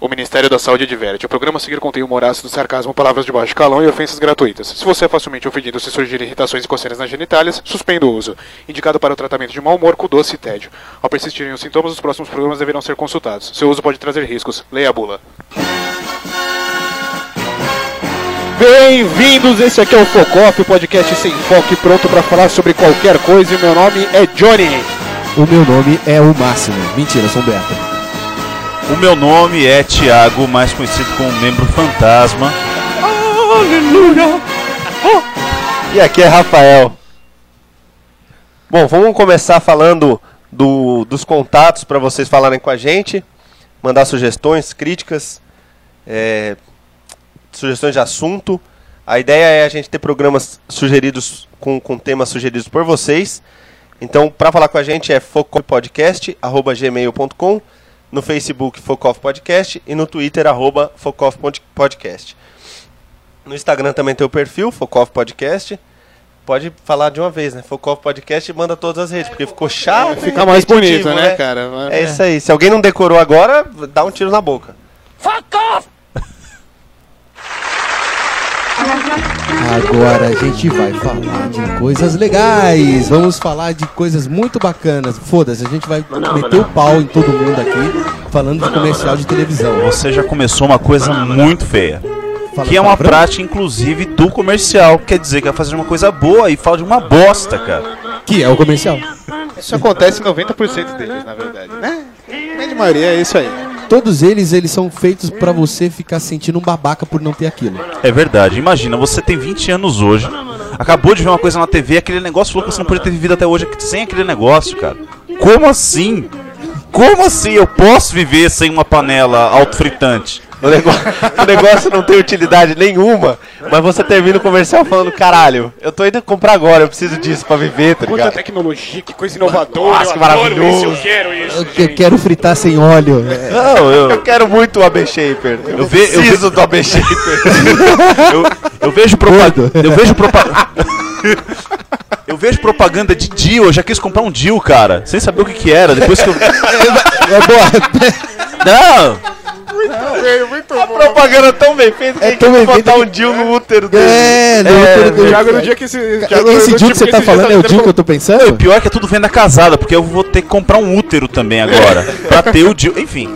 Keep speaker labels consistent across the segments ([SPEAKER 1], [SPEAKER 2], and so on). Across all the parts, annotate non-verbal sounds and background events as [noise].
[SPEAKER 1] O Ministério da Saúde adverte. O programa a seguir contém humor ácido, sarcasmo, palavras de baixo calão e ofensas gratuitas. Se você é facilmente ofendido se surgirem irritações e coceiras nas genitálias, suspenda o uso. Indicado para o tratamento de mau humor com doce e tédio. Ao persistirem os sintomas, os próximos programas deverão ser consultados. Seu uso pode trazer riscos. Leia a bula.
[SPEAKER 2] Bem-vindos, esse aqui é o Focoff, o podcast sem foco e pronto pra falar sobre qualquer coisa. E meu nome é Johnny.
[SPEAKER 3] O meu nome é o Máximo. Mentira, eu sou um o Beto.
[SPEAKER 4] O meu nome é Tiago, mais conhecido como Membro Fantasma.
[SPEAKER 5] E aqui é Rafael. Bom, vamos começar falando do- dos contatos para vocês falarem com a gente, mandar sugestões, críticas, é, sugestões de assunto. A ideia é a gente ter programas sugeridos com, com temas sugeridos por vocês. Então, para falar com a gente é focofpodcast@gmail.com, no Facebook Focoff Podcast e no Twitter arroba Focoff Pod- Podcast. No Instagram também tem o perfil Focoff Podcast. Pode falar de uma vez, né? Focoff Podcast e manda todas as redes, porque ficou chato. e
[SPEAKER 2] Fica mais
[SPEAKER 5] repetitivo,
[SPEAKER 2] bonito, né, cara?
[SPEAKER 5] é isso aí. Se alguém não decorou agora, dá um tiro na boca.
[SPEAKER 3] Agora a gente vai falar de coisas legais. Vamos falar de coisas muito bacanas. Foda-se, a gente vai meter o pau em todo mundo aqui falando de comercial de televisão.
[SPEAKER 4] Você já começou uma coisa muito feia.
[SPEAKER 3] Fala
[SPEAKER 4] Que é uma
[SPEAKER 3] palavrão?
[SPEAKER 4] prática, inclusive, do comercial. Quer dizer que vai fazer uma coisa boa e fala de uma bosta, cara.
[SPEAKER 3] Que é o comercial.
[SPEAKER 1] Isso acontece em 90% deles, na verdade, né? A grande maioria é isso aí.
[SPEAKER 3] Todos eles, eles são feitos pra você ficar sentindo um babaca por não ter aquilo.
[SPEAKER 4] É verdade. Imagina, você tem 20 anos hoje, acabou de ver uma coisa na TV, aquele negócio louco, você não podia ter vivido até hoje sem aquele negócio, cara. Como assim? Como assim eu posso viver sem uma panela autofritante?
[SPEAKER 5] O negócio, o negócio não tem utilidade nenhuma, mas você termina o comercial falando, caralho, eu tô indo comprar agora, eu preciso disso pra viver, tá
[SPEAKER 1] Quanta
[SPEAKER 5] ligado?
[SPEAKER 1] tecnologia, que coisa inovadora.
[SPEAKER 5] Nossa,
[SPEAKER 1] eu
[SPEAKER 5] que
[SPEAKER 1] adoro
[SPEAKER 5] maravilhoso.
[SPEAKER 1] Isso, eu quero isso.
[SPEAKER 3] Eu, eu quero fritar sem óleo. É,
[SPEAKER 4] Não, eu,
[SPEAKER 5] Eu quero muito o AB Shaper. Eu,
[SPEAKER 4] Eu ve- eu
[SPEAKER 5] preciso do AB Shaper.
[SPEAKER 4] Eu, [laughs] eu vejo propaganda. Eu vejo propaganda. Eu vejo propaganda de Dio, eu já quis comprar um Dio, cara, sem saber o que que era, depois que eu...
[SPEAKER 3] é boa.
[SPEAKER 4] Não!
[SPEAKER 5] A propaganda tão bem feita que
[SPEAKER 3] É
[SPEAKER 5] a gente
[SPEAKER 3] tão bem
[SPEAKER 5] botar
[SPEAKER 3] feita
[SPEAKER 5] um Dil no útero dele.
[SPEAKER 3] É, não, eu tô- eu-
[SPEAKER 1] Thiago, no dia que esse. Thiago,
[SPEAKER 3] Esse
[SPEAKER 1] no
[SPEAKER 3] dia
[SPEAKER 1] tipo
[SPEAKER 3] que você tá
[SPEAKER 1] esse dia
[SPEAKER 3] falando é o
[SPEAKER 1] tendo
[SPEAKER 3] dia que eu tô
[SPEAKER 4] O
[SPEAKER 3] pensando?
[SPEAKER 4] pior é que é tudo venda casada, porque eu vou ter que comprar um útero também agora, pra ter o Dio, enfim.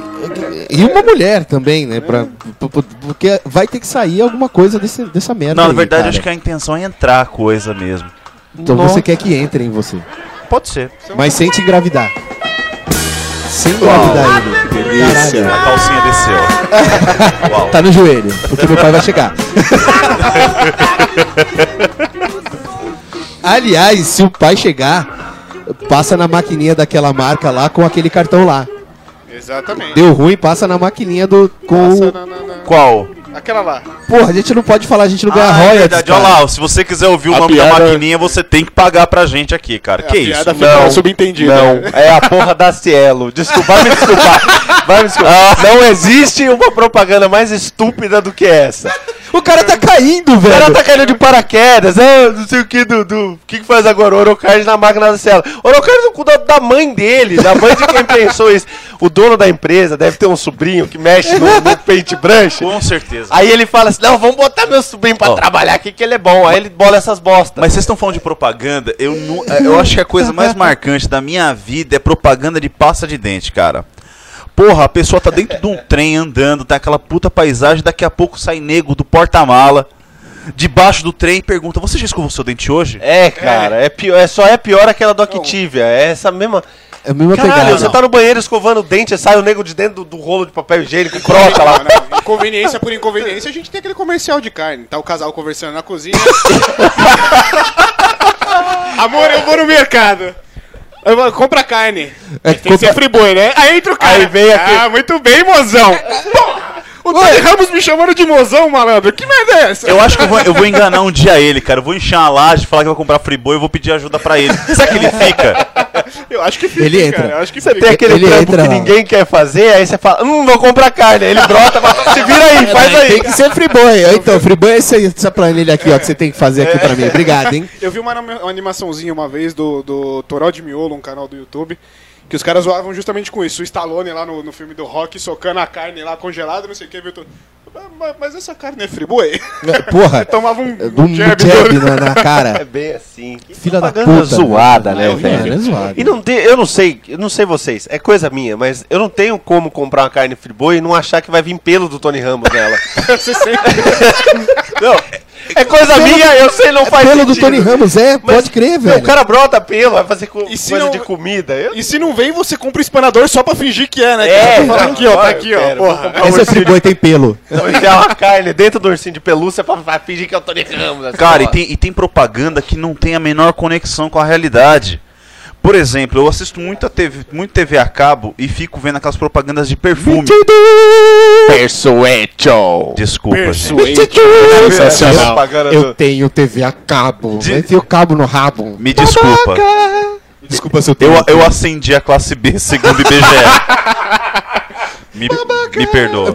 [SPEAKER 3] E uma mulher também, né? Pra, p- p- porque vai ter que sair alguma coisa desse, dessa merda.
[SPEAKER 4] Não, na
[SPEAKER 3] aí,
[SPEAKER 4] verdade,
[SPEAKER 3] cara.
[SPEAKER 4] acho que a intenção é entrar a coisa mesmo.
[SPEAKER 3] Então você quer que entre em você.
[SPEAKER 4] Pode ser.
[SPEAKER 3] Mas sem te engravidar. Sem engravidar ele. Caralho.
[SPEAKER 4] A calcinha desceu. Uau.
[SPEAKER 3] Tá no joelho, porque meu pai vai
[SPEAKER 4] [laughs]
[SPEAKER 3] chegar. Aliás, se o pai chegar, passa na maquininha daquela marca lá com aquele cartão lá.
[SPEAKER 1] Exatamente.
[SPEAKER 3] Deu ruim, passa na maquininha do. Com...
[SPEAKER 1] Nossa, não, não, não.
[SPEAKER 4] Qual?
[SPEAKER 1] Aquela lá.
[SPEAKER 3] Porra, a gente não pode falar, a gente não ganha
[SPEAKER 4] Ah, é
[SPEAKER 3] royalties.
[SPEAKER 4] verdade, olha
[SPEAKER 3] cara.
[SPEAKER 4] lá, se você quiser ouvir o
[SPEAKER 1] A
[SPEAKER 4] nome da
[SPEAKER 1] piada-
[SPEAKER 4] maquininha, você tem que pagar pra gente aqui, cara. que
[SPEAKER 1] a
[SPEAKER 4] isso?
[SPEAKER 1] piada fica
[SPEAKER 5] Não.
[SPEAKER 1] subentendida.
[SPEAKER 5] Não, é a porra da Cielo. Desculpa, vai me desculpar. Vai me desculpar. Não existe uma propaganda mais estúpida do que
[SPEAKER 4] é
[SPEAKER 5] essa.
[SPEAKER 3] O cara tá caindo,
[SPEAKER 5] O
[SPEAKER 3] velho.
[SPEAKER 5] cara tá caindo de paraquedas, é, não sei o que, do, do que que faz agora, Orocard na máquina da cela. Orocard no cu da, um da mãe dele, da mãe de quem pensou isso. O dono da empresa deve ter um sobrinho que mexe no, no paintbrush.
[SPEAKER 4] Com certeza.
[SPEAKER 5] Aí ele fala assim, não, vamos botar meu sobrinho pra
[SPEAKER 4] Ó.
[SPEAKER 5] trabalhar aqui que ele é bom. Aí ele bola essas bostas.
[SPEAKER 4] Mas vocês estão falando de propaganda, eu, nu- é, eu acho que a coisa mais marcante da minha vida é propaganda de pasta de dente, cara. Porra, a pessoa tá dentro de um trem andando, tá aquela puta paisagem, daqui a pouco sai nego do porta-mala, debaixo do trem e pergunta, você já escovou seu dente hoje?
[SPEAKER 5] É, cara, é. pior, é só é pior aquela do Activia, é essa mesma...
[SPEAKER 3] É a mesma
[SPEAKER 5] Caralho,
[SPEAKER 3] pegada.
[SPEAKER 5] você tá no banheiro escovando o dente, sai o nego de dentro do, do rolo de papel higiênico, croca lá.
[SPEAKER 1] Não, né? Inconveniência por inconveniência, a gente tem aquele comercial de carne. Tá o casal conversando na cozinha. Amor, eu vou no mercado. Eu vou, compra carne.
[SPEAKER 3] É,
[SPEAKER 1] Tem que ser
[SPEAKER 3] compra-
[SPEAKER 1] friboi, né? Aí entra o cara.
[SPEAKER 5] Aí vem aqui.
[SPEAKER 1] Ah, muito bem, mozão. Pô, O Tony Ramos me chamando de mozão, malandro. Que merda é essa?
[SPEAKER 4] Eu acho que eu vou, eu vou enganar um dia ele, cara. Eu vou encher uma laje, falar que vai comprar friboi e vou pedir ajuda pra ele. Será que ele fica?
[SPEAKER 1] Eu acho que fica,
[SPEAKER 3] Ele
[SPEAKER 1] cara.
[SPEAKER 3] entra.
[SPEAKER 1] Eu acho que
[SPEAKER 5] Você
[SPEAKER 1] fica.
[SPEAKER 5] tem aquele
[SPEAKER 3] Ele
[SPEAKER 5] trampo
[SPEAKER 3] entra
[SPEAKER 5] que
[SPEAKER 3] lá.
[SPEAKER 5] ninguém quer fazer, aí você fala, hum, vou comprar carne. Aí ele brota, fala, se
[SPEAKER 3] [laughs]
[SPEAKER 5] vira aí, faz aí.
[SPEAKER 3] Tem que ser Freeboy. Ó, Então, Freeboy é essa, essa planilha aqui, ó, que você tem que fazer aqui pra mim. Obrigado, hein?
[SPEAKER 1] Eu vi uma anima- uma animaçõezinha uma vez do, do Toró de Miolo, um canal do YouTube, Que os caras zoavam justamente com isso. O Stallone lá no, no filme do Rock socando a carne lá congelada, não sei o que, viu? tu- "Ah, Mas, mas essa carne é
[SPEAKER 3] [laughs]
[SPEAKER 1] Friboi.
[SPEAKER 3] É, Porra,
[SPEAKER 5] tá
[SPEAKER 1] Tomava um,
[SPEAKER 3] é, do um jab na, na
[SPEAKER 5] [laughs]
[SPEAKER 3] cara.
[SPEAKER 5] bem assim. Que
[SPEAKER 3] Filha da
[SPEAKER 5] propaganda
[SPEAKER 3] puta,
[SPEAKER 5] zoada, né,
[SPEAKER 1] É horrível.
[SPEAKER 5] velho?
[SPEAKER 3] Cara, é zoado.
[SPEAKER 5] E não tem, eu não sei, eu não sei vocês, é coisa minha, mas eu não tenho como comprar uma carne friboi e não achar que vai vir pelo do Tony Ramos nela.
[SPEAKER 1] [laughs] Você sempre-
[SPEAKER 5] [laughs] não, é coisa minha, eu sei, não faz
[SPEAKER 3] é Pelo do
[SPEAKER 5] sentido. né?
[SPEAKER 3] Tony Ramos, é,
[SPEAKER 5] Mas-
[SPEAKER 3] pode crer,
[SPEAKER 5] Não,
[SPEAKER 3] velho.
[SPEAKER 5] O cara brota pelo, vai fazer co-
[SPEAKER 1] E se
[SPEAKER 5] coisa
[SPEAKER 1] não-
[SPEAKER 5] de comida. Eu...
[SPEAKER 1] E se não vem, você compra o espanador só pra fingir que é, né?
[SPEAKER 5] É,
[SPEAKER 1] Tá falando
[SPEAKER 5] não,
[SPEAKER 1] aqui, ó, tá
[SPEAKER 5] agora eu
[SPEAKER 1] aqui, ó.
[SPEAKER 5] quero,
[SPEAKER 1] Porra.
[SPEAKER 5] [laughs]
[SPEAKER 3] Essa é friboi tem pelo.
[SPEAKER 5] Então, enfiar uma carne dentro do ursinho de pelúcia pra, pra fingir que é o Tony Ramos. assim,
[SPEAKER 4] Cara, e
[SPEAKER 5] ó.
[SPEAKER 4] tem, e tem propaganda que não tem a menor conexão com a realidade. Por exemplo, eu assisto muita TV, muito TV a cabo e fico vendo aquelas propagandas de perfume.
[SPEAKER 5] Persuecho.
[SPEAKER 4] Desculpa, gente.
[SPEAKER 5] Sensacional.
[SPEAKER 3] Eu tenho TV a cabo.
[SPEAKER 4] De-
[SPEAKER 3] Vai ter o cabo no rabo.
[SPEAKER 4] Me desculpa.
[SPEAKER 3] Desculpa se eu
[SPEAKER 4] Eu,
[SPEAKER 3] tenho.
[SPEAKER 4] eu acendi a classe B segundo IBGE. [laughs] me, me perdoa.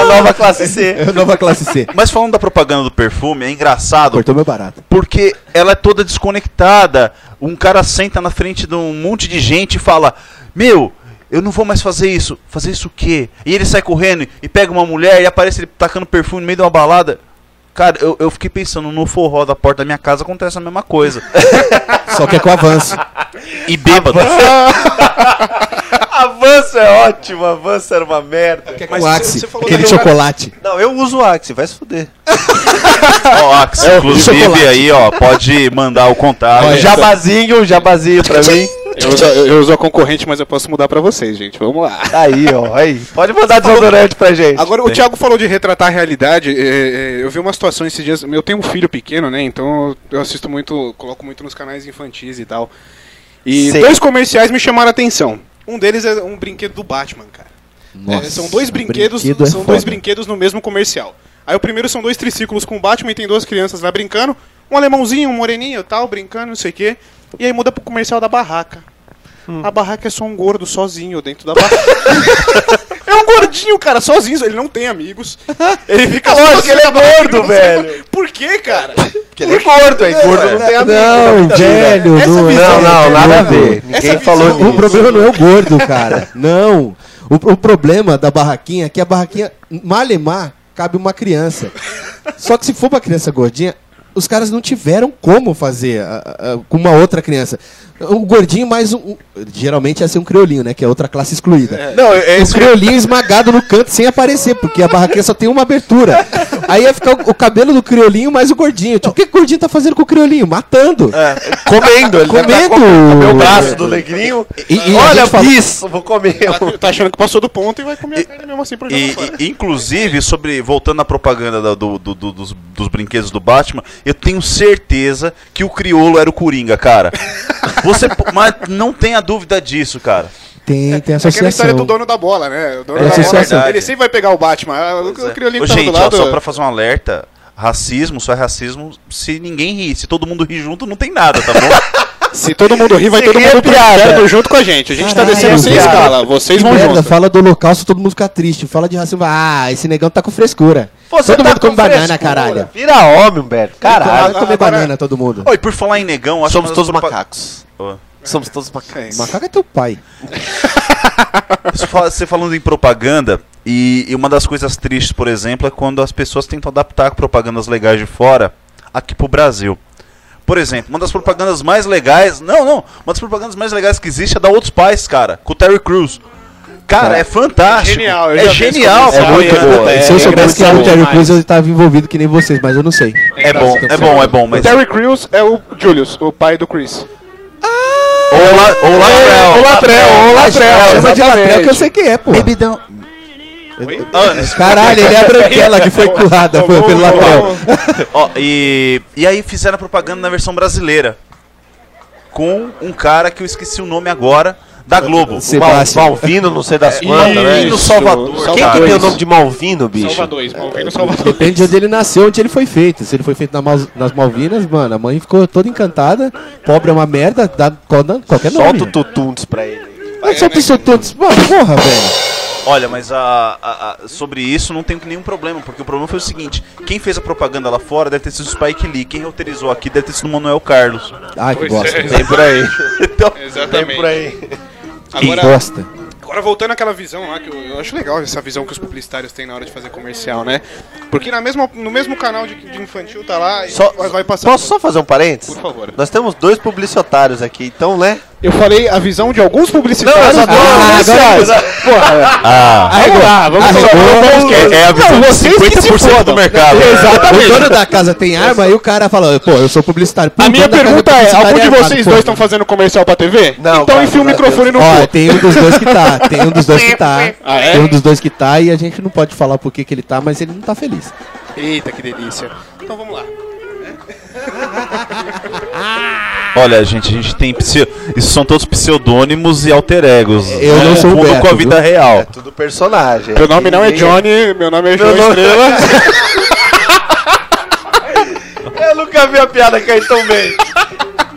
[SPEAKER 5] A nova classe C.
[SPEAKER 3] É nova classe C.
[SPEAKER 4] Mas falando da propaganda do perfume, é engraçado
[SPEAKER 3] Cortou meu barato.
[SPEAKER 4] porque ela é toda desconectada. Um cara senta na frente de um monte de gente e fala: Meu, eu não vou mais fazer isso. Fazer isso o quê? E ele sai correndo e pega uma mulher e aparece ele tacando perfume no meio de uma balada. Cara, eu, eu fiquei pensando, no forró da porta da minha casa acontece a mesma coisa.
[SPEAKER 3] Só que é com avanço.
[SPEAKER 4] E
[SPEAKER 5] [laughs]
[SPEAKER 4] bêbado.
[SPEAKER 5] Avanço é ótimo, avanço era uma merda.
[SPEAKER 3] É com
[SPEAKER 1] Mas
[SPEAKER 3] o
[SPEAKER 1] você-
[SPEAKER 3] Axe.
[SPEAKER 1] você falou
[SPEAKER 3] Aquele
[SPEAKER 5] que não era-
[SPEAKER 3] chocolate.
[SPEAKER 5] Não, eu uso o Axe, vai se fuder.
[SPEAKER 4] Ó, Axe,
[SPEAKER 3] É o chocolate.
[SPEAKER 4] inclusive aí, ó, pode mandar o contato.
[SPEAKER 3] Olha,
[SPEAKER 4] Já-
[SPEAKER 5] Jabazinho, jabazinho pra mim.
[SPEAKER 1] Eu uso, eu uso a concorrente, mas eu posso mudar pra vocês, gente. Vamos lá.
[SPEAKER 5] Aí, ó, aí. Pode mandar desodorante pra gente.
[SPEAKER 1] Agora, o Thiago falou de retratar a realidade. é, é, eu vi uma situação esses dias. Eu tenho um filho pequeno, né? Então eu assisto muito, coloco muito nos canais infantis e tal. E
[SPEAKER 5] Sei.
[SPEAKER 1] dois comerciais me chamaram a atenção. Um deles é um brinquedo do Batman, cara. É, são dois brinquedos,
[SPEAKER 3] brinquedo é
[SPEAKER 1] são dois
[SPEAKER 3] foda.
[SPEAKER 1] brinquedos no mesmo comercial. Aí o primeiro são dois triciclos com o Batman e tem duas crianças lá brincando, um alemãozinho, um moreninho, e tal, brincando, não sei o quê. E aí muda pro comercial da barraca. A barraca é só um gordo sozinho dentro da barraca. [laughs] é um gordinho, cara, sozinho, ele não tem amigos. Ele fica
[SPEAKER 5] Lógico,
[SPEAKER 1] sozinho
[SPEAKER 5] ele é
[SPEAKER 1] na barraca,
[SPEAKER 5] gordo,
[SPEAKER 1] não sei
[SPEAKER 5] velho.
[SPEAKER 1] por- Por quê, cara?
[SPEAKER 5] Porque ele é gordo, aí gordo não
[SPEAKER 1] é
[SPEAKER 5] tem amigo.
[SPEAKER 3] Não, velho.
[SPEAKER 1] Essa
[SPEAKER 3] não, é,
[SPEAKER 1] visão-
[SPEAKER 5] Não, não,
[SPEAKER 3] velho.
[SPEAKER 5] nada a ver.
[SPEAKER 1] Essa
[SPEAKER 5] Ninguém
[SPEAKER 1] visão-
[SPEAKER 5] falou
[SPEAKER 3] O
[SPEAKER 5] nisso.
[SPEAKER 3] problema não é o gordo, cara. Não. O, o problema da barraquinha é que a barraquinha, malemar, cabe uma criança. Só que se for uma criança gordinha, os caras não tiveram como fazer a- a- a- com uma outra criança. O gordinho mais um. um- geralmente ia ser um criolinho, né? Que é outra classe excluída.
[SPEAKER 5] Não, é
[SPEAKER 3] O criolinho esmagado no canto sem aparecer, porque a barraquinha só tem uma abertura. Aí ia ficar o, o cabelo do criolinho mais o gordinho. Tipo, o que que o gordinho tá fazendo com o criolinho? Matando.
[SPEAKER 1] É,
[SPEAKER 5] Comendo, ele deve tá
[SPEAKER 3] Comendo.
[SPEAKER 5] comendo o braço do negrinho.
[SPEAKER 3] E- e a
[SPEAKER 5] Olha,
[SPEAKER 3] gente fala-
[SPEAKER 5] isso, vou comer.
[SPEAKER 3] É
[SPEAKER 5] um.
[SPEAKER 3] um
[SPEAKER 1] Tá, tá achando que passou do ponto e vai comer a carne mesmo assim por
[SPEAKER 4] E,
[SPEAKER 1] jogar fora.
[SPEAKER 4] e, inclusive, sobre voltando à propaganda da- do, do- do- dos, dos brinquedos do Batman, eu tenho certeza que o Criolo era o Coringa, cara. Você, po- [laughs] mas não tenha dúvida disso, cara.
[SPEAKER 3] Tem, tem
[SPEAKER 1] É aquela história do
[SPEAKER 3] associação.
[SPEAKER 1] dono da bola, né? O dono
[SPEAKER 3] É
[SPEAKER 1] da
[SPEAKER 3] associação.
[SPEAKER 1] bola, ele sempre vai pegar o Batman. Ah, O, o criolinho
[SPEAKER 4] Ô,
[SPEAKER 1] tá do
[SPEAKER 4] gente, ó,
[SPEAKER 1] lado.
[SPEAKER 5] é.
[SPEAKER 4] só pra fazer um alerta, racismo só é racismo se ninguém ri. Se todo mundo ri junto, não tem nada, tá bom?
[SPEAKER 5] [laughs]
[SPEAKER 1] Se todo mundo rir, vai
[SPEAKER 5] Se
[SPEAKER 1] todo
[SPEAKER 5] cria
[SPEAKER 1] mundo pro
[SPEAKER 5] piada. é
[SPEAKER 1] inferno junto com a gente. A gente
[SPEAKER 3] Caralho,
[SPEAKER 1] tá descendo sem
[SPEAKER 5] piada.
[SPEAKER 1] escala, vocês
[SPEAKER 3] Que
[SPEAKER 1] vão
[SPEAKER 3] merda,
[SPEAKER 1] junto.
[SPEAKER 3] fala do holocausto, todo mundo fica triste. Fala de racismo, ah, esse negão tá com frescura.
[SPEAKER 1] tá
[SPEAKER 3] todo mundo come banana, caralho.
[SPEAKER 5] tá Vira homem, Humberto.
[SPEAKER 3] Vai
[SPEAKER 5] Caralho.
[SPEAKER 3] comer
[SPEAKER 1] Agora-
[SPEAKER 3] banana, todo mundo.
[SPEAKER 4] Ó, e por falar em negão, acho
[SPEAKER 5] Somos
[SPEAKER 4] que
[SPEAKER 5] todos
[SPEAKER 4] uma das
[SPEAKER 5] macacos.
[SPEAKER 4] propa-
[SPEAKER 5] Somos todos macacos.
[SPEAKER 3] Macaco é teu pai.
[SPEAKER 4] Ó, você fala- Você falando em propaganda, e, e uma das coisas tristes, por exemplo, é quando as pessoas tentam adaptar propagandas legais de fora aqui pro Brasil. Por exemplo, uma das propagandas mais legais. Não, não. Uma das propagandas mais legais que existe é da Outros Pais, cara. Com o Terry Crews. Cara, é fantástico.
[SPEAKER 1] É genial, eu já
[SPEAKER 4] É
[SPEAKER 1] vi esse
[SPEAKER 4] genial.
[SPEAKER 1] comercial,
[SPEAKER 4] a
[SPEAKER 5] é muito
[SPEAKER 4] propaganda,
[SPEAKER 5] boa.
[SPEAKER 4] velho.
[SPEAKER 3] Se eu
[SPEAKER 5] é
[SPEAKER 3] soubesse que era o
[SPEAKER 5] engraçado
[SPEAKER 3] Terry
[SPEAKER 1] demais.
[SPEAKER 3] Crews, eu tava envolvido que nem vocês, mas eu não sei.
[SPEAKER 4] É bom, é bom, é bom. Mas...
[SPEAKER 1] Terry Crews é o Julius, o pai do Chris.
[SPEAKER 4] Ou lá, ou lá,
[SPEAKER 5] Ou Latrel, ou
[SPEAKER 1] É,
[SPEAKER 3] Chama de Latrel que eu sei quem é, pô. Caralho, ele é a branquela
[SPEAKER 1] [laughs]
[SPEAKER 3] que foi currada pô, pelo Latrel.
[SPEAKER 4] Ó, e, e aí fizeram a propaganda na versão brasileira. Com um cara que eu esqueci o nome agora, da Globo.
[SPEAKER 3] Sim.
[SPEAKER 5] Mal-
[SPEAKER 3] Sebastião.
[SPEAKER 5] Malvino, não sei das quantas, né?
[SPEAKER 4] Malvino Salvador.
[SPEAKER 5] Quem que
[SPEAKER 4] Salvador.
[SPEAKER 5] tem o nome de Malvino, bicho? É,
[SPEAKER 1] Salvador, Malvino Salvador.
[SPEAKER 3] Depende de onde ele nasceu, onde ele foi feito. Se ele foi feito na Mal- nas Malvinas, mano, a mãe ficou toda encantada. Pobre é uma merda, dá qual- dá qualquer nome.
[SPEAKER 5] Solta o Tutuntes pra ele.
[SPEAKER 3] Mas só pensou todos, mano, porra, velho.
[SPEAKER 4] Olha, mas a, a- a- sobre isso não tem nenhum problema, porque o problema foi o seguinte: quem fez a propaganda lá fora deve ter sido o Spike Lee, quem reutilizou aqui
[SPEAKER 1] [laughs]
[SPEAKER 4] deve ter sido o Manuel Carlos.
[SPEAKER 1] é, né?
[SPEAKER 3] Ai, que bosta.
[SPEAKER 5] Vem por aí.
[SPEAKER 4] [laughs] Então,
[SPEAKER 5] Vem por
[SPEAKER 1] Exatamente.
[SPEAKER 5] aí.
[SPEAKER 1] Agora,
[SPEAKER 3] Bosta.
[SPEAKER 1] Agora voltando àquela visão lá, que eu, eu acho legal essa visão que os publicitários têm na hora de fazer comercial, né? Porque na mesma, no mesmo canal de, de infantil tá lá, e
[SPEAKER 5] Só-
[SPEAKER 1] vai- vai passar.
[SPEAKER 5] Posso só fazer um parênteses?
[SPEAKER 1] Por favor.
[SPEAKER 5] Nós temos dois publicitários aqui, então, né?
[SPEAKER 1] Eu falei a visão de alguns publicitários.
[SPEAKER 5] Não, é eu só tô-
[SPEAKER 1] Ah,
[SPEAKER 5] eu só-
[SPEAKER 4] Ah,
[SPEAKER 2] Arregou. Arregou.
[SPEAKER 1] um
[SPEAKER 4] é, é a visão de 50% do mercado.
[SPEAKER 3] O dono da casa tem arma e o cara fala, pô, eu sou publicitário. Pô,
[SPEAKER 1] A
[SPEAKER 3] o
[SPEAKER 1] minha
[SPEAKER 3] dono da casa
[SPEAKER 1] pergunta é:
[SPEAKER 3] publicitário
[SPEAKER 1] algum de
[SPEAKER 3] armado,
[SPEAKER 1] vocês
[SPEAKER 3] pô.
[SPEAKER 1] dois estão fazendo comercial pra TV?
[SPEAKER 5] Não,
[SPEAKER 1] então
[SPEAKER 5] cara,
[SPEAKER 1] enfia o
[SPEAKER 5] graças a
[SPEAKER 1] microfone no
[SPEAKER 3] Ó,
[SPEAKER 1] cu.
[SPEAKER 3] tem um dos dois que tá, tem um dos dois que
[SPEAKER 4] [laughs]
[SPEAKER 3] tá.
[SPEAKER 1] Ah, é?
[SPEAKER 3] Tem um dos dois que tá e a gente não pode falar por que que ele tá, mas ele não tá feliz.
[SPEAKER 1] Eita, que delícia. Então vamos lá.
[SPEAKER 4] Olha, gente, a gente tem pseu... Isso são todos pseudônimos e alter egos.
[SPEAKER 3] Eu não sou o
[SPEAKER 4] Fundo
[SPEAKER 3] Beto,
[SPEAKER 4] com a vida real.
[SPEAKER 5] É tudo personagem.
[SPEAKER 1] Meu nome não é
[SPEAKER 5] Ninguém
[SPEAKER 1] Johnny, meu nome é João
[SPEAKER 5] nome-
[SPEAKER 1] Estrela.
[SPEAKER 5] Eu nunca vi a piada cair tão bem.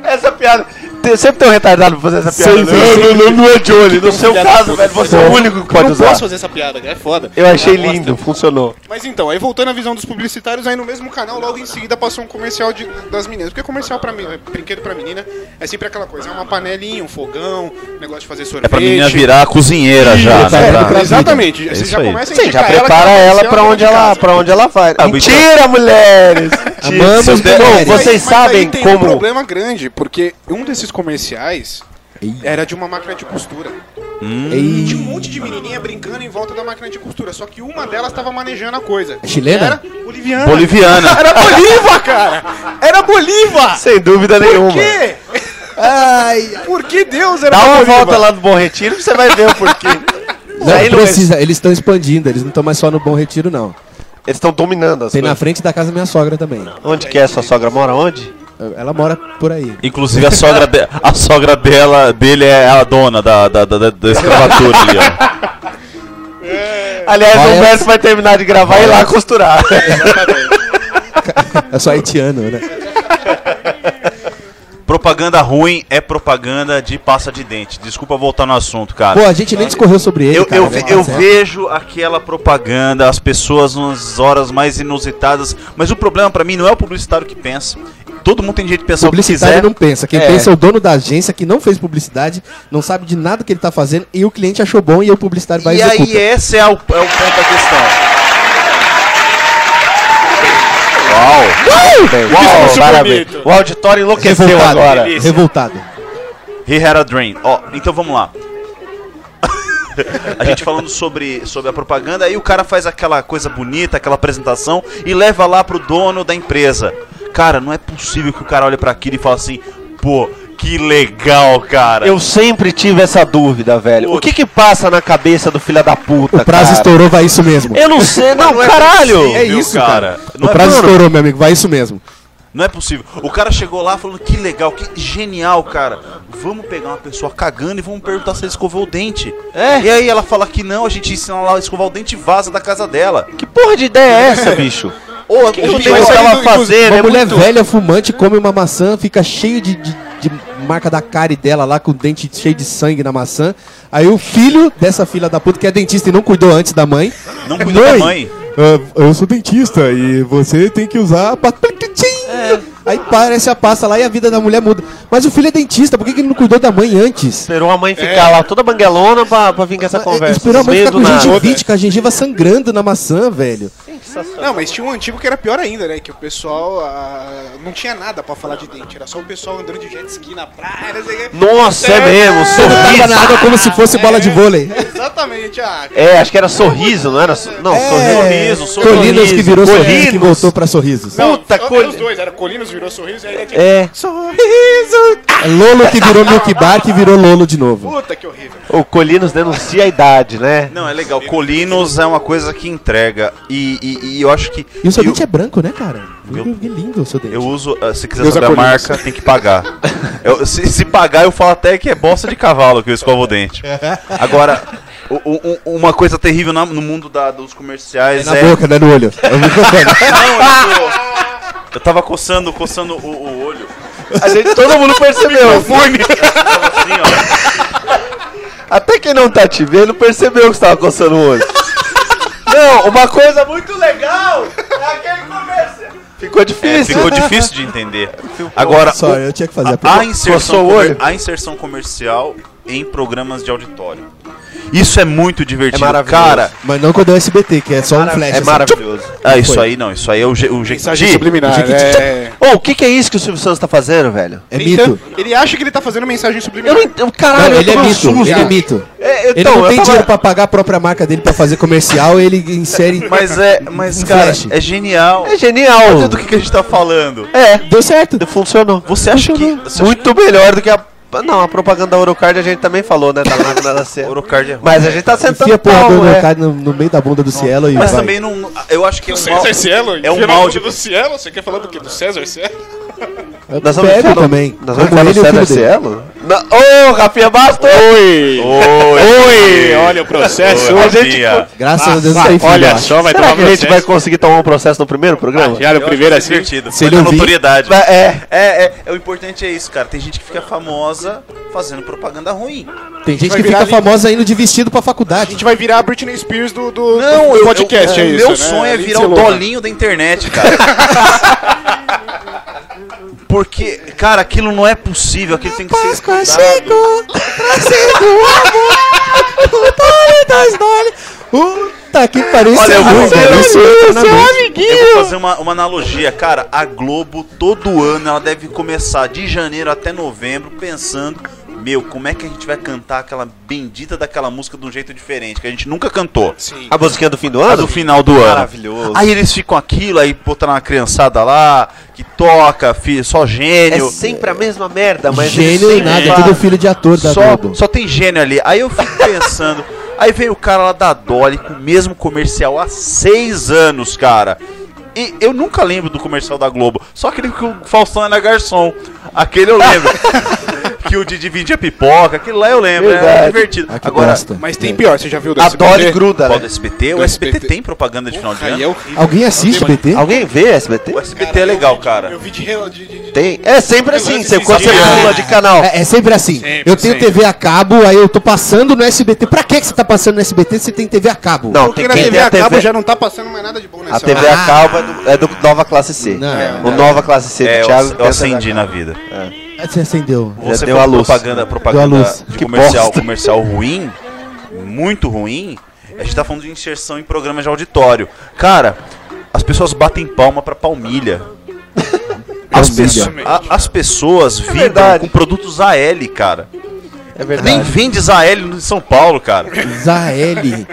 [SPEAKER 5] Essa piada. Tem- sempre tem um retardado pra fazer essa
[SPEAKER 4] Sim,
[SPEAKER 5] piada.
[SPEAKER 4] sim, sim.
[SPEAKER 5] não, não é Johnny. No seu caso, velho, você é o único que pode
[SPEAKER 1] não
[SPEAKER 5] usar.
[SPEAKER 1] posso fazer essa piada, cara, é foda.
[SPEAKER 5] Eu achei
[SPEAKER 1] É uma bosta.
[SPEAKER 5] lindo, funcionou.
[SPEAKER 1] Mas então, aí voltando à visão dos publicitários, aí no mesmo canal, logo em seguida passou um comercial de- das meninas. Porque comercial pra mim, é brinquedo pra menina, é sempre aquela coisa, é uma panelinha, um fogão, negócio de fazer sorvete.
[SPEAKER 4] É pra menina virar a cozinheira já,
[SPEAKER 3] é,
[SPEAKER 4] né?
[SPEAKER 3] pra
[SPEAKER 4] Pra-
[SPEAKER 3] vida.
[SPEAKER 1] Exatamente,
[SPEAKER 4] É
[SPEAKER 1] você
[SPEAKER 4] isso
[SPEAKER 1] já
[SPEAKER 4] aí.
[SPEAKER 1] começa a
[SPEAKER 5] Sim, já
[SPEAKER 1] indicar que
[SPEAKER 5] prepara
[SPEAKER 1] é
[SPEAKER 5] ela
[SPEAKER 1] comercial
[SPEAKER 5] pra onde
[SPEAKER 1] de
[SPEAKER 5] ela,
[SPEAKER 1] casa.
[SPEAKER 5] pra onde ela vai.
[SPEAKER 4] Ah,
[SPEAKER 5] Mentira, mulheres!
[SPEAKER 3] Amamos
[SPEAKER 4] Seu Deus.
[SPEAKER 5] Bom,
[SPEAKER 3] mulheres.
[SPEAKER 1] Mas-
[SPEAKER 5] vocês
[SPEAKER 1] mas aí
[SPEAKER 5] sabem
[SPEAKER 1] tem um
[SPEAKER 5] como.
[SPEAKER 1] problema grande, porque um desses comerciais era de uma máquina de costura. E
[SPEAKER 3] Ei,
[SPEAKER 1] tinha um monte de menininha brincando em volta da máquina de costura, só que uma delas tava manejando a coisa.
[SPEAKER 3] Chilena?
[SPEAKER 1] Era boliviana.
[SPEAKER 4] Boliviana.
[SPEAKER 3] [laughs]
[SPEAKER 1] Era Bolívar, cara! Era Bolívar!
[SPEAKER 5] Sem dúvida nenhuma.
[SPEAKER 1] Por quê? [laughs]
[SPEAKER 3] Ai,
[SPEAKER 1] Por que Deus era
[SPEAKER 5] Dá uma
[SPEAKER 1] Bolívar?
[SPEAKER 5] volta lá no Bom Retiro que você vai ver o porquê.
[SPEAKER 3] não precisa, eles estão expandindo, eles não estão mais só no Bom Retiro, não.
[SPEAKER 5] Eles estão dominando as
[SPEAKER 3] Tem na
[SPEAKER 5] coisas.
[SPEAKER 3] frente da casa da minha sogra também.
[SPEAKER 5] Onde que é sua sogra mora? Onde?
[SPEAKER 3] Ela mora por aí.
[SPEAKER 4] Inclusive a sogra, de- a sogra dela, dele é a dona da, da, da, da- da escravatura ali, ó.
[SPEAKER 5] Aliás,
[SPEAKER 3] Vai
[SPEAKER 5] o Humberto vai terminar de gravar e ir lá costurar.
[SPEAKER 3] É só haitiano, né?
[SPEAKER 4] Propaganda ruim é propaganda de passa de dente. Desculpa voltar no assunto, cara.
[SPEAKER 3] Pô, a gente nem discorreu sobre ele,
[SPEAKER 4] Eu,
[SPEAKER 3] cara,
[SPEAKER 4] eu,
[SPEAKER 3] né?
[SPEAKER 4] ve- eu
[SPEAKER 3] Tá certo.
[SPEAKER 4] vejo aquela propaganda, as pessoas nas horas mais inusitadas, mas o problema pra mim não é o publicitário que pensa. Todo mundo tem direito de pensar o que
[SPEAKER 3] Publicitário
[SPEAKER 4] quiser.
[SPEAKER 3] não pensa. Quem
[SPEAKER 5] É.
[SPEAKER 3] pensa é o dono da agência que não fez publicidade, não sabe de nada que ele tá fazendo e o cliente achou bom e o publicitário vai
[SPEAKER 4] E
[SPEAKER 3] executar.
[SPEAKER 4] aí, esse é o, é o ponto da questão. Uau!
[SPEAKER 5] Uau,
[SPEAKER 1] Discurso
[SPEAKER 5] parabéns.
[SPEAKER 1] bonito.
[SPEAKER 5] O auditório enlouqueceu
[SPEAKER 3] Revoltado.
[SPEAKER 5] agora.
[SPEAKER 4] é
[SPEAKER 3] Revoltado.
[SPEAKER 4] He had a dream. Ó, então vamos lá. [laughs] a gente falando sobre, sobre a propaganda, aí o cara faz aquela coisa bonita, aquela apresentação e leva lá pro dono da empresa. Cara, não é possível que o cara olhe pra aquilo e fale assim, pô, que legal, cara.
[SPEAKER 5] Eu sempre tive essa dúvida, velho. O que que passa na cabeça do filho da puta,
[SPEAKER 3] O
[SPEAKER 4] Tá
[SPEAKER 3] prazo
[SPEAKER 5] cara?
[SPEAKER 3] estourou, vai isso mesmo.
[SPEAKER 5] Eu não sei, não,
[SPEAKER 4] Não é
[SPEAKER 5] caralho.
[SPEAKER 4] possível,
[SPEAKER 3] É isso, cara.
[SPEAKER 4] Não
[SPEAKER 3] o
[SPEAKER 4] é
[SPEAKER 3] prazo
[SPEAKER 4] possível.
[SPEAKER 3] estourou, meu amigo, vai isso mesmo.
[SPEAKER 4] Não é possível. O cara chegou lá falando que legal, que genial, cara. Vamos pegar uma pessoa cagando e vamos perguntar se ela escovou o dente.
[SPEAKER 5] É.
[SPEAKER 4] E aí ela fala que não, a gente ensina lá a escovar o dente e vaza da casa dela.
[SPEAKER 5] Que porra de ideia é essa, bicho?
[SPEAKER 4] Ou
[SPEAKER 5] O que
[SPEAKER 4] o
[SPEAKER 5] que eu tava fazendo?
[SPEAKER 3] Uma
[SPEAKER 5] É
[SPEAKER 3] mulher
[SPEAKER 5] muito-
[SPEAKER 3] velha, fumante, come uma maçã, fica cheio de, de- de marca da cara dela lá, com o dente cheio de sangue na maçã. Aí o filho dessa filha da puta, que é dentista e não cuidou antes da mãe.
[SPEAKER 4] Não cuidou da mãe.
[SPEAKER 3] ah, eu sou dentista e você tem que usar a pasta. Aí parece a pasta lá e a vida da mulher muda. Mas o filho é dentista, por que, que ele não cuidou da mãe antes?
[SPEAKER 5] Esperou a mãe ficar lá toda banguelona pra, pra vir com essa conversa.
[SPEAKER 3] Esperou a mãe
[SPEAKER 5] Meio
[SPEAKER 3] ficar
[SPEAKER 5] do
[SPEAKER 3] com
[SPEAKER 5] nada.
[SPEAKER 3] gengivite, com a gengiva sangrando na maçã, velho.
[SPEAKER 1] Não, mas tinha um antigo que era pior ainda, né? Que o pessoal ah, não tinha nada pra falar de dente, era só o pessoal andando de jet ski na praia, não sei o quê.
[SPEAKER 5] Nossa, é mesmo,
[SPEAKER 3] Tava na
[SPEAKER 5] sorriso.
[SPEAKER 3] água como se fosse bola de vôlei.
[SPEAKER 1] Exatamente, ah,
[SPEAKER 5] É, acho que era sorriso, não era? so- Não, sorriso, sorriso.
[SPEAKER 3] É. Colinas que virou sorriso, que
[SPEAKER 5] Colinas.
[SPEAKER 3] voltou pra sorrisos.
[SPEAKER 1] Não,
[SPEAKER 5] Puta,
[SPEAKER 1] só-
[SPEAKER 5] Col-
[SPEAKER 1] os dois, era Colinos virou sorriso e aí tinha...
[SPEAKER 5] É,
[SPEAKER 1] Sorriso!
[SPEAKER 3] É Lolo que [laughs] virou Milk Bar, que virou Lolo de novo.
[SPEAKER 1] Puta que horrível.
[SPEAKER 5] o Colinos denuncia a idade, né?
[SPEAKER 4] Não, é legal. Colinos é uma coisa que entrega. E, e- e eu acho que.
[SPEAKER 3] E o seu
[SPEAKER 4] eu,
[SPEAKER 3] dente é branco, né, cara?
[SPEAKER 4] Meu-
[SPEAKER 3] Que lindo o seu dente.
[SPEAKER 4] eu uso. ah, Se quiser
[SPEAKER 1] Usa
[SPEAKER 4] saber a
[SPEAKER 1] Colinos.
[SPEAKER 4] marca, tem
[SPEAKER 3] [laughs]
[SPEAKER 4] que pagar. Eu- se, se pagar, eu falo até que é bosta de cavalo que eu escovo o dente. Agora, o- o- o- uma coisa terrível na- no mundo da- dos comerciais
[SPEAKER 3] Na
[SPEAKER 4] é.
[SPEAKER 3] boca, né, no [laughs] olho. É o microfone.
[SPEAKER 4] Não, eu, tô- eu tava coçando, coçando o, o olho.
[SPEAKER 5] A gente, todo mundo percebeu.
[SPEAKER 4] Tava assim,
[SPEAKER 5] Até quem não tá te vendo percebeu que você tava coçando o olho. Não, uma coisa muito legal é aquele comércio. Ficou
[SPEAKER 4] ó. É,
[SPEAKER 5] difícil.
[SPEAKER 4] ficou difícil de entender. Agora,
[SPEAKER 3] Sorry, eu tinha que fazer a
[SPEAKER 4] a,
[SPEAKER 3] pergunta.
[SPEAKER 4] inserção
[SPEAKER 5] Coçou o
[SPEAKER 4] comer-
[SPEAKER 5] olho?
[SPEAKER 4] a inserção comercial em programas de auditório. Isso é muito divertido.
[SPEAKER 5] É maravilhoso.
[SPEAKER 4] Cara,
[SPEAKER 3] Mas não quando é o SBT, que é só um
[SPEAKER 5] Mara-
[SPEAKER 3] flash.
[SPEAKER 5] é
[SPEAKER 3] assim.
[SPEAKER 5] maravilhoso.
[SPEAKER 4] ah, isso
[SPEAKER 3] Foi.
[SPEAKER 4] aí não, isso aí é o, je- o
[SPEAKER 1] Mensagem
[SPEAKER 4] Jequiti.
[SPEAKER 1] subliminar. É...
[SPEAKER 5] Ô, o que, que é isso que o Silvio Santos tá fazendo, velho?
[SPEAKER 3] É
[SPEAKER 1] Então,
[SPEAKER 3] mito.
[SPEAKER 1] Ele acha que ele tá fazendo mensagem
[SPEAKER 5] Eu
[SPEAKER 1] subliminar.
[SPEAKER 5] não entendo. Caralho,
[SPEAKER 3] Não,
[SPEAKER 5] eu
[SPEAKER 3] ele é
[SPEAKER 5] tomei um
[SPEAKER 3] mito,
[SPEAKER 5] susto.
[SPEAKER 3] ele é mito.
[SPEAKER 5] É,
[SPEAKER 3] Ele não
[SPEAKER 5] eu
[SPEAKER 3] tem
[SPEAKER 5] tava-
[SPEAKER 3] dinheiro pra pagar a própria marca dele pra fazer comercial, ele insere.
[SPEAKER 4] Mas é, mas
[SPEAKER 3] Um
[SPEAKER 4] cara,
[SPEAKER 3] flash.
[SPEAKER 4] é genial.
[SPEAKER 5] É genial.
[SPEAKER 4] do que, que a gente tá falando.
[SPEAKER 5] É,
[SPEAKER 3] Deu certo.
[SPEAKER 5] funcionou.
[SPEAKER 4] Você acha que
[SPEAKER 5] Funcionou. Muito melhor do que a. Não, a propaganda da Orocard a gente também falou, né? Tá lá na- na cena.
[SPEAKER 4] Orocard é ruim.
[SPEAKER 5] Mas a gente tá sentando
[SPEAKER 3] Enfia a porra
[SPEAKER 5] pau,
[SPEAKER 3] do
[SPEAKER 5] é.
[SPEAKER 3] mercado no, no meio da bunda do Cielo e
[SPEAKER 4] Mas
[SPEAKER 3] vai.
[SPEAKER 4] também não, eu acho que é um mal,
[SPEAKER 1] César Cielo?
[SPEAKER 4] é um mal de
[SPEAKER 1] do Cielo? Você quer falar do quê? Do César Cielo?
[SPEAKER 5] Nós vamos
[SPEAKER 3] Bebe
[SPEAKER 5] falar-
[SPEAKER 3] também.
[SPEAKER 5] Nós
[SPEAKER 3] Como
[SPEAKER 5] vamos falar
[SPEAKER 3] ele
[SPEAKER 5] do
[SPEAKER 3] e o
[SPEAKER 5] César
[SPEAKER 3] filho dele.
[SPEAKER 5] Cielo? Na- Ô, Rafinha Bastos! Oi!
[SPEAKER 4] Oi,
[SPEAKER 1] olha o processo.
[SPEAKER 4] Oi,
[SPEAKER 5] a gente
[SPEAKER 4] Bia.
[SPEAKER 3] Graças a Deus não tem filho, eu
[SPEAKER 1] Olha
[SPEAKER 3] acho.
[SPEAKER 1] só, vai
[SPEAKER 5] Será
[SPEAKER 1] tomar
[SPEAKER 5] que a gente vai
[SPEAKER 1] processo.
[SPEAKER 5] conseguir tomar um processo no primeiro programa?
[SPEAKER 1] Já no
[SPEAKER 4] Eu
[SPEAKER 1] primeiro
[SPEAKER 4] acho
[SPEAKER 1] assim.
[SPEAKER 4] divertido.
[SPEAKER 3] Se
[SPEAKER 4] Mas
[SPEAKER 3] ele
[SPEAKER 4] a
[SPEAKER 3] ouvir-
[SPEAKER 4] notoriedade.
[SPEAKER 5] Vai- É.
[SPEAKER 4] É, é, é, o importante é isso, cara. Tem gente que fica famosa fazendo propaganda ruim.
[SPEAKER 3] Tem gente
[SPEAKER 1] Vai
[SPEAKER 3] que
[SPEAKER 1] virar
[SPEAKER 3] fica
[SPEAKER 1] ali.
[SPEAKER 3] famosa indo de vestido pra
[SPEAKER 1] A
[SPEAKER 3] faculdade.
[SPEAKER 1] gente vai virar a Britney Spears do, do,
[SPEAKER 4] Não,
[SPEAKER 1] do
[SPEAKER 4] eu,
[SPEAKER 1] podcast,
[SPEAKER 4] eu,
[SPEAKER 1] é
[SPEAKER 4] o
[SPEAKER 1] isso,
[SPEAKER 4] Meu
[SPEAKER 1] né?
[SPEAKER 4] sonho é
[SPEAKER 1] Lindsay
[SPEAKER 4] virar o
[SPEAKER 1] Lohan.
[SPEAKER 4] dolinho da internet, cara. [laughs] Porque, cara, aquilo não é possível, aquilo tem que ser escutado.
[SPEAKER 3] trazendo o amor, o Tony das Dolly. Puta que pariu, isso
[SPEAKER 4] Olha,
[SPEAKER 3] é
[SPEAKER 4] eu vou
[SPEAKER 3] ruim,
[SPEAKER 4] ser
[SPEAKER 3] velho, isso é entra na mente.
[SPEAKER 4] Eu vou fazer uma, uma analogia, cara. A Globo, todo ano, ela deve começar de janeiro até novembro pensando: meu, como é que a gente vai cantar aquela bendita daquela música de um jeito diferente, que a gente nunca cantou.
[SPEAKER 1] Sim.
[SPEAKER 5] A musiquinha do fim do
[SPEAKER 4] A
[SPEAKER 5] ano?
[SPEAKER 4] do final do ano.
[SPEAKER 5] Maravilhoso.
[SPEAKER 4] Aí eles ficam aquilo, aí botaram uma criançada lá, que toca, fi- só
[SPEAKER 5] É
[SPEAKER 4] gênio.
[SPEAKER 5] sempre a mesma merda, mas eles
[SPEAKER 3] Gênio e
[SPEAKER 5] sempre
[SPEAKER 3] nada, é
[SPEAKER 5] fazem.
[SPEAKER 3] tudo filho de ator da
[SPEAKER 4] só,
[SPEAKER 3] Globo.
[SPEAKER 4] só tem gênio ali. Aí eu fico pensando.
[SPEAKER 5] [laughs]
[SPEAKER 4] aí veio o cara lá da Dolly com o mesmo comercial há seis anos, cara. E eu nunca lembro do comercial da Globo. Só aquele que o Faustão era garçom. Aquele eu
[SPEAKER 5] [laughs]
[SPEAKER 4] lembro. que o Didi vendia pipoca. Aquele lá eu lembro. Era
[SPEAKER 5] Verdade. É.
[SPEAKER 4] divertido.
[SPEAKER 3] Ah, que
[SPEAKER 4] Agora,
[SPEAKER 3] bosta.
[SPEAKER 1] Mas tem pior, você já viu o do
[SPEAKER 5] A
[SPEAKER 1] SBT?
[SPEAKER 5] Dory gruda,
[SPEAKER 4] qual do
[SPEAKER 5] né?
[SPEAKER 4] SBT? O
[SPEAKER 1] Do
[SPEAKER 4] SBT
[SPEAKER 1] SBT.
[SPEAKER 4] tem propaganda de final de
[SPEAKER 1] Aí é
[SPEAKER 4] ano.
[SPEAKER 1] horrível.
[SPEAKER 3] Alguém assiste
[SPEAKER 1] Alguém-
[SPEAKER 3] BT?
[SPEAKER 5] né? Alguém vê SBT?
[SPEAKER 4] O SBT é legal, cara.
[SPEAKER 1] Eu vi de... relo- de- de- de-
[SPEAKER 5] Tem. É sempre
[SPEAKER 1] Eu
[SPEAKER 5] assim,
[SPEAKER 1] gosto
[SPEAKER 5] você,
[SPEAKER 1] de
[SPEAKER 5] quando você
[SPEAKER 1] assistir.
[SPEAKER 5] pula de canal.
[SPEAKER 3] É, é sempre assim.
[SPEAKER 1] Sempre,
[SPEAKER 3] eu tenho
[SPEAKER 1] sempre.
[SPEAKER 3] TV a cabo, aí eu tô passando no SBT. Pra que que você tá passando no SBT se tem TV a cabo?
[SPEAKER 5] Não,
[SPEAKER 1] Porque
[SPEAKER 5] tem
[SPEAKER 1] na
[SPEAKER 5] quem
[SPEAKER 1] TV
[SPEAKER 5] tem
[SPEAKER 1] a cabo já não tá passando mais nada de bom nessa
[SPEAKER 5] A TV
[SPEAKER 1] hora.
[SPEAKER 5] a cabo é do, é do Nova Classe C.
[SPEAKER 3] Ah. Não.
[SPEAKER 5] o Nova Classe C do
[SPEAKER 4] É, eu,
[SPEAKER 5] Thiago.
[SPEAKER 4] eu acendi na vida.
[SPEAKER 3] Ah, Você acendeu.
[SPEAKER 5] Já
[SPEAKER 4] Você
[SPEAKER 5] deu
[SPEAKER 4] falou
[SPEAKER 5] a luz.
[SPEAKER 4] propaganda,
[SPEAKER 3] Deu a
[SPEAKER 4] propaganda
[SPEAKER 3] luz.
[SPEAKER 4] de
[SPEAKER 5] Que
[SPEAKER 4] comercial,
[SPEAKER 5] bosta.
[SPEAKER 4] comercial ruim, muito ruim. A gente tá falando de inserção em programas de auditório. Cara, as pessoas batem palma pra palmilha. As,
[SPEAKER 3] É
[SPEAKER 4] pesso- a- as pessoas vibram
[SPEAKER 5] É verdade.
[SPEAKER 4] com produtos AL, cara.
[SPEAKER 5] É
[SPEAKER 4] Nem vende AL no São Paulo, cara.
[SPEAKER 3] Zaeli.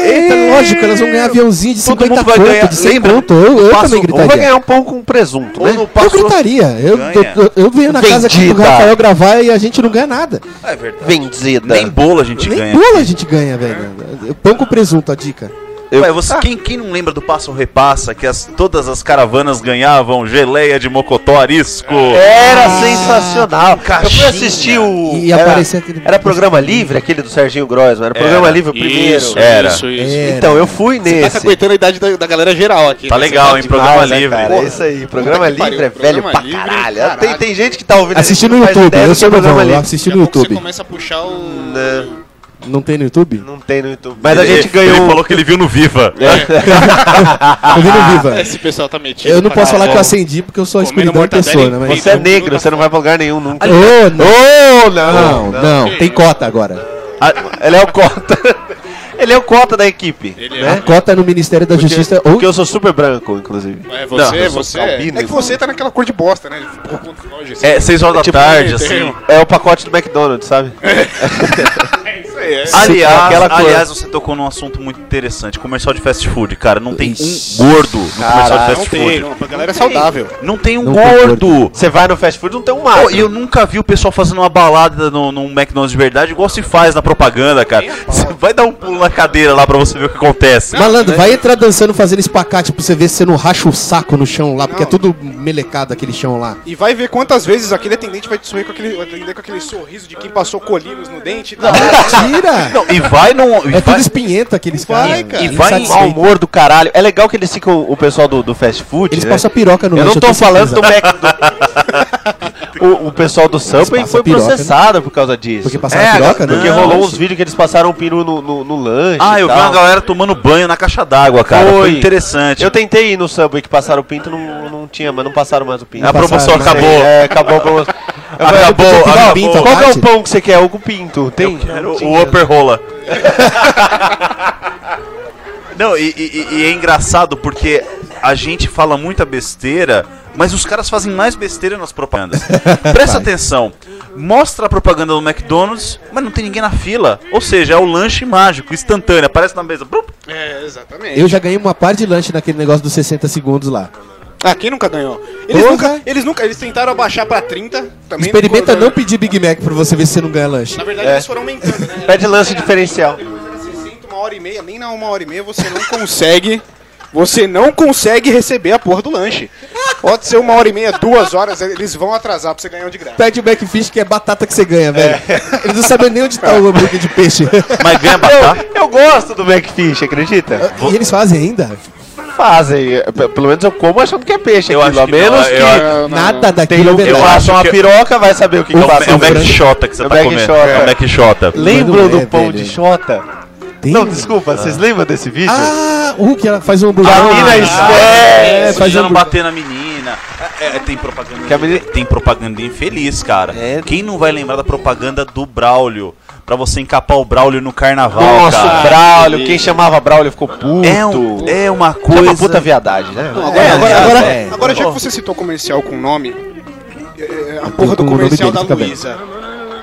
[SPEAKER 3] Eita, lógico, elas vão ganhar aviãozinho de
[SPEAKER 4] Todo
[SPEAKER 3] 50
[SPEAKER 4] mundo vai
[SPEAKER 3] conto,
[SPEAKER 4] ganhar.
[SPEAKER 3] de 100
[SPEAKER 4] Lembra?
[SPEAKER 3] conto. Eu, eu
[SPEAKER 4] Passa
[SPEAKER 3] também
[SPEAKER 4] um-
[SPEAKER 5] Ou vai
[SPEAKER 3] gritaria.
[SPEAKER 5] ganhar um pão com presunto,
[SPEAKER 4] Ou
[SPEAKER 5] né?
[SPEAKER 4] no
[SPEAKER 3] Eu
[SPEAKER 4] passo-
[SPEAKER 3] gritaria. Eu,
[SPEAKER 4] Ganha.
[SPEAKER 3] eu, eu venho na casa aqui do
[SPEAKER 5] Vendida.
[SPEAKER 3] Rafael gravar e a gente não ganha nada.
[SPEAKER 4] É verdade.
[SPEAKER 5] Vendida.
[SPEAKER 4] Nem bolo a gente
[SPEAKER 3] Nem
[SPEAKER 4] ganha.
[SPEAKER 3] bola a gente ganha, velho. Pão com presunto, a dica.
[SPEAKER 5] Eu- Ah.
[SPEAKER 4] Ué, você, quem, quem não lembra do Passa ou Repassa, que as- todas as caravanas ganhavam geleia de mocotó arisco?
[SPEAKER 5] Era sensacional. Eu fui
[SPEAKER 4] Caixinha.
[SPEAKER 5] assistir o.
[SPEAKER 3] E
[SPEAKER 5] era,
[SPEAKER 3] aparecia aquele-
[SPEAKER 5] Era programa livre, aquele do Serginho Grossman. Era programa
[SPEAKER 4] Era.
[SPEAKER 5] livre o primeiro.
[SPEAKER 1] Isso,
[SPEAKER 4] Era.
[SPEAKER 1] isso, isso.
[SPEAKER 3] É,
[SPEAKER 5] Então, eu fui
[SPEAKER 1] Tá se
[SPEAKER 5] nesse.
[SPEAKER 1] aguentando a idade da, da galera geral aqui.
[SPEAKER 4] Tá
[SPEAKER 1] né?
[SPEAKER 4] legal, hein? Programa
[SPEAKER 5] Demais, né,
[SPEAKER 4] livre.
[SPEAKER 5] cara? É isso aí. Programa
[SPEAKER 1] que pariu,
[SPEAKER 5] livre é
[SPEAKER 1] programa
[SPEAKER 5] velho pra
[SPEAKER 1] livre,
[SPEAKER 5] caralho.
[SPEAKER 1] caralho.
[SPEAKER 5] Tem, tem gente que tá ouvindo.
[SPEAKER 3] Assisti
[SPEAKER 5] isso
[SPEAKER 3] no
[SPEAKER 5] e não faz
[SPEAKER 3] YouTube,
[SPEAKER 5] ideia
[SPEAKER 3] eu
[SPEAKER 5] do que
[SPEAKER 3] sou
[SPEAKER 5] é programa
[SPEAKER 3] novão, eu
[SPEAKER 5] livre.
[SPEAKER 3] assisti
[SPEAKER 1] Daqui a
[SPEAKER 3] no
[SPEAKER 1] pouco Você
[SPEAKER 3] YouTube.
[SPEAKER 1] começa a puxar o...
[SPEAKER 5] Não,
[SPEAKER 3] Não tem no
[SPEAKER 1] [laughs]
[SPEAKER 3] YouTube?
[SPEAKER 5] não tem no YouTube. Mas a gente
[SPEAKER 4] Ele-
[SPEAKER 1] um
[SPEAKER 4] Ele
[SPEAKER 5] ganhou. um
[SPEAKER 4] falou que ele viu no Viva.
[SPEAKER 3] Eu vi no Viva.
[SPEAKER 1] Esse pessoal tá metido.
[SPEAKER 3] Eu não
[SPEAKER 1] pra
[SPEAKER 3] posso falar que eu
[SPEAKER 1] caralho.
[SPEAKER 3] acendi porque eu sou a
[SPEAKER 1] Comendo
[SPEAKER 3] escuridão em
[SPEAKER 1] mortadela
[SPEAKER 3] pessoa, né?
[SPEAKER 1] em
[SPEAKER 3] Mas...
[SPEAKER 5] Você é negro, você não vai pra lugar nenhum nunca.
[SPEAKER 3] Ô, não.
[SPEAKER 5] Oh,
[SPEAKER 3] Não, não, tem cota agora.
[SPEAKER 5] Ah, Ele é o cota. [laughs] Ele é o cota da equipe.
[SPEAKER 1] Ele é
[SPEAKER 5] né?
[SPEAKER 3] A cota no Ministério da
[SPEAKER 5] Porque-
[SPEAKER 3] Justiça é ou
[SPEAKER 5] Porque eu sou super branco, inclusive.
[SPEAKER 1] É você,
[SPEAKER 5] eu sou
[SPEAKER 1] você.
[SPEAKER 5] albino,
[SPEAKER 1] é que você tá naquela cor de bosta, né? Ficou com longe, assim.
[SPEAKER 4] É, 6 horas da
[SPEAKER 5] Tipo,
[SPEAKER 4] tarde,
[SPEAKER 1] tem-
[SPEAKER 4] assim.
[SPEAKER 5] É o pacote do McDonald's, sabe?
[SPEAKER 1] [laughs] É isso aí, é.
[SPEAKER 4] Aliás,
[SPEAKER 5] aquela cor.
[SPEAKER 4] aliás, você tocou num assunto muito interessante. Comercial de fast food, cara. Não tem um gordo no comercial de
[SPEAKER 5] Caralho,
[SPEAKER 1] Não
[SPEAKER 4] fast
[SPEAKER 1] tem,
[SPEAKER 4] food.
[SPEAKER 1] não, a galera é saudável.
[SPEAKER 4] Não tem um
[SPEAKER 3] Não tem
[SPEAKER 4] gordo.
[SPEAKER 5] Você vai no fast food, não tem um
[SPEAKER 4] Pô, E
[SPEAKER 5] magro.
[SPEAKER 4] eu nunca vi o pessoal fazendo uma balada no, num McDonald's de verdade, igual se faz na propaganda, cara. Você vai dar um pulo na cadeira lá pra você ver o que acontece.
[SPEAKER 3] Malandro, vai entrar dançando fazendo espacate pra você ver se você não racha o saco no chão lá, porque
[SPEAKER 1] Não.
[SPEAKER 3] é tudo melecado aquele
[SPEAKER 1] [laughs]
[SPEAKER 3] chão lá.
[SPEAKER 1] E vai ver quantas vezes aquele atendente vai te sorrir com aquele, vai atender com aquele sorriso de quem passou colinos no dente. Não,
[SPEAKER 3] Tira!
[SPEAKER 4] Não, e vai num. e
[SPEAKER 3] É
[SPEAKER 4] vai-
[SPEAKER 3] tudo espinhento aqueles caras.
[SPEAKER 1] vai, cara.
[SPEAKER 4] E vai em
[SPEAKER 5] Mau
[SPEAKER 3] insatisfeito.
[SPEAKER 5] humor do caralho. É legal que eles ficam, o pessoal do, do fast food.
[SPEAKER 3] Eles
[SPEAKER 5] né?
[SPEAKER 3] passam a piroca no
[SPEAKER 5] Eu
[SPEAKER 3] lanche,
[SPEAKER 5] não tô
[SPEAKER 3] tenho
[SPEAKER 5] falando do
[SPEAKER 3] certeza.
[SPEAKER 5] Mac. do- [laughs] o, o pessoal do Subway
[SPEAKER 3] passam
[SPEAKER 5] foi
[SPEAKER 3] piroca, né?
[SPEAKER 5] processado por causa disso.
[SPEAKER 3] Porque passaram
[SPEAKER 4] É,
[SPEAKER 3] a piroca,
[SPEAKER 4] não.
[SPEAKER 5] Porque
[SPEAKER 3] né?
[SPEAKER 5] rolou uns vídeos que eles passaram um pino no, no, no lanche.
[SPEAKER 4] Ah, eu
[SPEAKER 5] e
[SPEAKER 4] vi
[SPEAKER 5] tal.
[SPEAKER 4] uma galera tomando banho na caixa d'água, cara. Foi,
[SPEAKER 5] Foi.
[SPEAKER 4] interessante.
[SPEAKER 5] Eu tentei ir no Subway que passaram o pinto, não, não tinha, mas não passaram mais o pinto.
[SPEAKER 4] A Ah, promoção
[SPEAKER 3] passaram,
[SPEAKER 4] acabou.
[SPEAKER 5] É, acabou a promoção.
[SPEAKER 4] [laughs] Acabou, acabou.
[SPEAKER 5] Pinto, qual que é o pão que você quer? O com pinto. Tem?
[SPEAKER 4] Eu quero o upper rola. [laughs] Não, e, e- e é engraçado porque a gente fala muita besteira, mas os caras fazem mais besteira nas
[SPEAKER 5] [laughs]
[SPEAKER 4] propagandas. Presta atenção. Mostra a propaganda do McDonald's, mas não tem ninguém na fila. Ou seja, é o lanche mágico, instantâneo. Aparece na mesa. brum.
[SPEAKER 1] É, exatamente.
[SPEAKER 3] Eu já ganhei uma par de lanche naquele negócio dos 60 segundos lá.
[SPEAKER 1] Ah, quem nunca ganhou? Eles
[SPEAKER 3] Porra.
[SPEAKER 1] nunca, eles nunca, eles tentaram abaixar pra 30 também.
[SPEAKER 3] Experimenta
[SPEAKER 1] quando-
[SPEAKER 3] não pedir Big Mac pra você ver se você não ganha lanche.
[SPEAKER 1] Na verdade, eles foram aumentando, né?
[SPEAKER 5] Pede lance diferencial.
[SPEAKER 1] Depois era 60, uma hora e meia, nem na uma hora e meia você não consegue. Você não consegue receber a porra do lanche. Pode ser uma hora e meia, duas horas, eles vão atrasar pra você ganhar um de graça.
[SPEAKER 3] Pede o Macfish que é batata que você ganha, velho. Eles não sabem nem onde tá o hambúrguer de peixe.
[SPEAKER 4] Mas ganha batata.
[SPEAKER 5] [laughs] Eu, eu gosto do McFish, acredita?
[SPEAKER 3] e eles fazem ainda?
[SPEAKER 5] Fazem. é, p- Pelo menos eu como achando que é peixe.
[SPEAKER 4] Eu
[SPEAKER 5] aquilo,
[SPEAKER 4] acho que
[SPEAKER 5] a menos
[SPEAKER 4] não,
[SPEAKER 5] que,
[SPEAKER 4] eu acho-
[SPEAKER 3] Nada
[SPEAKER 5] tem
[SPEAKER 3] daquilo é
[SPEAKER 5] um, eu
[SPEAKER 3] verdade.
[SPEAKER 5] faço uma
[SPEAKER 4] que-
[SPEAKER 5] piroca, vai saber o que, que
[SPEAKER 4] É o, é
[SPEAKER 5] faço.
[SPEAKER 4] o Mac Shota que você
[SPEAKER 5] É o
[SPEAKER 4] tá
[SPEAKER 5] Mac
[SPEAKER 4] comendo.
[SPEAKER 5] Shota.
[SPEAKER 4] É o Mac Shota.
[SPEAKER 5] Lembram
[SPEAKER 3] Não é,
[SPEAKER 5] do pão
[SPEAKER 3] velho.
[SPEAKER 5] de Xota?
[SPEAKER 3] Tem? um
[SPEAKER 5] Não, desculpa, vocês lembram desse vídeo?
[SPEAKER 3] Ah, o que ela faz um hambúrguer.
[SPEAKER 5] A mina é,
[SPEAKER 4] É,
[SPEAKER 3] faz um
[SPEAKER 4] precisando
[SPEAKER 3] hambúrguer.
[SPEAKER 4] bater na menina. É, é, tem propaganda.
[SPEAKER 5] Que a menina-
[SPEAKER 4] Tem propaganda infeliz, cara.
[SPEAKER 5] É.
[SPEAKER 4] Quem não vai lembrar da propaganda do Braulio? Pra você encapar o Braulio no carnaval,
[SPEAKER 5] Nossa, o
[SPEAKER 4] cara.
[SPEAKER 5] Braulio, quem chamava Braulio ficou puto.
[SPEAKER 4] É, um- é uma
[SPEAKER 5] Isso é
[SPEAKER 4] coisa.
[SPEAKER 5] uma puta viadagem, né?
[SPEAKER 1] Agora,
[SPEAKER 3] É,
[SPEAKER 1] agora,
[SPEAKER 3] é,
[SPEAKER 1] agora,
[SPEAKER 3] é.
[SPEAKER 1] agora já que você citou comercial com nome, é, é, a
[SPEAKER 3] Com-
[SPEAKER 1] porra
[SPEAKER 3] com
[SPEAKER 1] do
[SPEAKER 3] o nome
[SPEAKER 1] comercial
[SPEAKER 3] dele,
[SPEAKER 1] da
[SPEAKER 3] fica bem.
[SPEAKER 1] Luísa.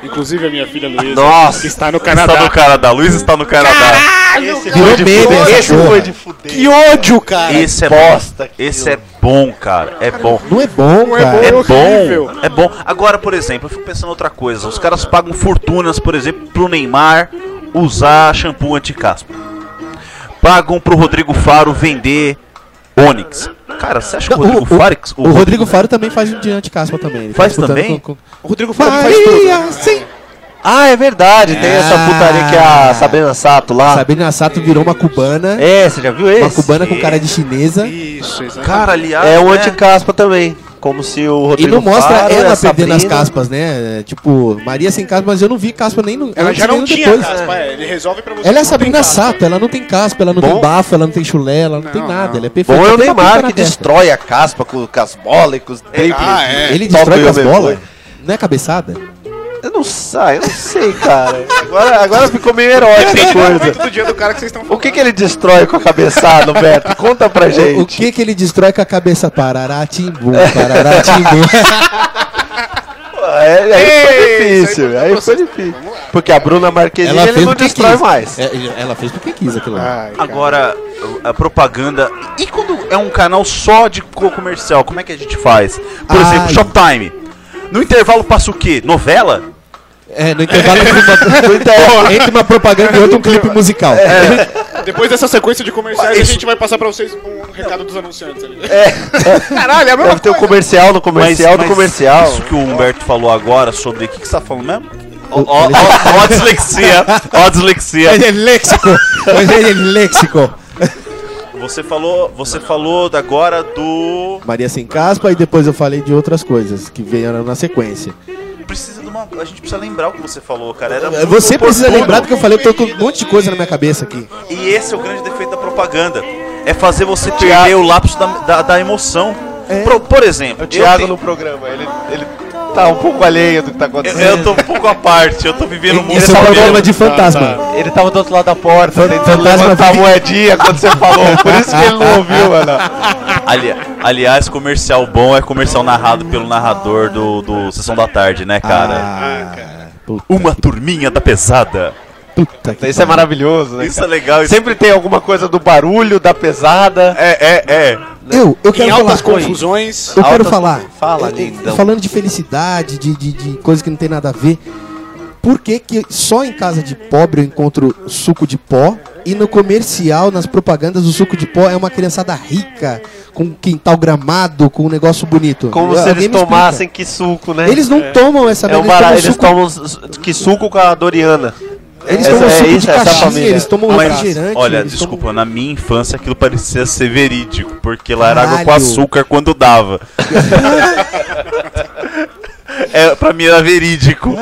[SPEAKER 1] Inclusive a minha filha Luísa,
[SPEAKER 5] Nossa.
[SPEAKER 1] que está no
[SPEAKER 4] Está
[SPEAKER 1] Canadá.
[SPEAKER 4] no Canadá. Luiz está no Canadá.
[SPEAKER 3] Virou meme essa
[SPEAKER 5] Esse
[SPEAKER 3] porra.
[SPEAKER 5] foi de fuder.
[SPEAKER 1] Que ódio, cara!
[SPEAKER 4] Esse é
[SPEAKER 5] bosta
[SPEAKER 4] bom. Esse é bom, cara. É bom.
[SPEAKER 3] Não é bom,
[SPEAKER 1] Não é
[SPEAKER 3] cara.
[SPEAKER 4] É
[SPEAKER 1] bom.
[SPEAKER 4] bom,
[SPEAKER 1] horrível.
[SPEAKER 4] é bom. Agora, por exemplo, eu fico pensando em outra coisa. Os caras pagam fortunas, por exemplo, pro Neymar usar shampoo anti-caspa. Pagam pro Rodrigo Faro vender Onix. Cara, você acha que o
[SPEAKER 3] Não,
[SPEAKER 4] Rodrigo Faro...
[SPEAKER 3] o Rodrigo Faro também faz um diante caspa também. Ele
[SPEAKER 4] Faz
[SPEAKER 3] disputando
[SPEAKER 4] também?
[SPEAKER 3] com- assim.
[SPEAKER 1] O
[SPEAKER 3] com-
[SPEAKER 1] Rodrigo Faro faz tudo.
[SPEAKER 3] Maria, sim.
[SPEAKER 5] Ah, é verdade, tem
[SPEAKER 3] Ah.
[SPEAKER 5] essa putaria que é a Sabrina Sato lá.
[SPEAKER 3] Sabrina Sato virou uma cubana.
[SPEAKER 5] É, você já viu esse?
[SPEAKER 3] Uma cubana com cara de chinesa.
[SPEAKER 1] Isso, exatamente.
[SPEAKER 4] Cara, aliás...
[SPEAKER 5] É um
[SPEAKER 4] né?
[SPEAKER 5] anticaspa também. Como se o
[SPEAKER 3] E
[SPEAKER 5] Rodrigo
[SPEAKER 3] não mostra
[SPEAKER 5] Faro,
[SPEAKER 3] ela
[SPEAKER 5] a
[SPEAKER 3] perdendo as
[SPEAKER 5] Sabrina-
[SPEAKER 3] caspas, né? É, Tipo, Maria sem caspa, mas eu não vi caspa nem no.
[SPEAKER 1] ela
[SPEAKER 3] antes
[SPEAKER 1] já
[SPEAKER 3] nem
[SPEAKER 1] não
[SPEAKER 3] no
[SPEAKER 1] tinha
[SPEAKER 3] depois.
[SPEAKER 1] caspa, é, ele resolve pra você.
[SPEAKER 3] Ela é a
[SPEAKER 1] não
[SPEAKER 3] Sabrina
[SPEAKER 1] tem caspa.
[SPEAKER 3] Sato, ela não tem caspa, ela não
[SPEAKER 5] Bom.
[SPEAKER 3] tem bafo, ela não tem chulé, ela não, tem
[SPEAKER 1] Não,
[SPEAKER 3] nada,
[SPEAKER 1] não.
[SPEAKER 3] ela é perfeita.
[SPEAKER 5] Bom é o
[SPEAKER 3] Ela tem uma
[SPEAKER 5] Neymar
[SPEAKER 3] pinta
[SPEAKER 5] que
[SPEAKER 3] na testa.
[SPEAKER 5] destrói a caspa com, com as bolas e com os dribles.
[SPEAKER 1] ah, é.
[SPEAKER 3] Ele
[SPEAKER 5] Toca
[SPEAKER 3] destrói
[SPEAKER 5] o
[SPEAKER 3] com as
[SPEAKER 5] Juventus.
[SPEAKER 3] bolas? Não é cabeçada?
[SPEAKER 5] Eu não sei, eu não
[SPEAKER 4] [laughs]
[SPEAKER 5] sei, cara. Agora, agora ficou meio heróico a
[SPEAKER 1] Depende do momento
[SPEAKER 5] coisa.
[SPEAKER 1] do dia do cara que vocês estão falando.
[SPEAKER 5] O
[SPEAKER 3] é?
[SPEAKER 5] que, que ele destrói com a cabeçada, Beto? Conta pra gente.
[SPEAKER 3] O, o que que ele destrói com a cabeça? Pararatimbu, pararatimbu.
[SPEAKER 5] É, aí
[SPEAKER 1] Ei,
[SPEAKER 5] foi
[SPEAKER 1] isso aí
[SPEAKER 5] difícil,
[SPEAKER 1] foi
[SPEAKER 5] aí foi
[SPEAKER 1] processo.
[SPEAKER 5] difícil.
[SPEAKER 1] Vamos lá.
[SPEAKER 5] Porque a Bruna Marquezine ele não destrói
[SPEAKER 3] quis.
[SPEAKER 5] mais.
[SPEAKER 3] É, ele- ela fez porque quis aquilo lá.
[SPEAKER 1] Ai, cara.
[SPEAKER 4] Agora, a propaganda... E quando é um canal só de co- comercial, como é que a gente faz? Por
[SPEAKER 3] Ai.
[SPEAKER 4] exemplo, Shoptime. No intervalo passa o quê? Novela?
[SPEAKER 3] É, no intervalo entre uma,
[SPEAKER 5] No intervalo.
[SPEAKER 3] entre uma propaganda e outra um clipe musical.
[SPEAKER 1] Depois dessa sequência de comerciais,
[SPEAKER 4] Isso-
[SPEAKER 1] a gente vai passar pra vocês um recado dos anunciantes ali. Caralho, é a mesma
[SPEAKER 5] Deve ter o
[SPEAKER 1] coisa.
[SPEAKER 5] comercial no
[SPEAKER 4] Mas-
[SPEAKER 5] comercial do
[SPEAKER 4] mas
[SPEAKER 5] comercial.
[SPEAKER 4] Isso que o Humberto falou agora sobre. O que, que você tá falando mesmo? Ó, ó,
[SPEAKER 3] ele-
[SPEAKER 4] ó, ó a dislexia! Ó a dislexia!
[SPEAKER 3] Ele é léxico, mas ele é léxico.
[SPEAKER 4] Você falou, você falou da- agora do.
[SPEAKER 3] Maria sem caspa e depois eu falei de outras coisas que vieram na sequência.
[SPEAKER 4] Precisa de uma. A gente precisa lembrar o que você falou, cara. Era muito
[SPEAKER 3] Você precisa
[SPEAKER 4] oportuno.
[SPEAKER 3] lembrar do que eu falei, eu tô com um monte de coisa na minha cabeça aqui.
[SPEAKER 4] E esse é o grande defeito da propaganda. É fazer você perder o lapso da, da, da emoção.
[SPEAKER 3] É.
[SPEAKER 4] Pro- por exemplo,
[SPEAKER 5] O
[SPEAKER 4] eu
[SPEAKER 5] Thiago
[SPEAKER 4] tenho-
[SPEAKER 5] no programa, ele, ele tá um pouco alheio do que tá
[SPEAKER 4] eu,
[SPEAKER 5] acontecendo.
[SPEAKER 4] eu tô um pouco à parte, eu tô vivendo um mundo.
[SPEAKER 3] Esse é o
[SPEAKER 5] falou
[SPEAKER 3] problema
[SPEAKER 4] paralelo.
[SPEAKER 3] de fantasma.
[SPEAKER 5] Ele tava do outro lado da porta, tentando
[SPEAKER 3] fantasma
[SPEAKER 5] levantar a
[SPEAKER 3] vi-
[SPEAKER 5] moedinha [laughs] quando você falou. Por isso que ele não ouviu, mano.
[SPEAKER 4] Ali- aliás, comercial bom é comercial narrado pelo narrador do, do Sessão da Tarde, né, cara?
[SPEAKER 3] Ah, puta,
[SPEAKER 4] Uma turminha da pesada.
[SPEAKER 3] Ah, puta que
[SPEAKER 5] Isso é
[SPEAKER 3] pariu.
[SPEAKER 5] maravilhoso, né?
[SPEAKER 4] Isso é
[SPEAKER 5] cara?
[SPEAKER 4] legal. Isso
[SPEAKER 5] Sempre tem alguma coisa do barulho, da pesada.
[SPEAKER 4] É, é, é.
[SPEAKER 3] Eu, eu
[SPEAKER 1] Em
[SPEAKER 3] quero falar.
[SPEAKER 1] altas confusões.
[SPEAKER 3] Eu quero
[SPEAKER 5] Altas-
[SPEAKER 3] falar.
[SPEAKER 5] Fala,
[SPEAKER 3] Eu- eu-
[SPEAKER 5] lindão.
[SPEAKER 3] Falando de felicidade, de, de, de coisa que não tem nada a ver. Por que, que só em casa de pobre eu encontro suco de pó e no comercial, nas propagandas, o suco de pó é uma criançada rica, com um quintal gramado, com um negócio bonito?
[SPEAKER 5] Como
[SPEAKER 3] Alguém
[SPEAKER 5] se eles
[SPEAKER 3] me explica.
[SPEAKER 5] tomassem que suco, né?
[SPEAKER 3] Eles não tomam essa
[SPEAKER 5] é o
[SPEAKER 3] merda, eles
[SPEAKER 5] baralho,
[SPEAKER 3] tomam
[SPEAKER 5] eles
[SPEAKER 3] suco
[SPEAKER 5] tomam s- que suco com a Doriana.
[SPEAKER 3] Eles
[SPEAKER 5] Essa-
[SPEAKER 3] tomam
[SPEAKER 5] é
[SPEAKER 3] suco de
[SPEAKER 5] isso, essa
[SPEAKER 3] caixinha,
[SPEAKER 5] família.
[SPEAKER 3] eles tomam
[SPEAKER 4] Mas,
[SPEAKER 3] refrigerante.
[SPEAKER 4] olha,
[SPEAKER 3] eles
[SPEAKER 4] desculpa,
[SPEAKER 3] tomam-
[SPEAKER 4] na minha infância aquilo parecia ser verídico, porque lá era água com [laughs]
[SPEAKER 3] Caralho.
[SPEAKER 4] açúcar quando dava. é, pra mim era verídico.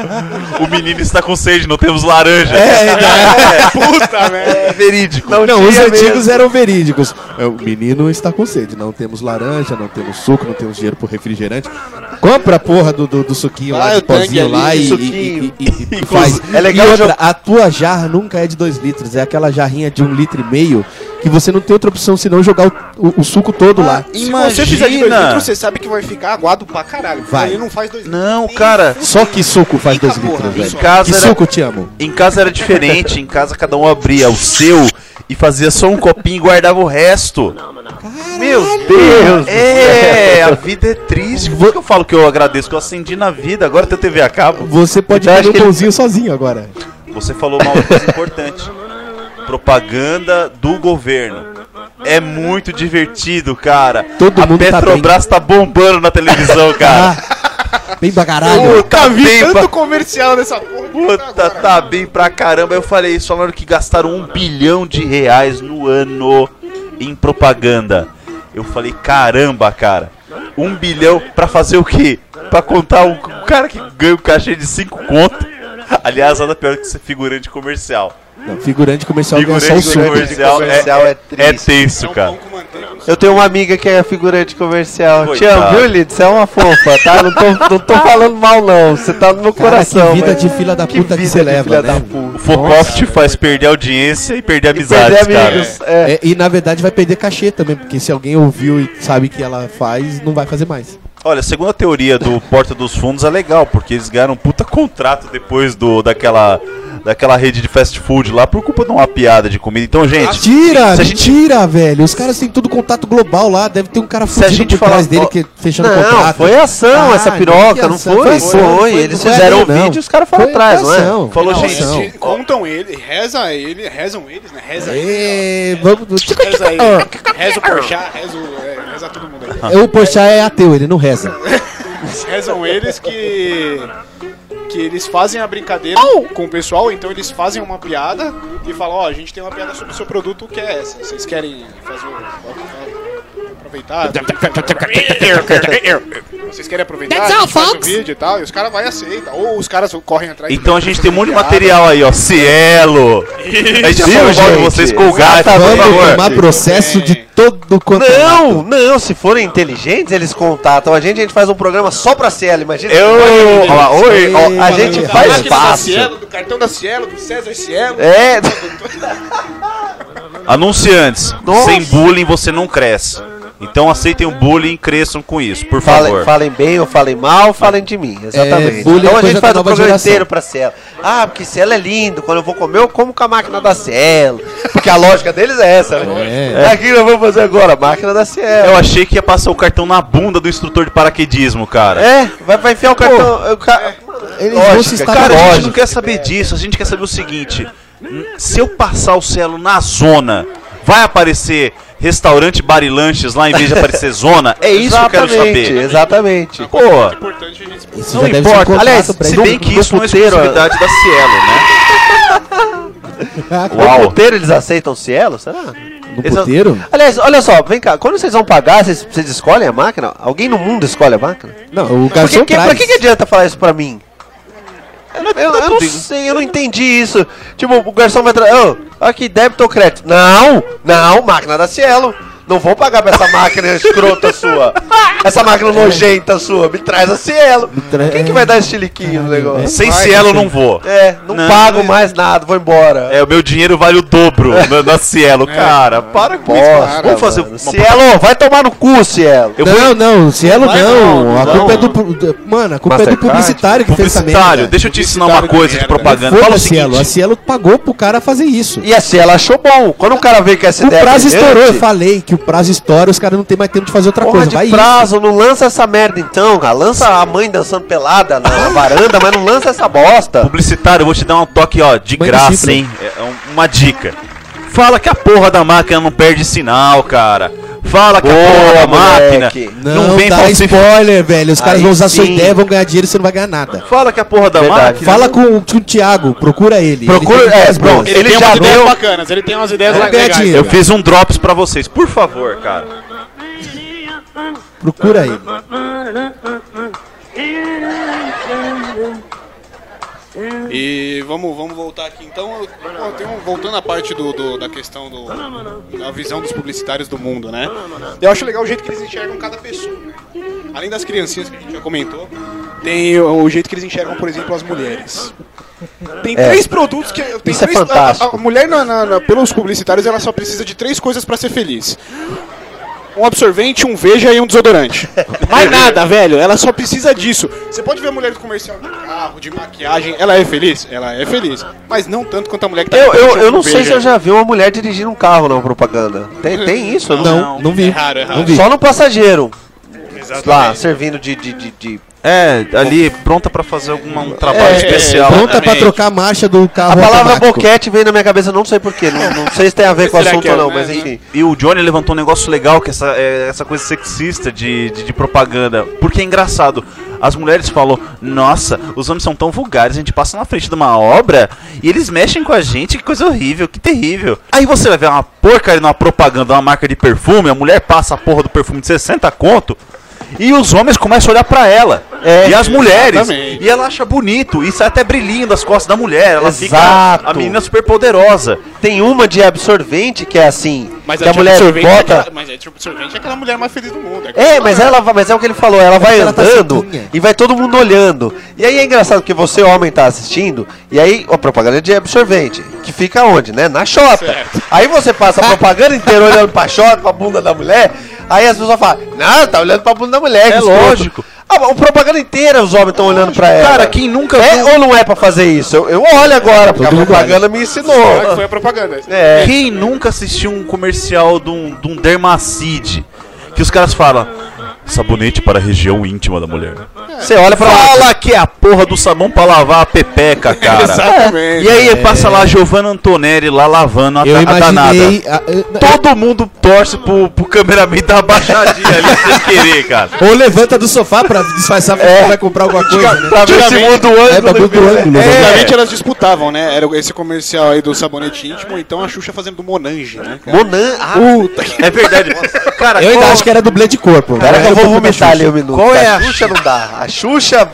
[SPEAKER 4] O menino está com sede, não temos laranja.
[SPEAKER 1] Puta, né?
[SPEAKER 4] É verídico.
[SPEAKER 3] Não, os antigos eram verídicos. É, O menino está com sede. Não temos laranja, não temos suco, não temos dinheiro pro refrigerante. Compra a porra do, do, do suquinho
[SPEAKER 5] Ah,
[SPEAKER 3] lá,
[SPEAKER 5] o
[SPEAKER 3] do
[SPEAKER 5] tangue
[SPEAKER 3] pozinho
[SPEAKER 5] ali,
[SPEAKER 3] lá e,
[SPEAKER 5] suquinho.
[SPEAKER 3] e- e- e- e
[SPEAKER 5] [laughs] Inclusive,
[SPEAKER 3] faz.
[SPEAKER 5] é legal
[SPEAKER 3] e outra,
[SPEAKER 5] já-
[SPEAKER 3] a tua jarra nunca é de 2 litros. É aquela jarrinha de 1 um litro e meio que você não tem outra opção senão jogar o, o- o suco todo
[SPEAKER 5] Ah,
[SPEAKER 3] lá.
[SPEAKER 1] Se você fizer de dois
[SPEAKER 4] Imagina.
[SPEAKER 1] litros, você sabe que vai ficar aguado pra caralho. porque
[SPEAKER 3] Vai.
[SPEAKER 1] Ele não faz dois
[SPEAKER 4] Não,
[SPEAKER 1] litros.
[SPEAKER 4] cara.
[SPEAKER 3] Só que suco faz
[SPEAKER 1] Fica
[SPEAKER 3] 2
[SPEAKER 1] porra,
[SPEAKER 3] litros,
[SPEAKER 1] isso.
[SPEAKER 3] velho.
[SPEAKER 4] Em casa
[SPEAKER 3] Que
[SPEAKER 5] né?
[SPEAKER 4] era-
[SPEAKER 3] suco, te amo.
[SPEAKER 4] Em casa era diferente, em casa cada um abria o seu e fazia só um copinho e guardava o resto. Meu Deus! É, a vida é triste. Por isso que eu falo que eu agradeço, que eu acendi na vida, agora tem TV a cabo.
[SPEAKER 3] Você pode
[SPEAKER 5] Então,
[SPEAKER 3] comer
[SPEAKER 5] acho
[SPEAKER 3] um
[SPEAKER 5] que ele-
[SPEAKER 3] pãozinho sozinho agora.
[SPEAKER 4] Você falou uma coisa importante. Propaganda do governo. É muito divertido, cara.
[SPEAKER 3] Todo
[SPEAKER 4] a
[SPEAKER 3] mundo tá
[SPEAKER 4] Petrobras tá, bombando
[SPEAKER 3] [laughs]
[SPEAKER 4] na televisão,
[SPEAKER 5] Ah.
[SPEAKER 4] cara.
[SPEAKER 3] Bem pra caralho.
[SPEAKER 4] Puta,
[SPEAKER 5] [laughs]
[SPEAKER 4] tá bem pra-
[SPEAKER 1] Tanto comercial nessa porra. que tá
[SPEAKER 4] Puta,
[SPEAKER 1] agora.
[SPEAKER 4] tá bem pra caramba. Eu falei isso, falaram que gastaram um bilhão de reais no ano em propaganda. Eu falei, caramba, cara. Um bilhão pra fazer o quê? Pra contar um, um cara que ganha um cachê de cinco conto. Aliás, nada pior que ser figurante comercial.
[SPEAKER 3] Não, figurante
[SPEAKER 5] Então,
[SPEAKER 3] comercial ganha só o
[SPEAKER 4] Figurante
[SPEAKER 3] suco.
[SPEAKER 4] comercial,
[SPEAKER 5] Comercial
[SPEAKER 4] é,
[SPEAKER 5] é
[SPEAKER 4] é, é
[SPEAKER 5] triste.
[SPEAKER 4] tenso,
[SPEAKER 1] um
[SPEAKER 4] cara.
[SPEAKER 5] Eu tenho uma amiga que é figurante comercial.
[SPEAKER 4] Coitado.
[SPEAKER 5] Te amo, viu, Lido? Você é uma fofa, tá? Não tô,
[SPEAKER 3] [laughs]
[SPEAKER 5] não tô falando mal, não. Você tá no meu
[SPEAKER 3] Cara,
[SPEAKER 5] coração.
[SPEAKER 3] que vida
[SPEAKER 5] mas-
[SPEAKER 3] de fila da
[SPEAKER 5] que
[SPEAKER 3] puta que,
[SPEAKER 5] vida
[SPEAKER 3] você
[SPEAKER 5] de
[SPEAKER 3] leva,
[SPEAKER 5] filha
[SPEAKER 3] né?
[SPEAKER 5] da puta.
[SPEAKER 4] O Focoff te faz perder audiência e perder
[SPEAKER 5] E
[SPEAKER 4] amizades,
[SPEAKER 5] perder
[SPEAKER 4] cara.
[SPEAKER 5] amigos. É.
[SPEAKER 3] É, e na verdade vai perder cachê também, porque se alguém ouviu e sabe que ela faz, não vai fazer mais.
[SPEAKER 4] Olha, segundo a teoria do Porta dos Fundos é legal, porque eles ganharam um puta contrato depois do daquela daquela rede de fast food lá por culpa de uma piada de comida. Então, gente,
[SPEAKER 3] Tira,
[SPEAKER 4] se a gente-
[SPEAKER 3] tira, velho. Os caras têm todo contato global lá, deve ter um cara
[SPEAKER 4] a
[SPEAKER 3] fudido
[SPEAKER 4] gente
[SPEAKER 3] por
[SPEAKER 4] falar-
[SPEAKER 3] trás dele que fechando o
[SPEAKER 5] Não,
[SPEAKER 3] contrato.
[SPEAKER 5] foi ação
[SPEAKER 3] Ah,
[SPEAKER 5] essa
[SPEAKER 3] não,
[SPEAKER 5] piroca,
[SPEAKER 3] que
[SPEAKER 5] não
[SPEAKER 3] ação,
[SPEAKER 5] foi?
[SPEAKER 3] foi ação, foi,
[SPEAKER 5] Eles
[SPEAKER 3] não foi
[SPEAKER 5] fizeram o
[SPEAKER 3] ali, não.
[SPEAKER 5] vídeo e os caras foram
[SPEAKER 3] Foi
[SPEAKER 5] atrás, não é?
[SPEAKER 3] ação.
[SPEAKER 4] falou,
[SPEAKER 1] Não,
[SPEAKER 4] gente,
[SPEAKER 1] eles
[SPEAKER 3] não.
[SPEAKER 1] te- contam ele, reza ele, rezam eles, né? Reza ele.
[SPEAKER 3] É, vamos. tchica,
[SPEAKER 1] Reza ele.
[SPEAKER 3] tchica,
[SPEAKER 1] Reza o Porchat, reza, o- é, reza todo mundo aí.
[SPEAKER 3] ah. O Porchat é ateu, ele não reza.
[SPEAKER 1] Rezam eles que. Que eles fazem a brincadeira com o pessoal, então eles fazem uma piada e falam, ó, a gente tem uma piada sobre o seu produto que é essa. Vocês querem fazer o. aproveitar? Vocês querem aproveitar? A gente faz o vídeo e tal, e os caras vão e aceitam. Ou os caras correm atrás de
[SPEAKER 4] então a
[SPEAKER 1] mim pra
[SPEAKER 4] gente
[SPEAKER 1] fazer
[SPEAKER 4] tem um monte de
[SPEAKER 1] piada.
[SPEAKER 4] material aí, ó. Cielo! A gente já
[SPEAKER 5] Viu,
[SPEAKER 4] falou mal de
[SPEAKER 5] gente?
[SPEAKER 4] vocês com o gato, por
[SPEAKER 3] Vamos
[SPEAKER 4] favor.
[SPEAKER 3] tomar processo de todo quanto é
[SPEAKER 5] Não, não, se forem inteligentes, eles contatam a gente, a gente faz um programa só pra Cielo, imagina.
[SPEAKER 4] Eu, ó, lá, oi, ó,
[SPEAKER 5] a
[SPEAKER 4] a
[SPEAKER 5] gente
[SPEAKER 1] Da
[SPEAKER 5] faz
[SPEAKER 1] máquina da
[SPEAKER 5] fácil.
[SPEAKER 1] Cielo, do cartão da Cielo, do César Cielo.
[SPEAKER 5] É,
[SPEAKER 4] anunciantes,
[SPEAKER 5] Nossa.
[SPEAKER 4] sem bullying você não cresce. Então aceitem o bullying, cresçam com isso, por
[SPEAKER 5] falem,
[SPEAKER 4] favor.
[SPEAKER 5] falem bem ou falem mal, falem de mim, exatamente.
[SPEAKER 3] bullying é
[SPEAKER 5] então a
[SPEAKER 3] coisa
[SPEAKER 5] gente
[SPEAKER 3] da
[SPEAKER 5] faz um
[SPEAKER 3] nova
[SPEAKER 5] programa
[SPEAKER 3] geração.
[SPEAKER 5] inteiro pra Cielo. Ah, porque Cielo é lindo, quando eu vou comer eu como com a máquina da Cielo. Porque a lógica deles é essa, né?
[SPEAKER 3] É.
[SPEAKER 5] É. Aqui nós vamos fazer agora, máquina da
[SPEAKER 4] Eu
[SPEAKER 5] Cielo.
[SPEAKER 4] achei que ia passar o cartão na bunda do instrutor de paraquedismo, cara.
[SPEAKER 5] É, vai, vai enfiar o cartão... o ca-
[SPEAKER 1] É.
[SPEAKER 3] Eles
[SPEAKER 5] Lógica,
[SPEAKER 3] vão se estar
[SPEAKER 4] Cara, a gente
[SPEAKER 5] Lógico.
[SPEAKER 4] não quer saber disso, a gente quer saber o seguinte: hum, se eu passar o celo na zona, vai aparecer restaurante bar e lanches lá em vez de aparecer zona? É isso que eu quero
[SPEAKER 5] Exatamente,
[SPEAKER 4] saber.
[SPEAKER 5] Exatamente.
[SPEAKER 4] Pô,
[SPEAKER 1] É importante a gente explicar.
[SPEAKER 3] Isso
[SPEAKER 4] não
[SPEAKER 3] deve ser um
[SPEAKER 4] importa.
[SPEAKER 3] contrato
[SPEAKER 4] Aliás,
[SPEAKER 3] pra
[SPEAKER 4] se
[SPEAKER 3] ele.
[SPEAKER 4] bem que
[SPEAKER 5] no
[SPEAKER 4] isso não é
[SPEAKER 5] puteiro,
[SPEAKER 4] exclusividade da Cielo, né?
[SPEAKER 5] [laughs]
[SPEAKER 3] No
[SPEAKER 5] No
[SPEAKER 4] Uau!
[SPEAKER 5] puteiro eles aceitam Cielo, será?
[SPEAKER 3] puteiro?
[SPEAKER 5] Aliás, olha só, vem cá, quando vocês vão pagar, vocês, vocês escolhem a máquina? Alguém no mundo escolhe a máquina?
[SPEAKER 3] Não, o
[SPEAKER 5] Por que,
[SPEAKER 3] garçom
[SPEAKER 5] que-
[SPEAKER 3] traz.
[SPEAKER 5] pra que, que adianta falar isso pra mim? Eu, eu- eu não sei, eu não entendi isso. Tipo, o garçom vai trazer. Oh, aqui, débito ou crédito? Não, não, máquina da Cielo. Não vou pagar pra essa máquina [laughs] escrota sua. Essa máquina nojenta sua. Me traz a Cielo.
[SPEAKER 3] tra-
[SPEAKER 5] Quem que vai dar esse chiliquinho no negócio?
[SPEAKER 4] Sem Cielo eu não vou.
[SPEAKER 5] É, não,
[SPEAKER 4] Não,
[SPEAKER 5] pago
[SPEAKER 4] não-
[SPEAKER 5] mais nada, vou embora.
[SPEAKER 4] É, o meu dinheiro vale o dobro
[SPEAKER 3] É.
[SPEAKER 4] na, na Cielo, cara. Para com isso.
[SPEAKER 5] Bosta,
[SPEAKER 4] Vamos fazer
[SPEAKER 5] mano.
[SPEAKER 4] uma
[SPEAKER 5] Cielo, vai tomar no cu, Cielo.
[SPEAKER 4] Eu
[SPEAKER 3] Não, é
[SPEAKER 4] vou-
[SPEAKER 3] não, Cielo
[SPEAKER 5] Vai
[SPEAKER 3] não.
[SPEAKER 5] não,
[SPEAKER 3] A
[SPEAKER 5] não.
[SPEAKER 3] culpa é do. pu- do- Mano, a culpa é do
[SPEAKER 5] Mastercard?
[SPEAKER 3] publicitário que né? fez essa
[SPEAKER 4] Publicitário,
[SPEAKER 3] merda.
[SPEAKER 4] deixa eu te ensinar uma
[SPEAKER 1] Publicitário
[SPEAKER 4] coisa
[SPEAKER 1] de
[SPEAKER 4] de
[SPEAKER 1] merda.
[SPEAKER 4] propaganda. Fala o
[SPEAKER 3] é, né? Foda-se, Cielo. assim. A
[SPEAKER 4] seguinte.
[SPEAKER 3] Cielo pagou pro cara fazer isso.
[SPEAKER 5] E a Cielo achou bom. Quando o cara vê que essa
[SPEAKER 3] O
[SPEAKER 5] ideia é
[SPEAKER 3] prazo
[SPEAKER 5] brilhante,
[SPEAKER 3] estourou, eu falei que o prazo estoura, os caras não tem mais tempo de fazer outra
[SPEAKER 5] Porra
[SPEAKER 3] coisa.
[SPEAKER 5] de
[SPEAKER 3] Vai
[SPEAKER 5] prazo, não lança essa merda então, cara. Lança a mãe dançando pelada na varanda, mas não lança essa bosta.
[SPEAKER 4] Publicitário, eu vou te dar um toque, ó, de
[SPEAKER 3] Mãe do
[SPEAKER 4] graça,
[SPEAKER 3] Cifra.
[SPEAKER 4] hein? É um- uma dica. Fala que a porra da máquina não perde sinal, cara. Fala que a
[SPEAKER 5] Boa,
[SPEAKER 4] porra da máquina
[SPEAKER 5] moleque.
[SPEAKER 3] Não,
[SPEAKER 4] não, vem
[SPEAKER 3] dá
[SPEAKER 4] falsificar.
[SPEAKER 3] spoiler, velho. Os caras
[SPEAKER 4] Aí
[SPEAKER 3] vão usar sua
[SPEAKER 4] sim.
[SPEAKER 3] ideia, vão ganhar dinheiro e você não vai ganhar nada.
[SPEAKER 4] Fala que a porra da
[SPEAKER 5] Verdade.
[SPEAKER 4] máquina.
[SPEAKER 3] Fala com, o- com o Thiago, procura ele.
[SPEAKER 5] Procura-
[SPEAKER 3] ele tem
[SPEAKER 5] é,
[SPEAKER 3] ideias
[SPEAKER 5] pronto,
[SPEAKER 3] boas.
[SPEAKER 1] Ele,
[SPEAKER 5] Ele
[SPEAKER 1] tem
[SPEAKER 5] já
[SPEAKER 1] umas ideias
[SPEAKER 5] deu-
[SPEAKER 1] bacanas, ele tem umas ideias
[SPEAKER 3] Ele ganha
[SPEAKER 1] legais.
[SPEAKER 3] dinheiro.
[SPEAKER 4] Eu fiz um drops pra vocês, por favor, cara.
[SPEAKER 3] Procura ele.
[SPEAKER 1] E vamos, vamos voltar aqui então. Eu- pô, tem um- voltando à parte do, do- da questão do. da visão dos publicitários do mundo, né? Eu acho legal o jeito que eles enxergam cada pessoa. né? Além das criancinhas que a gente já comentou, tem o, o jeito que eles enxergam, por exemplo, as mulheres. Tem três produtos que. Tem
[SPEAKER 5] É. Isso é
[SPEAKER 1] três, a-
[SPEAKER 5] fantástico.
[SPEAKER 1] A, a mulher, na- na- na- pelos publicitários, ela só precisa de três coisas pra ser feliz: um absorvente, um veja e um desodorante. Mais nada, velho. Ela só precisa disso. Você pode ver a mulher do comercial de carro, de maquiagem. Ela é feliz? Ela é feliz. Mas não tanto quanto a mulher que tá
[SPEAKER 5] Eu, eu,
[SPEAKER 1] comprando
[SPEAKER 5] eu não
[SPEAKER 1] com
[SPEAKER 5] sei
[SPEAKER 1] Veja.
[SPEAKER 5] se eu já vi uma mulher dirigindo um carro na propaganda. Tem, tem isso? Eu não-
[SPEAKER 3] Não, não
[SPEAKER 1] É
[SPEAKER 3] vi.
[SPEAKER 1] raro, é raro.
[SPEAKER 3] Não vi.
[SPEAKER 5] Só no passageiro. Lá, servindo de. de, de, de-
[SPEAKER 4] É, ali pronta pra fazer algum um trabalho
[SPEAKER 1] É,
[SPEAKER 4] especial.
[SPEAKER 3] Pronta pra
[SPEAKER 1] Exatamente.
[SPEAKER 3] trocar a marcha do
[SPEAKER 5] A
[SPEAKER 3] carro
[SPEAKER 5] palavra
[SPEAKER 3] automático.
[SPEAKER 5] boquete veio na minha cabeça, não sei porquê. Não, não sei se tem a ver com o
[SPEAKER 1] Será
[SPEAKER 5] assunto
[SPEAKER 1] que é,
[SPEAKER 5] ou não,
[SPEAKER 1] né?
[SPEAKER 5] mas enfim.
[SPEAKER 4] E o Johnny levantou um negócio legal, que é essa, é essa coisa sexista de, de, de propaganda. Porque é engraçado. As mulheres falam, nossa, os homens são tão vulgares, a gente passa na frente de uma obra e eles mexem com a gente, que coisa horrível, que terrível. Aí você vai ver uma porcaria numa propaganda, uma marca de perfume, a mulher passa a porra do perfume de 60 conto. E os homens começam a olhar pra ela. e as mulheres.
[SPEAKER 1] exatamente.
[SPEAKER 4] E ela acha bonito. E sai até brilhinho das costas da mulher. Ela
[SPEAKER 5] Exato.
[SPEAKER 4] fica a menina super poderosa.
[SPEAKER 5] Tem uma de absorvente que é assim,
[SPEAKER 1] Mas
[SPEAKER 5] que a
[SPEAKER 1] de
[SPEAKER 5] mulher
[SPEAKER 1] absorvente é
[SPEAKER 5] bota.
[SPEAKER 1] aquela- mas a de absorvente é aquela mulher mais feliz do mundo.
[SPEAKER 5] É, mas ela vai- mas é o que ele falou, ela vai
[SPEAKER 3] ela tá
[SPEAKER 5] andando
[SPEAKER 3] sequinha.
[SPEAKER 5] e vai todo mundo olhando. E aí é engraçado que você, homem, tá assistindo, e aí a propaganda é de absorvente, que fica onde, né? Na xota.
[SPEAKER 1] Certo.
[SPEAKER 5] Aí você passa a propaganda inteira olhando pra xota, pra bunda da mulher, aí as pessoas falam, não, tá olhando pra bunda da mulher, que escroto."
[SPEAKER 4] lógico.
[SPEAKER 5] Ah, mas a propaganda inteira os homens estão olhando pra ela.
[SPEAKER 4] Cara, quem nunca
[SPEAKER 5] É
[SPEAKER 4] viu-
[SPEAKER 5] ou não é pra fazer isso? Eu, eu olho agora, porque a
[SPEAKER 3] Todo mundo
[SPEAKER 5] propaganda me
[SPEAKER 1] que
[SPEAKER 5] ensinou.
[SPEAKER 1] foi a propaganda.
[SPEAKER 5] É.
[SPEAKER 4] Quem nunca assistiu um comercial de um, de um Dermacide? Que os caras falam. Sabonete para a região íntima da mulher.
[SPEAKER 5] Você olha pra
[SPEAKER 4] Fala que é a porra do sabão pra lavar a [laughs] pepeca, cara.
[SPEAKER 1] Exatamente.
[SPEAKER 4] E aí passa lá Giovanna Antonelli lá lavando a,
[SPEAKER 3] Eu
[SPEAKER 4] ta- a tá danada.
[SPEAKER 3] imaginei. a- eu-
[SPEAKER 4] Todo mundo torce pro, pro cameraman dar uma baixadinha ali sem querer, cara.
[SPEAKER 3] ou levanta do sofá pra disfarçar porque vai comprar alguma coisa, né?
[SPEAKER 5] É. pra ver se
[SPEAKER 1] Antigamente-
[SPEAKER 5] muda o ângulo.
[SPEAKER 3] É, pra ver o ângulo. né?
[SPEAKER 1] Antigamente elas disputavam, né? Era esse comercial aí do sabonete íntimo, então a Xuxa fazendo do Monange, né? cara?
[SPEAKER 5] Monan, ah,
[SPEAKER 3] Puta que-
[SPEAKER 4] É verdade. Cara,
[SPEAKER 3] Eu ainda
[SPEAKER 4] qual-
[SPEAKER 3] acho que era dublê de corpo.
[SPEAKER 5] é Pera que eu vou
[SPEAKER 3] Era da
[SPEAKER 5] vomitar
[SPEAKER 3] Xuxa.
[SPEAKER 5] ali um minuto.
[SPEAKER 4] Qual é a
[SPEAKER 5] Xuxa? Não dá. A Xuxa,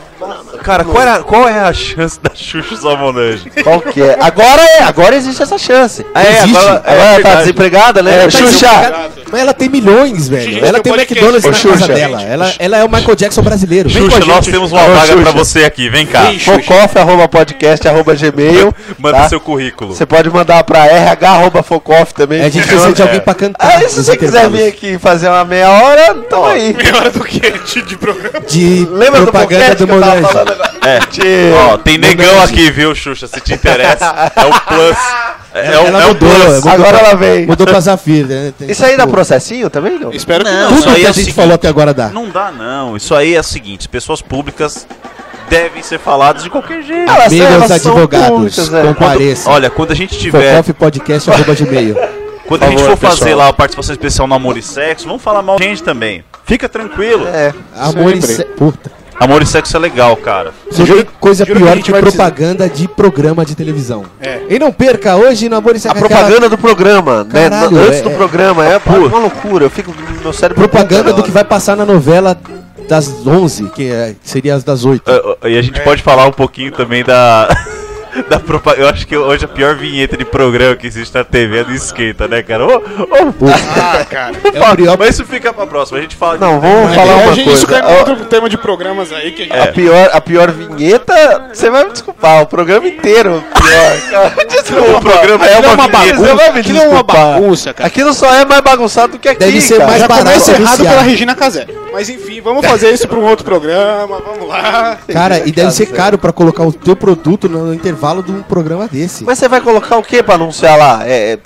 [SPEAKER 4] cara qual, era- qual é a chance da Xuxa Salmonange?
[SPEAKER 5] qual que é? Agora é, agora existe essa chance.
[SPEAKER 4] É,
[SPEAKER 5] Existe.
[SPEAKER 4] agora-
[SPEAKER 5] agora
[SPEAKER 4] é
[SPEAKER 5] ela tá
[SPEAKER 4] verdade.
[SPEAKER 5] desempregada, né?
[SPEAKER 3] Mas
[SPEAKER 5] Xuxa,
[SPEAKER 3] ela- Mas ela tem milhões, velho.
[SPEAKER 1] Gente,
[SPEAKER 3] ela
[SPEAKER 1] eu
[SPEAKER 3] tem
[SPEAKER 1] falei que-
[SPEAKER 3] McDonald's
[SPEAKER 1] Ô,
[SPEAKER 3] na casa
[SPEAKER 5] Xuxa.
[SPEAKER 3] dela. Ela, ela é o Michael Jackson brasileiro.
[SPEAKER 4] Xuxa,
[SPEAKER 5] com a
[SPEAKER 4] nós
[SPEAKER 5] gente.
[SPEAKER 4] temos uma
[SPEAKER 5] Ô,
[SPEAKER 4] vaga pra
[SPEAKER 5] Xuxa.
[SPEAKER 4] você aqui, vem cá.
[SPEAKER 1] Vem, Xuxa.
[SPEAKER 5] focoff, arroba podcast, arroba gmail.
[SPEAKER 4] Manda
[SPEAKER 5] tá?
[SPEAKER 4] seu currículo.
[SPEAKER 5] Você pode mandar pra RH, arroba focoff também.
[SPEAKER 3] É, a gente precisa de
[SPEAKER 4] É.
[SPEAKER 3] alguém pra cantar.
[SPEAKER 5] Ah, e se
[SPEAKER 3] nos
[SPEAKER 5] você quiser
[SPEAKER 3] intervalos.
[SPEAKER 5] vir aqui fazer uma meia hora, então aí.
[SPEAKER 1] Pior do que de- de programa.
[SPEAKER 3] De
[SPEAKER 5] Lembra do
[SPEAKER 3] propaganda
[SPEAKER 5] podcast
[SPEAKER 3] do
[SPEAKER 5] que eu tava
[SPEAKER 3] Monarch.
[SPEAKER 5] falando agora?
[SPEAKER 4] É.
[SPEAKER 5] De-
[SPEAKER 4] Ó, tem negão
[SPEAKER 3] Monange.
[SPEAKER 4] aqui, viu, Xuxa, se te interessa. É o plus. É, é o,
[SPEAKER 3] Ela
[SPEAKER 4] é o
[SPEAKER 3] mudou,
[SPEAKER 4] plus.
[SPEAKER 3] mudou
[SPEAKER 5] Agora
[SPEAKER 3] pra-
[SPEAKER 5] ela vem.
[SPEAKER 3] Mudou pra Zafir, né? Tem-
[SPEAKER 5] Isso aí dá
[SPEAKER 3] Pô,
[SPEAKER 5] processinho também, não?
[SPEAKER 1] Espero que não.
[SPEAKER 4] Não,
[SPEAKER 3] Tudo
[SPEAKER 4] isso
[SPEAKER 3] que
[SPEAKER 4] aí é
[SPEAKER 3] a
[SPEAKER 4] o
[SPEAKER 5] assim,
[SPEAKER 3] gente
[SPEAKER 4] seguinte.
[SPEAKER 3] falou até agora dá.
[SPEAKER 4] Não dá, não. Isso aí é o seguinte: pessoas públicas devem ser faladas de qualquer jeito.
[SPEAKER 5] Elas-
[SPEAKER 3] Amigos
[SPEAKER 5] elas são é.
[SPEAKER 3] advogados,
[SPEAKER 5] públicas, velho.
[SPEAKER 3] compareçam.
[SPEAKER 4] Olha, quando a gente tiver.
[SPEAKER 5] é.
[SPEAKER 3] Focofpodcast.gmail
[SPEAKER 4] Quando a gente
[SPEAKER 5] favor,
[SPEAKER 4] for fazer
[SPEAKER 5] pessoal.
[SPEAKER 4] lá a participação especial no Amor e Sexo, vamos falar mal de gente também. Fica tranquilo.
[SPEAKER 5] É.
[SPEAKER 3] Amor e
[SPEAKER 1] Sempre.
[SPEAKER 3] se... Puta.
[SPEAKER 4] Amor e Sexo é legal, cara.
[SPEAKER 3] Não tem coisa
[SPEAKER 1] juro que a
[SPEAKER 3] pior
[SPEAKER 1] gente
[SPEAKER 3] que
[SPEAKER 1] vai
[SPEAKER 3] propaganda de programa de televisão. E não perca hoje no Amor e
[SPEAKER 5] É. A
[SPEAKER 3] Sexo.
[SPEAKER 5] propaganda do programa, né?
[SPEAKER 3] Caralho,
[SPEAKER 5] Antes
[SPEAKER 3] é-
[SPEAKER 5] do programa, é uma loucura. Eu fico. Meu cérebro.
[SPEAKER 3] propaganda do que vai passar na novela das 11, que é- que seria as das 8.
[SPEAKER 4] Ah, E a
[SPEAKER 5] É.
[SPEAKER 4] gente pode falar um pouquinho também da. [laughs] Da propa- Eu acho que hoje a pior vinheta de programa que existe na TV é do esquenta, né, cara? Ô, ô,
[SPEAKER 1] Ah, cara.
[SPEAKER 3] É o pior-
[SPEAKER 4] Mas isso fica pra próxima. A gente fala.
[SPEAKER 5] Não, vamos
[SPEAKER 1] É,
[SPEAKER 5] falar
[SPEAKER 1] a
[SPEAKER 5] uma
[SPEAKER 1] gente-
[SPEAKER 5] coisa. É.
[SPEAKER 1] Isso cai
[SPEAKER 5] A-
[SPEAKER 1] no outro tema de programas aí que a gente... tá
[SPEAKER 5] A, pior, a pior vinheta, você vai me desculpar, o programa inteiro é o pior. cara. Desculpa,
[SPEAKER 4] O programa é
[SPEAKER 5] Aquilo
[SPEAKER 4] uma
[SPEAKER 5] bagunça. Você vai me
[SPEAKER 1] Aquilo é uma
[SPEAKER 5] desculpar.
[SPEAKER 1] bagunça, cara.
[SPEAKER 5] Aquilo só é mais bagunçado do que aqui,
[SPEAKER 3] Deve ser
[SPEAKER 5] cara.
[SPEAKER 3] mais
[SPEAKER 5] Já
[SPEAKER 3] barato.
[SPEAKER 5] começa-
[SPEAKER 1] Começa errado
[SPEAKER 3] viciado.
[SPEAKER 1] pela Regina Casé. Mas enfim, vamos fazer isso para um outro programa, vamos lá.
[SPEAKER 5] É
[SPEAKER 3] Cara, e deve ser
[SPEAKER 5] Cara,
[SPEAKER 3] caro pra colocar o teu produto no no intervalo de um programa desse.
[SPEAKER 5] Mas você vai colocar o que pra anunciar lá? É, é,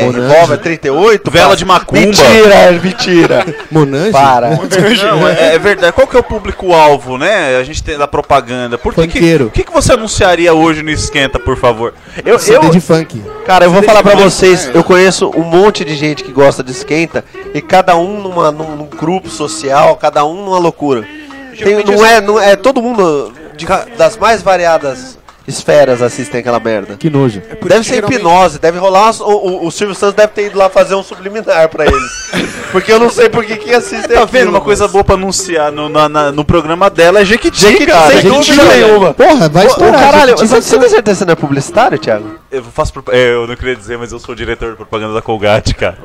[SPEAKER 5] é,
[SPEAKER 3] Bonanza.
[SPEAKER 5] revólver 38?
[SPEAKER 4] Vela
[SPEAKER 5] pá?
[SPEAKER 4] de macumba.
[SPEAKER 5] Mentira, mentira.
[SPEAKER 3] Monange?
[SPEAKER 5] Para.
[SPEAKER 4] Não, é, é verdade. Qual que é o público-alvo, né? A gente tem da propaganda. Por que, que,
[SPEAKER 3] Funkeiro.
[SPEAKER 4] o que, que você anunciaria hoje no Esquenta, por favor? Tá Eu,
[SPEAKER 3] CD
[SPEAKER 4] eu,
[SPEAKER 3] é de funk.
[SPEAKER 5] Cara, eu vou falar pra
[SPEAKER 1] demais,
[SPEAKER 5] vocês,
[SPEAKER 1] né?
[SPEAKER 5] eu conheço um monte de gente que gosta de esquenta e cada um numa, num, num grupo social, cada um numa loucura. Tem- não, é, não é todo mundo de- das mais variadas esferas assistem aquela merda.
[SPEAKER 3] Que nojo.
[SPEAKER 1] Por
[SPEAKER 5] deve
[SPEAKER 1] isso
[SPEAKER 5] ser
[SPEAKER 1] que geralmente-
[SPEAKER 5] hipnose, deve rolar. umas- o, o, o Silvio Santos deve ter ido lá fazer um subliminar pra eles. porque eu não sei por que que assiste.
[SPEAKER 4] Tá vendo? Uma coisa boa pra anunciar no, na- na- no programa dela é Jequiti, cara.
[SPEAKER 5] sem
[SPEAKER 4] Jequiti,
[SPEAKER 5] dúvida
[SPEAKER 4] velho.
[SPEAKER 5] nenhuma.
[SPEAKER 3] Porra, né? vai
[SPEAKER 5] Ô, ô,
[SPEAKER 3] estourar.
[SPEAKER 5] caralho,
[SPEAKER 3] gente.
[SPEAKER 5] você, você tem certeza que não é publicitário, Thiago?
[SPEAKER 4] Eu faço prop- é, eu não queria dizer, mas eu sou o diretor de propaganda da Colgate, cara.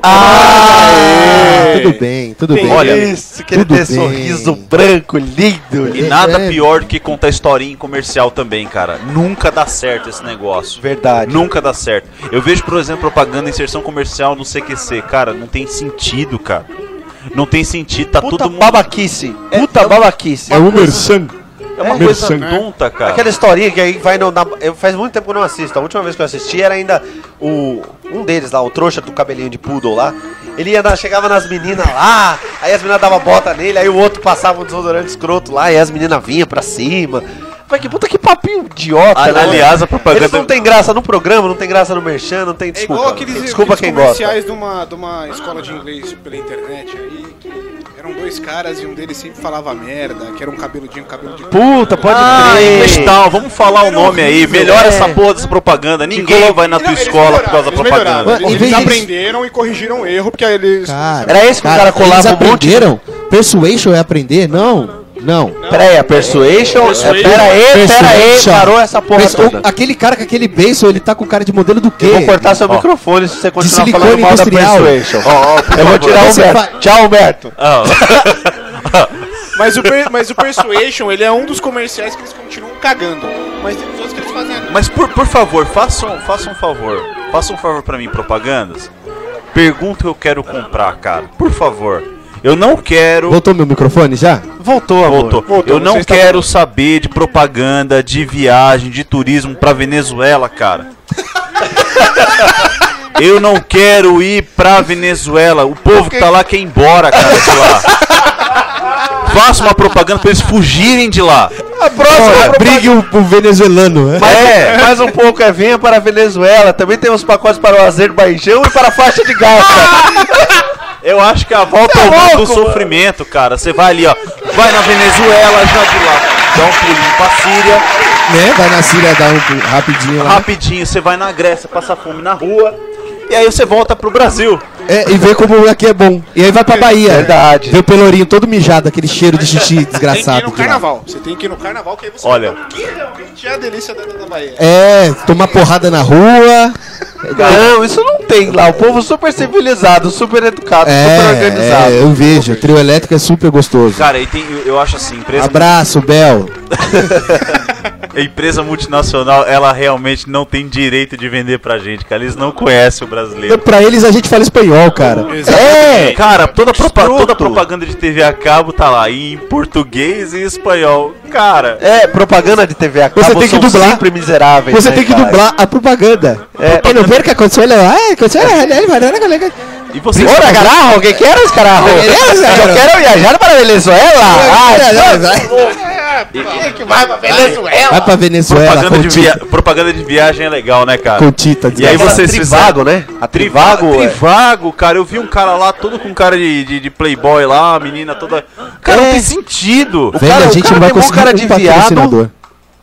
[SPEAKER 3] Ah, tudo bem, tudo bem.
[SPEAKER 4] Olha,
[SPEAKER 5] isso, aquele
[SPEAKER 3] tudo
[SPEAKER 5] ter
[SPEAKER 3] bem.
[SPEAKER 5] sorriso branco, lindo.
[SPEAKER 4] E
[SPEAKER 3] É,
[SPEAKER 4] nada
[SPEAKER 3] é.
[SPEAKER 4] pior do que contar historinha em comercial também, cara. Nunca dá certo esse negócio.
[SPEAKER 5] Verdade.
[SPEAKER 4] Nunca dá certo. Eu vejo, por exemplo, propaganda, inserção comercial no CQC. Cara, não tem sentido, cara. Não tem sentido, tá
[SPEAKER 5] Puta
[SPEAKER 4] todo mundo.
[SPEAKER 5] babaquice. Puta
[SPEAKER 4] um
[SPEAKER 5] babaquice.
[SPEAKER 2] É o Mersan.
[SPEAKER 4] É uma
[SPEAKER 2] Meu
[SPEAKER 4] coisa
[SPEAKER 2] sangue.
[SPEAKER 4] tonta, cara.
[SPEAKER 5] Aquela historinha que aí vai no. na- eu, faz muito tempo que eu não assisto. A última vez que eu assisti era ainda o. Um deles lá, o trouxa do cabelinho de poodle lá. Ele ia na- chegava nas meninas lá, aí as meninas davam bota nele, aí o outro passava um desodorante escroto lá, e as meninas vinham pra cima. Mas que puta que papinho idiota,
[SPEAKER 4] Ah,
[SPEAKER 5] né?
[SPEAKER 4] aliás, a propaganda-
[SPEAKER 5] Eles não tem graça no programa, não tem graça no merchan, não tem
[SPEAKER 1] É
[SPEAKER 5] desculpa.
[SPEAKER 1] igual aqueles,
[SPEAKER 5] desculpa
[SPEAKER 1] aqueles
[SPEAKER 5] quem gosta.
[SPEAKER 1] comerciais de uma, de uma escola de inglês pela internet aí, que eram dois caras e um deles sempre falava merda, que era um cabeludinho, cabelo de
[SPEAKER 5] Puta, pode
[SPEAKER 4] Ah,
[SPEAKER 5] crer.
[SPEAKER 4] Investal, vamos falar o nome aí. Melhora
[SPEAKER 5] É.
[SPEAKER 4] essa porra dessa propaganda. Ninguém vai
[SPEAKER 1] né?
[SPEAKER 4] na
[SPEAKER 1] Não,
[SPEAKER 4] tua
[SPEAKER 1] eles
[SPEAKER 4] escola por causa da
[SPEAKER 1] melhoraram, eles melhoraram.
[SPEAKER 4] propaganda.
[SPEAKER 3] Em
[SPEAKER 1] Eles,
[SPEAKER 3] vez
[SPEAKER 1] eles
[SPEAKER 3] disso-
[SPEAKER 1] aprenderam e corrigiram o erro, porque eles...
[SPEAKER 3] Cara,
[SPEAKER 5] Era esse que o cara colava
[SPEAKER 3] eles
[SPEAKER 5] um monte de-
[SPEAKER 3] aprenderam? Persuasion é aprender? Não, não.
[SPEAKER 5] Peraí, a Persuasion. é,
[SPEAKER 4] Persuasion.
[SPEAKER 5] Pera aí, pera aí,
[SPEAKER 3] Persuasion.
[SPEAKER 5] parou essa porra
[SPEAKER 3] Mas o-
[SPEAKER 5] toda.
[SPEAKER 3] aquele cara com aquele beijo, ele tá com cara de modelo do quê?
[SPEAKER 5] Eu vou cortar seu
[SPEAKER 4] Ó.
[SPEAKER 5] microfone se você continuar
[SPEAKER 3] silicone
[SPEAKER 5] falando mal da
[SPEAKER 3] industrial.
[SPEAKER 5] Persuasion.
[SPEAKER 4] Ó, ó, por
[SPEAKER 5] Eu vou
[SPEAKER 4] favor.
[SPEAKER 5] tirar o
[SPEAKER 3] Você
[SPEAKER 5] Humberto.
[SPEAKER 3] fa-
[SPEAKER 5] Tchau, Humberto.
[SPEAKER 4] Ah,
[SPEAKER 1] Mas o, Per- mas o Persuasion, ele é um dos comerciais que eles continuam cagando. Mas tem os outros que eles fazem a
[SPEAKER 4] Mas por, por favor, façam, façam um favor. Façam um favor pra mim, propagandas. Pergunta o que eu quero comprar, cara. Por favor. Eu não quero.
[SPEAKER 3] Voltou meu microfone já?
[SPEAKER 5] Voltou, amor.
[SPEAKER 4] Voltou.
[SPEAKER 1] Voltou,
[SPEAKER 4] eu não
[SPEAKER 1] você está-
[SPEAKER 4] quero saber de propaganda, de viagem, de turismo pra Venezuela, cara. eu não quero ir pra Venezuela. O povo que tá lá quer ir embora, cara, de lá. Faça uma propaganda pra eles fugirem de lá.
[SPEAKER 5] A próxima
[SPEAKER 3] Olha, brigue o, o venezuelano. né?
[SPEAKER 5] é. Mais um pouco é venha para a Venezuela. Também tem uns pacotes para o Azerbaijão e para a faixa de [laughs] Gaza.
[SPEAKER 4] Eu acho que a volta ao mundo do sofrimento, cara. Você vai ali, ó. Vai na Venezuela, já de lá. Dá um pulinho pra Síria.
[SPEAKER 3] Né? Vai na Síria dar um pu- rapidinho lá.
[SPEAKER 4] Rapidinho, você vai na Grécia, passa fome na rua. E aí você volta pro Brasil.
[SPEAKER 3] É, e vê como aqui é bom. E aí vai pra Bahia.
[SPEAKER 5] Verdade.
[SPEAKER 3] Vê o pelourinho todo mijado, aquele cheiro de xixi
[SPEAKER 1] Tem que ir
[SPEAKER 3] desgraçado.
[SPEAKER 1] no
[SPEAKER 3] de lá.
[SPEAKER 1] carnaval. Você tem que ir no carnaval, que aí você
[SPEAKER 4] Olha.
[SPEAKER 1] vai ver o que realmente é a delícia da, da Bahia.
[SPEAKER 3] É, tomar porrada na rua. É.
[SPEAKER 5] Não, isso não tem lá. O povo super civilizado, super educado, super
[SPEAKER 3] É,
[SPEAKER 5] organizado.
[SPEAKER 3] é, eu vejo. Trio elétrico é super gostoso.
[SPEAKER 4] Cara, e tem, eu, eu acho assim, empresa,
[SPEAKER 3] Abraço, Bel.
[SPEAKER 4] a empresa multinacional, ela realmente não tem direito de vender pra gente, cara. Eles não conhecem o brasileiro.
[SPEAKER 3] É, Pra eles a gente fala espanhol, cara.
[SPEAKER 4] É, cara, toda, propa-
[SPEAKER 5] Escroto.
[SPEAKER 4] toda propaganda de TV a cabo tá lá em português e espanhol. Cara,
[SPEAKER 5] É, propaganda de TV a cabo
[SPEAKER 3] tem que
[SPEAKER 5] são
[SPEAKER 3] dublar.
[SPEAKER 5] sempre miseráveis.
[SPEAKER 3] Você
[SPEAKER 5] né,
[SPEAKER 3] tem que
[SPEAKER 5] cara?
[SPEAKER 3] dublar a propaganda.
[SPEAKER 5] É,
[SPEAKER 3] É, não perca consuelo. Ah, consuelo.
[SPEAKER 4] e vocês
[SPEAKER 5] É. Ora, carajo, que quieres, carajo?
[SPEAKER 3] Queres,
[SPEAKER 5] Eu
[SPEAKER 3] carajo?
[SPEAKER 5] quero viajar para a Venezuela.
[SPEAKER 3] é
[SPEAKER 5] Ah,
[SPEAKER 3] Vai pra Venezuela
[SPEAKER 4] propaganda
[SPEAKER 3] com
[SPEAKER 4] de,
[SPEAKER 3] o
[SPEAKER 4] via-
[SPEAKER 3] Tita-
[SPEAKER 4] propaganda de viagem é legal, né, cara?
[SPEAKER 3] com o Tita.
[SPEAKER 4] E aí
[SPEAKER 3] tá desgraçado.
[SPEAKER 4] vocês
[SPEAKER 5] Trivago, né? A Trivago, é.
[SPEAKER 4] Trivago, cara, eu vi um cara lá todo com cara de, de, de playboy lá, a menina toda. Cara, não
[SPEAKER 5] É.
[SPEAKER 4] tem sentido.
[SPEAKER 5] O cara-
[SPEAKER 3] Velho, a
[SPEAKER 5] o
[SPEAKER 3] gente
[SPEAKER 5] cara
[SPEAKER 3] não vai
[SPEAKER 5] pegou o
[SPEAKER 3] conseguir
[SPEAKER 5] cara de
[SPEAKER 3] um patrocinador.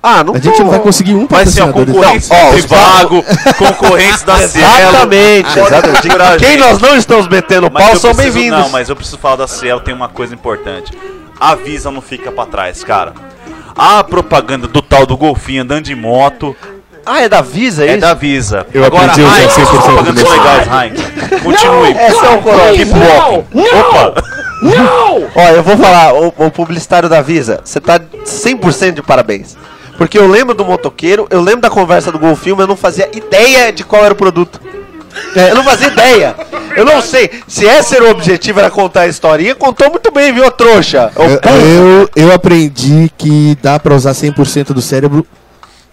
[SPEAKER 5] Ah, não
[SPEAKER 3] A gente
[SPEAKER 5] tô-
[SPEAKER 3] não vai conseguir um
[SPEAKER 4] Vai ser a
[SPEAKER 3] patrocinador. desse-
[SPEAKER 4] assim, concorrência
[SPEAKER 5] Não, assim, ó,
[SPEAKER 4] do
[SPEAKER 5] os
[SPEAKER 4] Trivago, concorrência
[SPEAKER 5] [laughs]
[SPEAKER 4] da Cielo.
[SPEAKER 5] Exatamente, exatamente. Quem nós não estamos metendo
[SPEAKER 4] Mas
[SPEAKER 5] pau
[SPEAKER 4] eu
[SPEAKER 5] são
[SPEAKER 4] preciso-
[SPEAKER 5] bem-vindos.
[SPEAKER 4] Não, mas eu preciso falar da Cielo, tem uma coisa importante. A Visa não fica pra trás, cara. A propaganda do tal do golfinho andando de moto
[SPEAKER 5] Ah, é da Visa,
[SPEAKER 4] é
[SPEAKER 5] isso?
[SPEAKER 4] da Visa.
[SPEAKER 2] Eu aprendi a usar
[SPEAKER 4] Heinz,
[SPEAKER 2] 100%
[SPEAKER 4] as propagandas
[SPEAKER 2] do
[SPEAKER 4] são
[SPEAKER 2] meu
[SPEAKER 4] legais, Heinz. Continue.
[SPEAKER 5] É
[SPEAKER 3] um
[SPEAKER 5] São
[SPEAKER 4] Que
[SPEAKER 5] Corolla.
[SPEAKER 4] bloco. Opa.
[SPEAKER 5] Ó, eu vou falar, o, o publicitário da Visa, você tá 100% de parabéns. Porque eu lembro do motoqueiro, eu lembro da conversa do golfinho, mas eu não fazia ideia de qual era o produto. É, Eu não fazia ideia. Eu não sei se esse era o objetivo, era contar a historinha. Contou muito bem, viu, ô trouxa? Ô,
[SPEAKER 3] Eu,
[SPEAKER 5] burro.
[SPEAKER 3] eu, eu aprendi que dá pra usar 100% do cérebro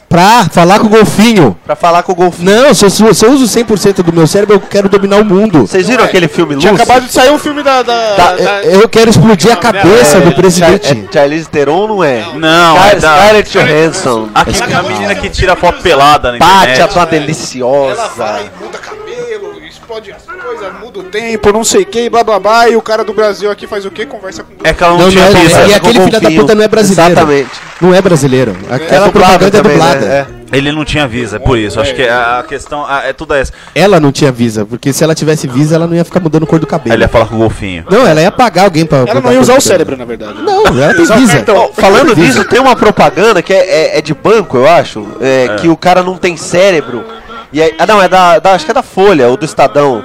[SPEAKER 3] pra falar com o golfinho.
[SPEAKER 5] Pra falar com o golfinho.
[SPEAKER 3] Não, se eu, se eu uso 100% do meu cérebro, eu quero dominar o mundo.
[SPEAKER 5] Vocês
[SPEAKER 4] é.
[SPEAKER 5] viram aquele filme Luz?
[SPEAKER 1] Tinha acabado
[SPEAKER 3] É.
[SPEAKER 1] de sair um filme da... da,
[SPEAKER 3] Tá,
[SPEAKER 1] da-
[SPEAKER 3] eu, eu quero explodir a cabeça do presidente.
[SPEAKER 5] É Charlize Theron, não é?
[SPEAKER 4] Não,
[SPEAKER 5] Char-
[SPEAKER 4] é da...
[SPEAKER 5] Scarlett Johansson.
[SPEAKER 4] Aqui, a menina que tira foto pelada na
[SPEAKER 5] Bate a
[SPEAKER 4] internet.
[SPEAKER 5] tua
[SPEAKER 1] Ela
[SPEAKER 5] deliciosa.
[SPEAKER 1] vai, muda cabelo, explode as coisas, muda o tempo, não sei o que, blá blá blá, e o cara do Brasil aqui faz o quê? Conversa com
[SPEAKER 4] É que ela não,
[SPEAKER 3] Não,
[SPEAKER 4] tinha
[SPEAKER 3] não é-
[SPEAKER 4] Visa.
[SPEAKER 3] E
[SPEAKER 5] Com
[SPEAKER 3] aquele
[SPEAKER 5] o
[SPEAKER 3] filho da
[SPEAKER 5] golfinho.
[SPEAKER 3] puta não é brasileiro.
[SPEAKER 5] Exatamente.
[SPEAKER 3] Não é brasileiro. Aquela
[SPEAKER 5] dublado
[SPEAKER 3] propaganda é
[SPEAKER 5] também,
[SPEAKER 3] dublada.
[SPEAKER 5] né?
[SPEAKER 4] Ele não tinha visa, é por isso. Acho que a a questão a- é toda essa.
[SPEAKER 3] Ela não tinha visa, porque se ela tivesse visa, ela não ia ficar mudando cor do cabelo.
[SPEAKER 4] Aí ele ia falar com o golfinho.
[SPEAKER 3] Não, ela ia pagar alguém pra.
[SPEAKER 1] Ela não ia usar o
[SPEAKER 3] né?
[SPEAKER 1] cérebro, na verdade. né?
[SPEAKER 3] Não, ela tem
[SPEAKER 1] o
[SPEAKER 3] visa.
[SPEAKER 1] cartão.
[SPEAKER 5] Ó, falando disso, tem uma propaganda que é, é- é de banco, eu acho, é, que o cara não tem cérebro. E aí, ah, não, é da, da- Acho que é da Folha ou do Estadão.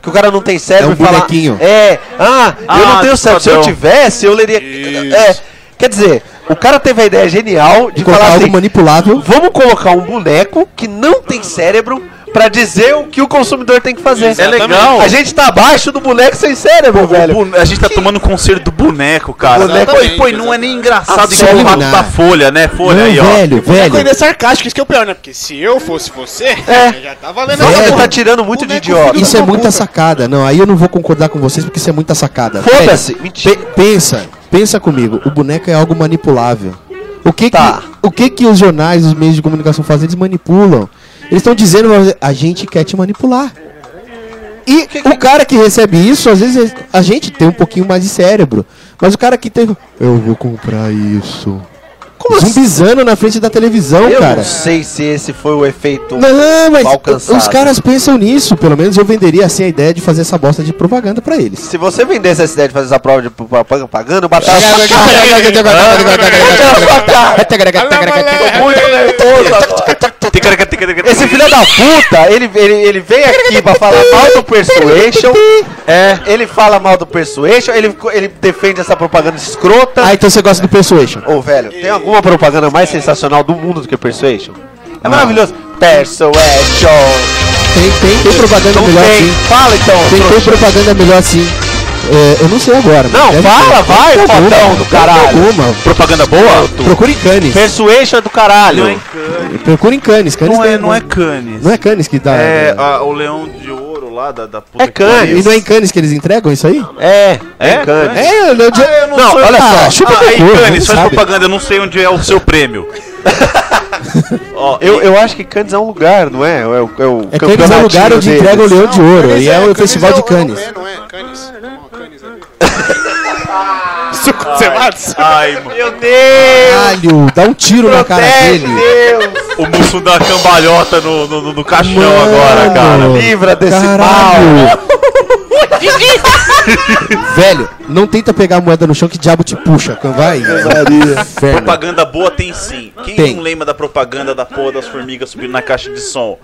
[SPEAKER 5] Que o cara não tem
[SPEAKER 3] É
[SPEAKER 5] cérebro
[SPEAKER 3] um
[SPEAKER 5] e fala,
[SPEAKER 3] bonequinho.
[SPEAKER 5] É, ah, eu
[SPEAKER 4] Ah,
[SPEAKER 5] não tenho
[SPEAKER 4] do
[SPEAKER 5] cérebro. Se eu
[SPEAKER 4] Estadão.
[SPEAKER 5] tivesse, eu leria. É, quer dizer, o cara teve a ideia genial de
[SPEAKER 3] Colocar
[SPEAKER 5] falar
[SPEAKER 3] algo
[SPEAKER 5] assim:
[SPEAKER 3] manipulável.
[SPEAKER 5] vamos colocar um boneco que não tem cérebro pra dizer o que o consumidor tem que fazer.
[SPEAKER 4] É legal.
[SPEAKER 5] A gente tá abaixo do boneco sem cérebro, velho.
[SPEAKER 4] O bone- A gente tá tomando conselho do boneco, cara.
[SPEAKER 5] Boneco-
[SPEAKER 4] Pô, e, pô, e não é nem
[SPEAKER 5] Ah,
[SPEAKER 4] engraçado igual o
[SPEAKER 3] Acervo,
[SPEAKER 4] rato
[SPEAKER 3] né?
[SPEAKER 4] da folha, né? Folha
[SPEAKER 3] não,
[SPEAKER 4] aí, ó.
[SPEAKER 3] velho,
[SPEAKER 1] É
[SPEAKER 3] velho.
[SPEAKER 1] coisa sarcástica, isso que é o pior, né? Porque se eu fosse você,
[SPEAKER 5] É.
[SPEAKER 1] já tá valendo
[SPEAKER 5] Nossa,
[SPEAKER 3] Velho.
[SPEAKER 5] tá tirando muito de
[SPEAKER 1] Boneco
[SPEAKER 5] idiota.
[SPEAKER 1] filho
[SPEAKER 3] Isso é
[SPEAKER 1] da
[SPEAKER 3] muita
[SPEAKER 1] puta.
[SPEAKER 3] sacada. Não, aí eu não vou concordar com vocês porque isso é muita sacada.
[SPEAKER 5] Foda-se.
[SPEAKER 3] Velho,
[SPEAKER 5] Mentira.
[SPEAKER 3] pe- pensa, pensa comigo. O boneco é algo manipulável. O que
[SPEAKER 5] Tá.
[SPEAKER 3] que, o que que os jornais, os meios de comunicação fazem? Eles manipulam. Eles estão dizendo, mas a gente quer te manipular. E
[SPEAKER 5] é?
[SPEAKER 3] o cara que recebe isso, às vezes a gente tem um pouquinho mais de cérebro. Mas o cara que tem. Eu vou comprar isso.
[SPEAKER 5] Como assim?
[SPEAKER 3] Zumbizando na frente da televisão,
[SPEAKER 5] Eu
[SPEAKER 3] cara.
[SPEAKER 5] não sei se esse foi o efeito.
[SPEAKER 3] Não, mas
[SPEAKER 5] Alcançado.
[SPEAKER 3] os caras pensam nisso. Pelo menos eu venderia assim a ideia de fazer essa bosta de propaganda pra eles.
[SPEAKER 5] Se você vendesse essa ideia de fazer essa prova de propaganda, eu batava a sua cara.
[SPEAKER 3] Não,
[SPEAKER 4] Ticaraca, ticaraca,
[SPEAKER 5] Esse filho da puta, ele, ele, ele vem aqui pra falar mal do Persuasion. É. Ele fala mal do Persuasion, ele, ele defende essa propaganda escrota.
[SPEAKER 3] Ah, então você gosta do Persuasion.
[SPEAKER 5] Ô, velho, tem alguma propaganda mais sensacional do mundo do que Persuasion? É maravilhoso. Persuasion.
[SPEAKER 3] Tem, tem, tem propaganda
[SPEAKER 5] Não
[SPEAKER 3] melhor
[SPEAKER 5] tem.
[SPEAKER 3] sim.
[SPEAKER 5] Fala então.
[SPEAKER 3] Tem, tem
[SPEAKER 5] trouxa.
[SPEAKER 3] propaganda melhor sim. É, eu não sei agora. mas
[SPEAKER 5] Não,
[SPEAKER 3] deve
[SPEAKER 5] fala,
[SPEAKER 3] ter.
[SPEAKER 5] vai,
[SPEAKER 3] Tem alguma,
[SPEAKER 5] fodão do
[SPEAKER 3] tem
[SPEAKER 5] caralho.
[SPEAKER 3] Alguma.
[SPEAKER 4] Propaganda boa?
[SPEAKER 3] Procura em Cannes.
[SPEAKER 5] Persuasion é do caralho.
[SPEAKER 3] Procura em Cannes. Cannes
[SPEAKER 4] Não é,
[SPEAKER 3] tem-
[SPEAKER 4] não é Cannes.
[SPEAKER 3] Não é Cannes que dá.
[SPEAKER 4] É a- o leão de ouro lá da, da puta
[SPEAKER 5] É
[SPEAKER 4] que
[SPEAKER 5] Cannes.
[SPEAKER 4] pariu.
[SPEAKER 3] E não é em Cannes que eles entregam isso aí?
[SPEAKER 5] É, é,
[SPEAKER 4] É?
[SPEAKER 5] Cannes.
[SPEAKER 3] É, eu não,
[SPEAKER 4] Ah, eu não,
[SPEAKER 5] Não,
[SPEAKER 4] sou...
[SPEAKER 5] olha
[SPEAKER 4] Ah,
[SPEAKER 5] só.
[SPEAKER 3] chupa
[SPEAKER 4] Ah, aí,
[SPEAKER 3] teu corpo,
[SPEAKER 4] Cannes,
[SPEAKER 3] não
[SPEAKER 4] faz
[SPEAKER 3] sabe.
[SPEAKER 4] propaganda, eu não sei onde é o seu prêmio. [laughs] Ó,
[SPEAKER 5] Eu, eu acho que Cannes é um lugar, não é? É o, é o
[SPEAKER 3] É Cannes é o lugar
[SPEAKER 5] campeonatinho
[SPEAKER 3] onde
[SPEAKER 5] deles.
[SPEAKER 3] entrega o Leão de Ouro. E é o Festival de Cannes.
[SPEAKER 1] Não é, Cannes. Cancelados?
[SPEAKER 4] Ai, mano.
[SPEAKER 5] Meu Deus!
[SPEAKER 3] Caralho, dá um tiro na cara
[SPEAKER 5] Protege,
[SPEAKER 3] dele.
[SPEAKER 5] Deus!
[SPEAKER 4] O moço dá cambalhota no, no, no- no caixão
[SPEAKER 3] Mano.
[SPEAKER 4] agora, cara.
[SPEAKER 5] Livra desse mal!
[SPEAKER 3] Caralho. [laughs] Velho, não tenta pegar a moeda no chão que diabo te puxa. Vai. Inferno.
[SPEAKER 4] Propaganda boa tem sim. Quem
[SPEAKER 3] Tem.
[SPEAKER 4] não lembra da propaganda da porra das formigas subindo na caixa de som?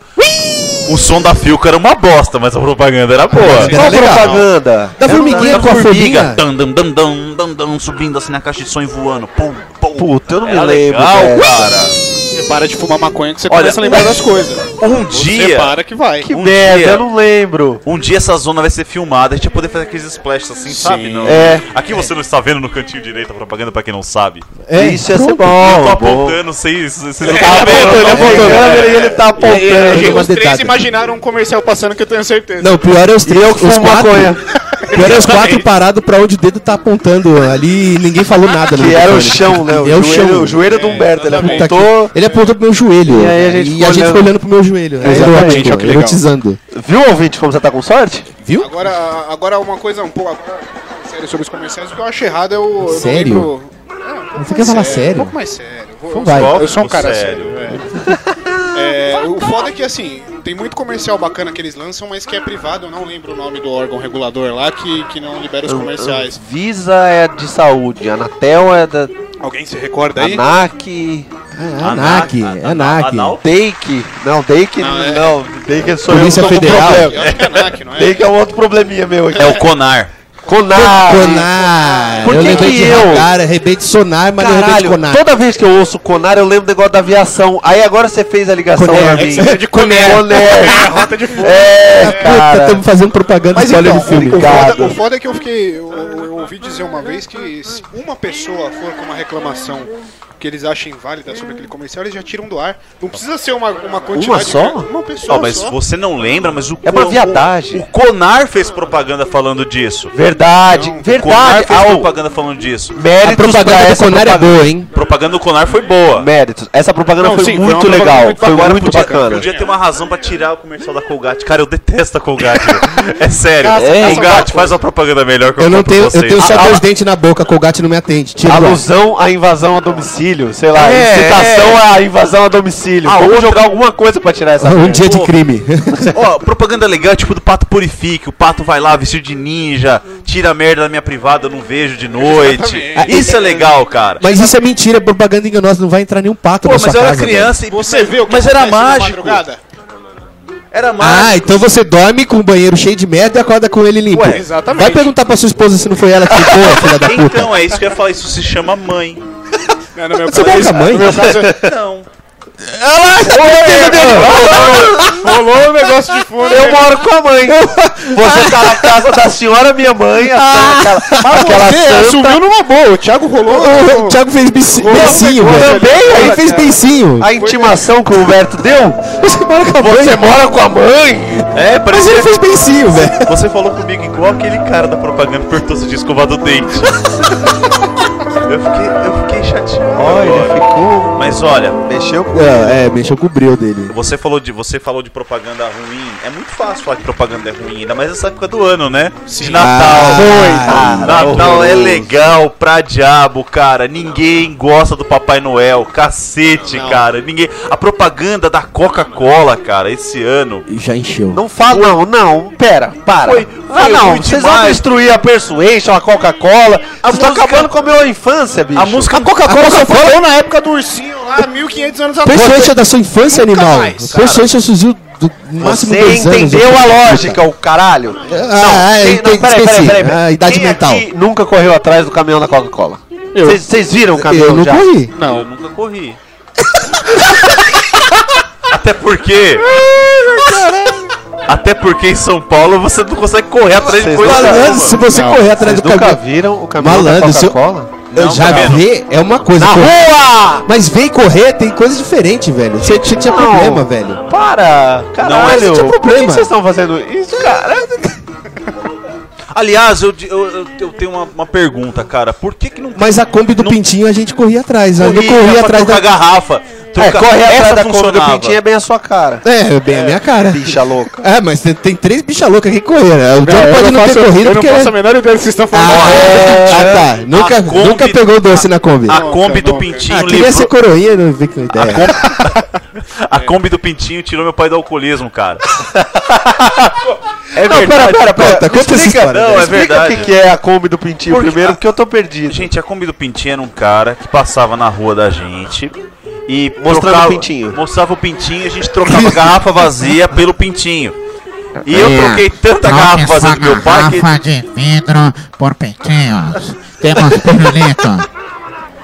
[SPEAKER 4] O som da Filca era uma bosta, mas a propaganda era boa.
[SPEAKER 3] Era
[SPEAKER 5] Qual
[SPEAKER 3] é legal.
[SPEAKER 5] propaganda?
[SPEAKER 3] Da formiguinha
[SPEAKER 4] Da
[SPEAKER 3] Tá com a
[SPEAKER 4] formiga.
[SPEAKER 3] formiga.
[SPEAKER 4] Dam, dam, dam, dam, dam, dam, subindo assim na caixa de som e voando. Pum, pum.
[SPEAKER 5] Puta, eu não
[SPEAKER 4] Era
[SPEAKER 5] me lembro.
[SPEAKER 4] legal,
[SPEAKER 5] velho.
[SPEAKER 4] cara.
[SPEAKER 1] Você para de fumar maconha que você tá
[SPEAKER 4] Olha,
[SPEAKER 1] começa a lembrar das coisas.
[SPEAKER 4] Um
[SPEAKER 1] Você
[SPEAKER 4] dia,
[SPEAKER 1] para que vai.
[SPEAKER 5] Que
[SPEAKER 4] Um
[SPEAKER 5] merda,
[SPEAKER 4] dia.
[SPEAKER 5] eu não lembro.
[SPEAKER 4] um dia essa zona vai ser filmada, a gente vai poder fazer aqueles splashes assim, sabe? Não.
[SPEAKER 5] É.
[SPEAKER 4] Aqui você não está vendo no cantinho direito a propaganda pra quem não sabe.
[SPEAKER 3] É,
[SPEAKER 5] Isso ia ser
[SPEAKER 3] pronto.
[SPEAKER 4] eu tô
[SPEAKER 5] bom. bom.
[SPEAKER 4] apontando, vocês, vocês não
[SPEAKER 5] Tá
[SPEAKER 4] estão vendo.
[SPEAKER 5] apontando,
[SPEAKER 4] tá
[SPEAKER 5] apontando.
[SPEAKER 4] vendo?
[SPEAKER 5] Câmera, Ele tá apontando.
[SPEAKER 3] eu-
[SPEAKER 1] os
[SPEAKER 3] uma
[SPEAKER 1] três
[SPEAKER 3] dedada.
[SPEAKER 1] imaginaram um comercial passando que eu tenho certeza.
[SPEAKER 3] Não, pior é os três.
[SPEAKER 5] eu que um
[SPEAKER 3] Os
[SPEAKER 5] fumo
[SPEAKER 3] quatro.
[SPEAKER 5] maconha.
[SPEAKER 3] [laughs] Pior é os quatro parados pra onde o dedo tá apontando ali e ninguém
[SPEAKER 5] [laughs]
[SPEAKER 3] falou nada. no
[SPEAKER 5] Que era o
[SPEAKER 3] microfone.
[SPEAKER 5] chão, né?
[SPEAKER 3] É o
[SPEAKER 5] joelho-
[SPEAKER 3] chão.
[SPEAKER 5] O joelho do Humberto, ele
[SPEAKER 1] exatamente.
[SPEAKER 3] Puta
[SPEAKER 5] apontou.
[SPEAKER 3] que- Ele apontou pro meu joelho.
[SPEAKER 5] E aí a gente
[SPEAKER 3] E a
[SPEAKER 5] ficou
[SPEAKER 3] gente ficou
[SPEAKER 5] olhando.
[SPEAKER 3] olhando pro meu joelho. É
[SPEAKER 5] Exatamente,
[SPEAKER 3] erótico,
[SPEAKER 1] ó, que legal.
[SPEAKER 3] erotizando.
[SPEAKER 5] Viu, ouvinte, como você tá com sorte?
[SPEAKER 3] Viu?
[SPEAKER 1] Agora, agora uma coisa um pouco agora, sério sobre os comerciais, o que eu acho errado é o. eu
[SPEAKER 3] Sério?
[SPEAKER 1] Não lembro- É, um pouco
[SPEAKER 3] Você quer
[SPEAKER 1] mais
[SPEAKER 3] falar
[SPEAKER 1] Um
[SPEAKER 3] sério?
[SPEAKER 1] pouco mais sério. Eu vou-
[SPEAKER 3] Então
[SPEAKER 1] eu
[SPEAKER 3] vai.
[SPEAKER 1] sou- Eu sou um
[SPEAKER 4] Ótimo,
[SPEAKER 1] cara
[SPEAKER 4] sério.
[SPEAKER 1] sério. é. É, o foda é que assim, tem muito comercial bacana que eles lançam, mas que é privado, eu não lembro o nome do órgão regulador lá que, que não libera os comerciais.
[SPEAKER 5] Visa é de saúde, Anatel é da
[SPEAKER 1] Alguém se recorda aí?
[SPEAKER 5] ANAC,
[SPEAKER 3] Ah, Anac.
[SPEAKER 4] Anac.
[SPEAKER 3] Anac.
[SPEAKER 5] Take. Não, Take
[SPEAKER 1] Não, é-
[SPEAKER 5] não, Take é só
[SPEAKER 3] Polícia
[SPEAKER 5] eu que tô com
[SPEAKER 3] Federal.
[SPEAKER 5] problema.
[SPEAKER 1] Eu acho que é NAC, não é?
[SPEAKER 5] Take é um outro probleminha meu aqui.
[SPEAKER 4] É o Conar.
[SPEAKER 5] Conar.
[SPEAKER 3] Conar.
[SPEAKER 5] Por
[SPEAKER 3] eu
[SPEAKER 5] que
[SPEAKER 3] lembrei
[SPEAKER 5] que
[SPEAKER 3] de
[SPEAKER 5] eu?
[SPEAKER 3] radar, arrebente sonar, mas não arrebente
[SPEAKER 5] Caralho,
[SPEAKER 3] conar.
[SPEAKER 5] toda vez que eu ouço Conar, eu lembro do negócio da aviação. Aí agora você fez a ligação
[SPEAKER 3] Conar.
[SPEAKER 5] pra
[SPEAKER 3] É que
[SPEAKER 5] mim.
[SPEAKER 1] você é de Conar.
[SPEAKER 5] Conar.
[SPEAKER 1] Rota de fogo.
[SPEAKER 5] É,
[SPEAKER 3] Puta,
[SPEAKER 5] cara.
[SPEAKER 3] estamos fazendo propaganda
[SPEAKER 5] Mas
[SPEAKER 3] spoiler
[SPEAKER 5] então,
[SPEAKER 3] do filme.
[SPEAKER 5] o-
[SPEAKER 1] O
[SPEAKER 5] Obrigado.
[SPEAKER 1] foda, o foda é que eu fiquei. Eu, eu ouvi dizer uma vez que se uma pessoa for com uma reclamação que eles achem válida sobre aquele comercial, eles já tiram do ar. Não precisa ser uma, uma quantidade.
[SPEAKER 5] Uma só?
[SPEAKER 1] Uma pessoa.
[SPEAKER 4] Ó, mas
[SPEAKER 1] só.
[SPEAKER 4] você não lembra, mas o
[SPEAKER 5] É uma
[SPEAKER 4] Co-
[SPEAKER 5] viadagem.
[SPEAKER 4] O, o Conar fez propaganda falando disso.
[SPEAKER 5] Verdade, é
[SPEAKER 1] Não, o
[SPEAKER 4] O Conar
[SPEAKER 5] verdade.
[SPEAKER 4] fez
[SPEAKER 5] Au,
[SPEAKER 4] propaganda falando disso.
[SPEAKER 5] méritos
[SPEAKER 3] A propaganda
[SPEAKER 5] pra
[SPEAKER 3] do
[SPEAKER 5] essa
[SPEAKER 3] Conar é
[SPEAKER 5] propaganda.
[SPEAKER 3] boa, hein?
[SPEAKER 4] Propaganda do Conar foi boa.
[SPEAKER 5] Méritos. Essa propaganda
[SPEAKER 1] Não,
[SPEAKER 5] foi
[SPEAKER 1] sim, foi uma
[SPEAKER 5] muito
[SPEAKER 1] propaganda
[SPEAKER 5] legal.
[SPEAKER 1] muito
[SPEAKER 5] Foi
[SPEAKER 1] bacana,
[SPEAKER 5] muito
[SPEAKER 1] podia- um
[SPEAKER 5] bacana.
[SPEAKER 4] Podia ter uma razão pra tirar o comercial da Colgate. Cara, eu detesto a Colgate. velho. é sério.
[SPEAKER 5] Nossa, é,
[SPEAKER 4] Colgate, faz uma propaganda melhor que eu,
[SPEAKER 3] Eu não
[SPEAKER 4] compro
[SPEAKER 3] tenho,
[SPEAKER 4] vocês.
[SPEAKER 3] eu tenho só
[SPEAKER 5] Ah,
[SPEAKER 3] dois
[SPEAKER 5] ah,
[SPEAKER 3] dentes na boca, a Colgate não me atende. Tira um lá.
[SPEAKER 5] Alusão à invasão a domicílio domicílio, sei lá,
[SPEAKER 4] É,
[SPEAKER 5] incitação à invasão a domicílio.
[SPEAKER 4] A
[SPEAKER 5] Vamos
[SPEAKER 4] outra-
[SPEAKER 5] jogar alguma coisa pra tirar
[SPEAKER 3] [laughs]
[SPEAKER 5] essa
[SPEAKER 3] Um
[SPEAKER 5] frase.
[SPEAKER 3] dia de
[SPEAKER 4] Pô.
[SPEAKER 3] crime.
[SPEAKER 4] Ó, propaganda legal tipo do Pato Purifique. O Pato vai lá vestido de ninja, tira a merda da minha privada, eu não vejo de noite.
[SPEAKER 1] Exatamente.
[SPEAKER 4] Isso é legal, cara.
[SPEAKER 3] Mas isso é mentira, é propaganda enganosa. Não vai entrar nenhum pato
[SPEAKER 4] Pô,
[SPEAKER 3] na
[SPEAKER 4] mas
[SPEAKER 3] sua
[SPEAKER 4] eu
[SPEAKER 3] casa.
[SPEAKER 4] era criança e.
[SPEAKER 1] Você vê o que
[SPEAKER 4] Mas era
[SPEAKER 1] acontece na
[SPEAKER 4] mágico.
[SPEAKER 1] madrugada?
[SPEAKER 4] Era mágico.
[SPEAKER 3] Ah, então você dorme com o banheiro cheio de merda e acorda com ele limpo.
[SPEAKER 4] Ué,
[SPEAKER 1] exatamente.
[SPEAKER 3] Vai perguntar pra sua esposa se não foi ela que ficou, filha da puta.
[SPEAKER 4] Então, é isso que eu ia falar. Isso se chama mãe.
[SPEAKER 1] Não, É, no meu
[SPEAKER 5] é
[SPEAKER 3] Você
[SPEAKER 1] caso-
[SPEAKER 3] vai com a mãe?
[SPEAKER 1] no meu caso,
[SPEAKER 5] [laughs]
[SPEAKER 4] Não.
[SPEAKER 1] Rolou um negócio de fundo.
[SPEAKER 5] Eu moro com a mãe. Você tá na casa da senhora minha mãe, a senhora-
[SPEAKER 3] Ah,
[SPEAKER 5] aquela, aquela
[SPEAKER 3] é
[SPEAKER 1] Você
[SPEAKER 5] santa.
[SPEAKER 1] assumiu numa boa. O Thiago rolou.
[SPEAKER 3] O Thiago fez bici- beicinho,
[SPEAKER 1] pegou
[SPEAKER 3] velho.
[SPEAKER 5] também,
[SPEAKER 3] Aí
[SPEAKER 5] cara.
[SPEAKER 3] fez beicinho.
[SPEAKER 5] A intimação que o Humberto deu?
[SPEAKER 3] Você mora com a mãe.
[SPEAKER 5] Você mora com a mãe?
[SPEAKER 4] É,
[SPEAKER 3] Mas
[SPEAKER 4] parecia.
[SPEAKER 3] ele fez beicinho, velho.
[SPEAKER 4] Você falou comigo igual aquele cara da propaganda que perguntou se tinha escovado o dente. eu, fiquei, eu fiquei chateado. agora.
[SPEAKER 5] ficou.
[SPEAKER 4] Mas olha,
[SPEAKER 5] Mexeu com.
[SPEAKER 3] Ah, É, mexeu com o bril dele.
[SPEAKER 4] você falou, de, você falou de propaganda ruim. É muito fácil falar que propaganda é ruim, ainda mais nessa época do ano, né? De Natal.
[SPEAKER 3] Ah,
[SPEAKER 4] Natal é legal pra diabo, cara. Ninguém gosta do Papai Noel. Cacete, cara. Ninguém. A propaganda da Coca-Cola, cara, esse ano.
[SPEAKER 3] E Já encheu.
[SPEAKER 5] Não fala, não, não, pera, para.
[SPEAKER 4] Foi-
[SPEAKER 5] ah,
[SPEAKER 4] foi
[SPEAKER 5] não,
[SPEAKER 4] ruim
[SPEAKER 5] vocês
[SPEAKER 4] demais.
[SPEAKER 5] vão destruir a Persuasion, a Coca-Cola.
[SPEAKER 4] A
[SPEAKER 5] Vocês estão
[SPEAKER 4] música-
[SPEAKER 5] acabando com a minha infância, bicho.
[SPEAKER 4] A música
[SPEAKER 1] Coca-Cola só falou na época do ursinho lá, 1500 anos atrás.
[SPEAKER 3] Persuante é da sua infância,
[SPEAKER 1] Nunca
[SPEAKER 3] animal.
[SPEAKER 1] mais, cara.
[SPEAKER 3] Persuante é surgiu do no máximo
[SPEAKER 5] Você
[SPEAKER 3] dois anos.
[SPEAKER 5] entendeu
[SPEAKER 3] eu
[SPEAKER 5] a
[SPEAKER 3] acredito.
[SPEAKER 5] lógica, o caralho?
[SPEAKER 3] Ah, é,
[SPEAKER 5] quem-
[SPEAKER 3] entendi, esqueci. Ah, idade
[SPEAKER 5] Quem
[SPEAKER 3] mental.
[SPEAKER 5] aqui nunca correu atrás do caminhão da Coca-Cola? Vocês vocês viram o caminhão
[SPEAKER 3] Eu não
[SPEAKER 5] já?
[SPEAKER 3] corri.
[SPEAKER 4] Não, eu nunca corri. Até porque. Até porque em São Paulo você não consegue correr atrás de
[SPEAKER 5] Vocês
[SPEAKER 4] coisa.
[SPEAKER 5] nunca-
[SPEAKER 3] Malandro,
[SPEAKER 4] nenhuma.
[SPEAKER 3] se você
[SPEAKER 5] Não,
[SPEAKER 3] correr atrás
[SPEAKER 5] Vocês
[SPEAKER 3] do
[SPEAKER 5] nunca
[SPEAKER 3] caminhão.
[SPEAKER 5] viram o caminhão
[SPEAKER 3] Malandro,
[SPEAKER 5] da
[SPEAKER 3] seu-
[SPEAKER 5] Coca-Cola?
[SPEAKER 4] Não,
[SPEAKER 3] já
[SPEAKER 4] tá vendo?
[SPEAKER 3] ver é uma coisa.
[SPEAKER 5] Na
[SPEAKER 3] correr.
[SPEAKER 5] rua!
[SPEAKER 3] Mas vem correr, tem coisa diferente, velho. Você tinha, tinha
[SPEAKER 5] Não.
[SPEAKER 3] problema, velho.
[SPEAKER 5] Para! Caralho!
[SPEAKER 3] tinha
[SPEAKER 5] Por que
[SPEAKER 3] problema.
[SPEAKER 5] que vocês estão fazendo isso, cara?
[SPEAKER 4] Aliás, eu, eu, eu- eu tenho uma, uma pergunta, cara. Por que, que não
[SPEAKER 3] Mas a Kombi do
[SPEAKER 4] Não-
[SPEAKER 3] Pintinho a gente corria atrás. né? Eu não
[SPEAKER 4] corria
[SPEAKER 3] corria
[SPEAKER 4] pra
[SPEAKER 3] atrás
[SPEAKER 4] trocar
[SPEAKER 3] da.
[SPEAKER 4] garrafa?
[SPEAKER 5] É,
[SPEAKER 4] Trocar-
[SPEAKER 5] correr
[SPEAKER 4] Essa
[SPEAKER 5] atrás da Kombi do
[SPEAKER 4] funcionava.
[SPEAKER 5] Pintinho é bem a sua cara.
[SPEAKER 3] É, bem a minha cara.
[SPEAKER 5] Bicha louca.
[SPEAKER 3] É, mas tem, tem três bicha louca que correram. né? O John
[SPEAKER 1] É, eu
[SPEAKER 3] pode não,
[SPEAKER 1] faço,
[SPEAKER 3] ter
[SPEAKER 1] eu
[SPEAKER 3] corrido
[SPEAKER 1] não
[SPEAKER 3] porque. é-
[SPEAKER 1] faço a menor ideia do que vocês estão falando.
[SPEAKER 3] Ah, é, ah, tá. Nunca,
[SPEAKER 4] Kombi-
[SPEAKER 3] nunca pegou doce na Kombi.
[SPEAKER 4] A
[SPEAKER 3] Ah,
[SPEAKER 5] é
[SPEAKER 4] Kombi do
[SPEAKER 1] nunca.
[SPEAKER 4] Pintinho
[SPEAKER 3] queria ser
[SPEAKER 4] livrou...
[SPEAKER 3] coroinha, não vi com
[SPEAKER 4] A
[SPEAKER 3] ideia.
[SPEAKER 4] Kombi... a Kombi do Pintinho tirou meu pai do alcoolismo, cara. é
[SPEAKER 5] Não, pera, pera, pera.
[SPEAKER 3] Conta,
[SPEAKER 5] Me
[SPEAKER 3] conta essa
[SPEAKER 5] explica,
[SPEAKER 3] história,
[SPEAKER 5] não,
[SPEAKER 4] velho.
[SPEAKER 5] é explica o
[SPEAKER 4] verdade.
[SPEAKER 5] que, que é a Kombi do Pintinho
[SPEAKER 4] Porque-
[SPEAKER 5] primeiro, porque eu tô perdido.
[SPEAKER 4] Gente, a Kombi do Pintinho era um cara que passava na rua da gente e
[SPEAKER 5] Mostrando
[SPEAKER 4] trocava-
[SPEAKER 5] o pintinho.
[SPEAKER 4] Mostrava o pintinho e a gente trocava a garrafa vazia pelo pintinho. E eu troquei tanta garrafa vazia do meu pai que
[SPEAKER 6] Garrafa de vidro por peitinhos. Temos [laughs] pirulito.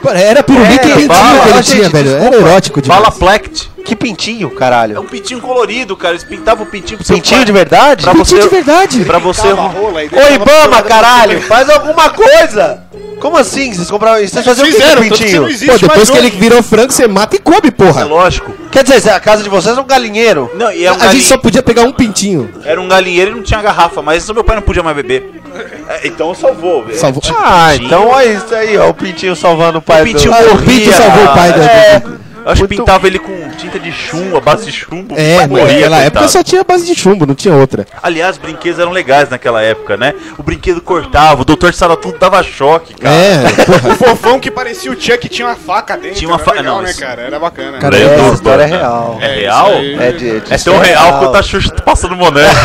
[SPEAKER 3] Pô, Era
[SPEAKER 4] É,
[SPEAKER 3] pirulito e
[SPEAKER 5] Era,
[SPEAKER 3] pintinho
[SPEAKER 5] bala.
[SPEAKER 3] que ele
[SPEAKER 5] Ah, gente,
[SPEAKER 3] tinha, velho. Era
[SPEAKER 5] desculpa.
[SPEAKER 3] erótico demais.
[SPEAKER 4] fala plect.
[SPEAKER 5] Que pintinho,
[SPEAKER 4] É
[SPEAKER 5] caralho.
[SPEAKER 4] um pintinho colorido, cara. Eles pintavam o pintinho pro seu
[SPEAKER 5] Pintinho
[SPEAKER 4] pai.
[SPEAKER 5] de verdade?
[SPEAKER 4] Pra você-
[SPEAKER 3] Pintinho de verdade.
[SPEAKER 4] Pra você...
[SPEAKER 5] Ô Ibama, caralho, faz alguma coisa! Como assim? Vocês compraram isso? Vocês faziam o que com
[SPEAKER 1] Fizeram,
[SPEAKER 5] o
[SPEAKER 1] tanto que você não
[SPEAKER 5] pintinho?
[SPEAKER 1] existe
[SPEAKER 3] Pô, depois
[SPEAKER 1] mais
[SPEAKER 3] que ele
[SPEAKER 4] um.
[SPEAKER 1] hoje.
[SPEAKER 3] virou frango, você mata e come,
[SPEAKER 4] É
[SPEAKER 3] porra.
[SPEAKER 4] lógico.
[SPEAKER 5] Quer dizer, a casa de vocês é um galinheiro?
[SPEAKER 4] Não, e era um,
[SPEAKER 3] A gente
[SPEAKER 4] galinhe-
[SPEAKER 3] só podia pegar um pintinho.
[SPEAKER 4] era um galinheiro e não tinha garrafa, mas o meu pai não podia mais beber. É, então salvou, velho.
[SPEAKER 3] Salvou.
[SPEAKER 5] Ah,
[SPEAKER 4] Pintinho.
[SPEAKER 5] então é isso aí, ó, o pintinho salvando o pai
[SPEAKER 4] O pintinho
[SPEAKER 5] do...
[SPEAKER 3] Ah, o
[SPEAKER 4] morria.
[SPEAKER 3] Pinto salvou o pai da.
[SPEAKER 5] um É.
[SPEAKER 4] Eu acho que
[SPEAKER 5] Muito-
[SPEAKER 4] pintava ele com tinta de chumbo, a base de chumbo.
[SPEAKER 3] É, mas naquela época só tinha base de chumbo, não tinha outra.
[SPEAKER 4] Aliás, brinquedos eram legais naquela época, né? O brinquedo cortava, o Dr. Saratudo dava choque, cara.
[SPEAKER 3] É, porra.
[SPEAKER 1] O fofão que parecia o Chuck tinha uma faca dentro.
[SPEAKER 4] Tinha uma
[SPEAKER 1] era
[SPEAKER 4] fa-
[SPEAKER 1] legal,
[SPEAKER 4] não,
[SPEAKER 1] né,
[SPEAKER 4] isso-
[SPEAKER 1] cara? Era bacana.
[SPEAKER 3] Cara,
[SPEAKER 4] Era
[SPEAKER 5] Essa
[SPEAKER 4] do-
[SPEAKER 5] história é real.
[SPEAKER 4] É
[SPEAKER 1] isso
[SPEAKER 4] real?
[SPEAKER 1] aí.
[SPEAKER 5] É de... de
[SPEAKER 4] É tão
[SPEAKER 5] história
[SPEAKER 4] real quanto a Xuxa tá
[SPEAKER 3] [laughs]
[SPEAKER 4] passando monete.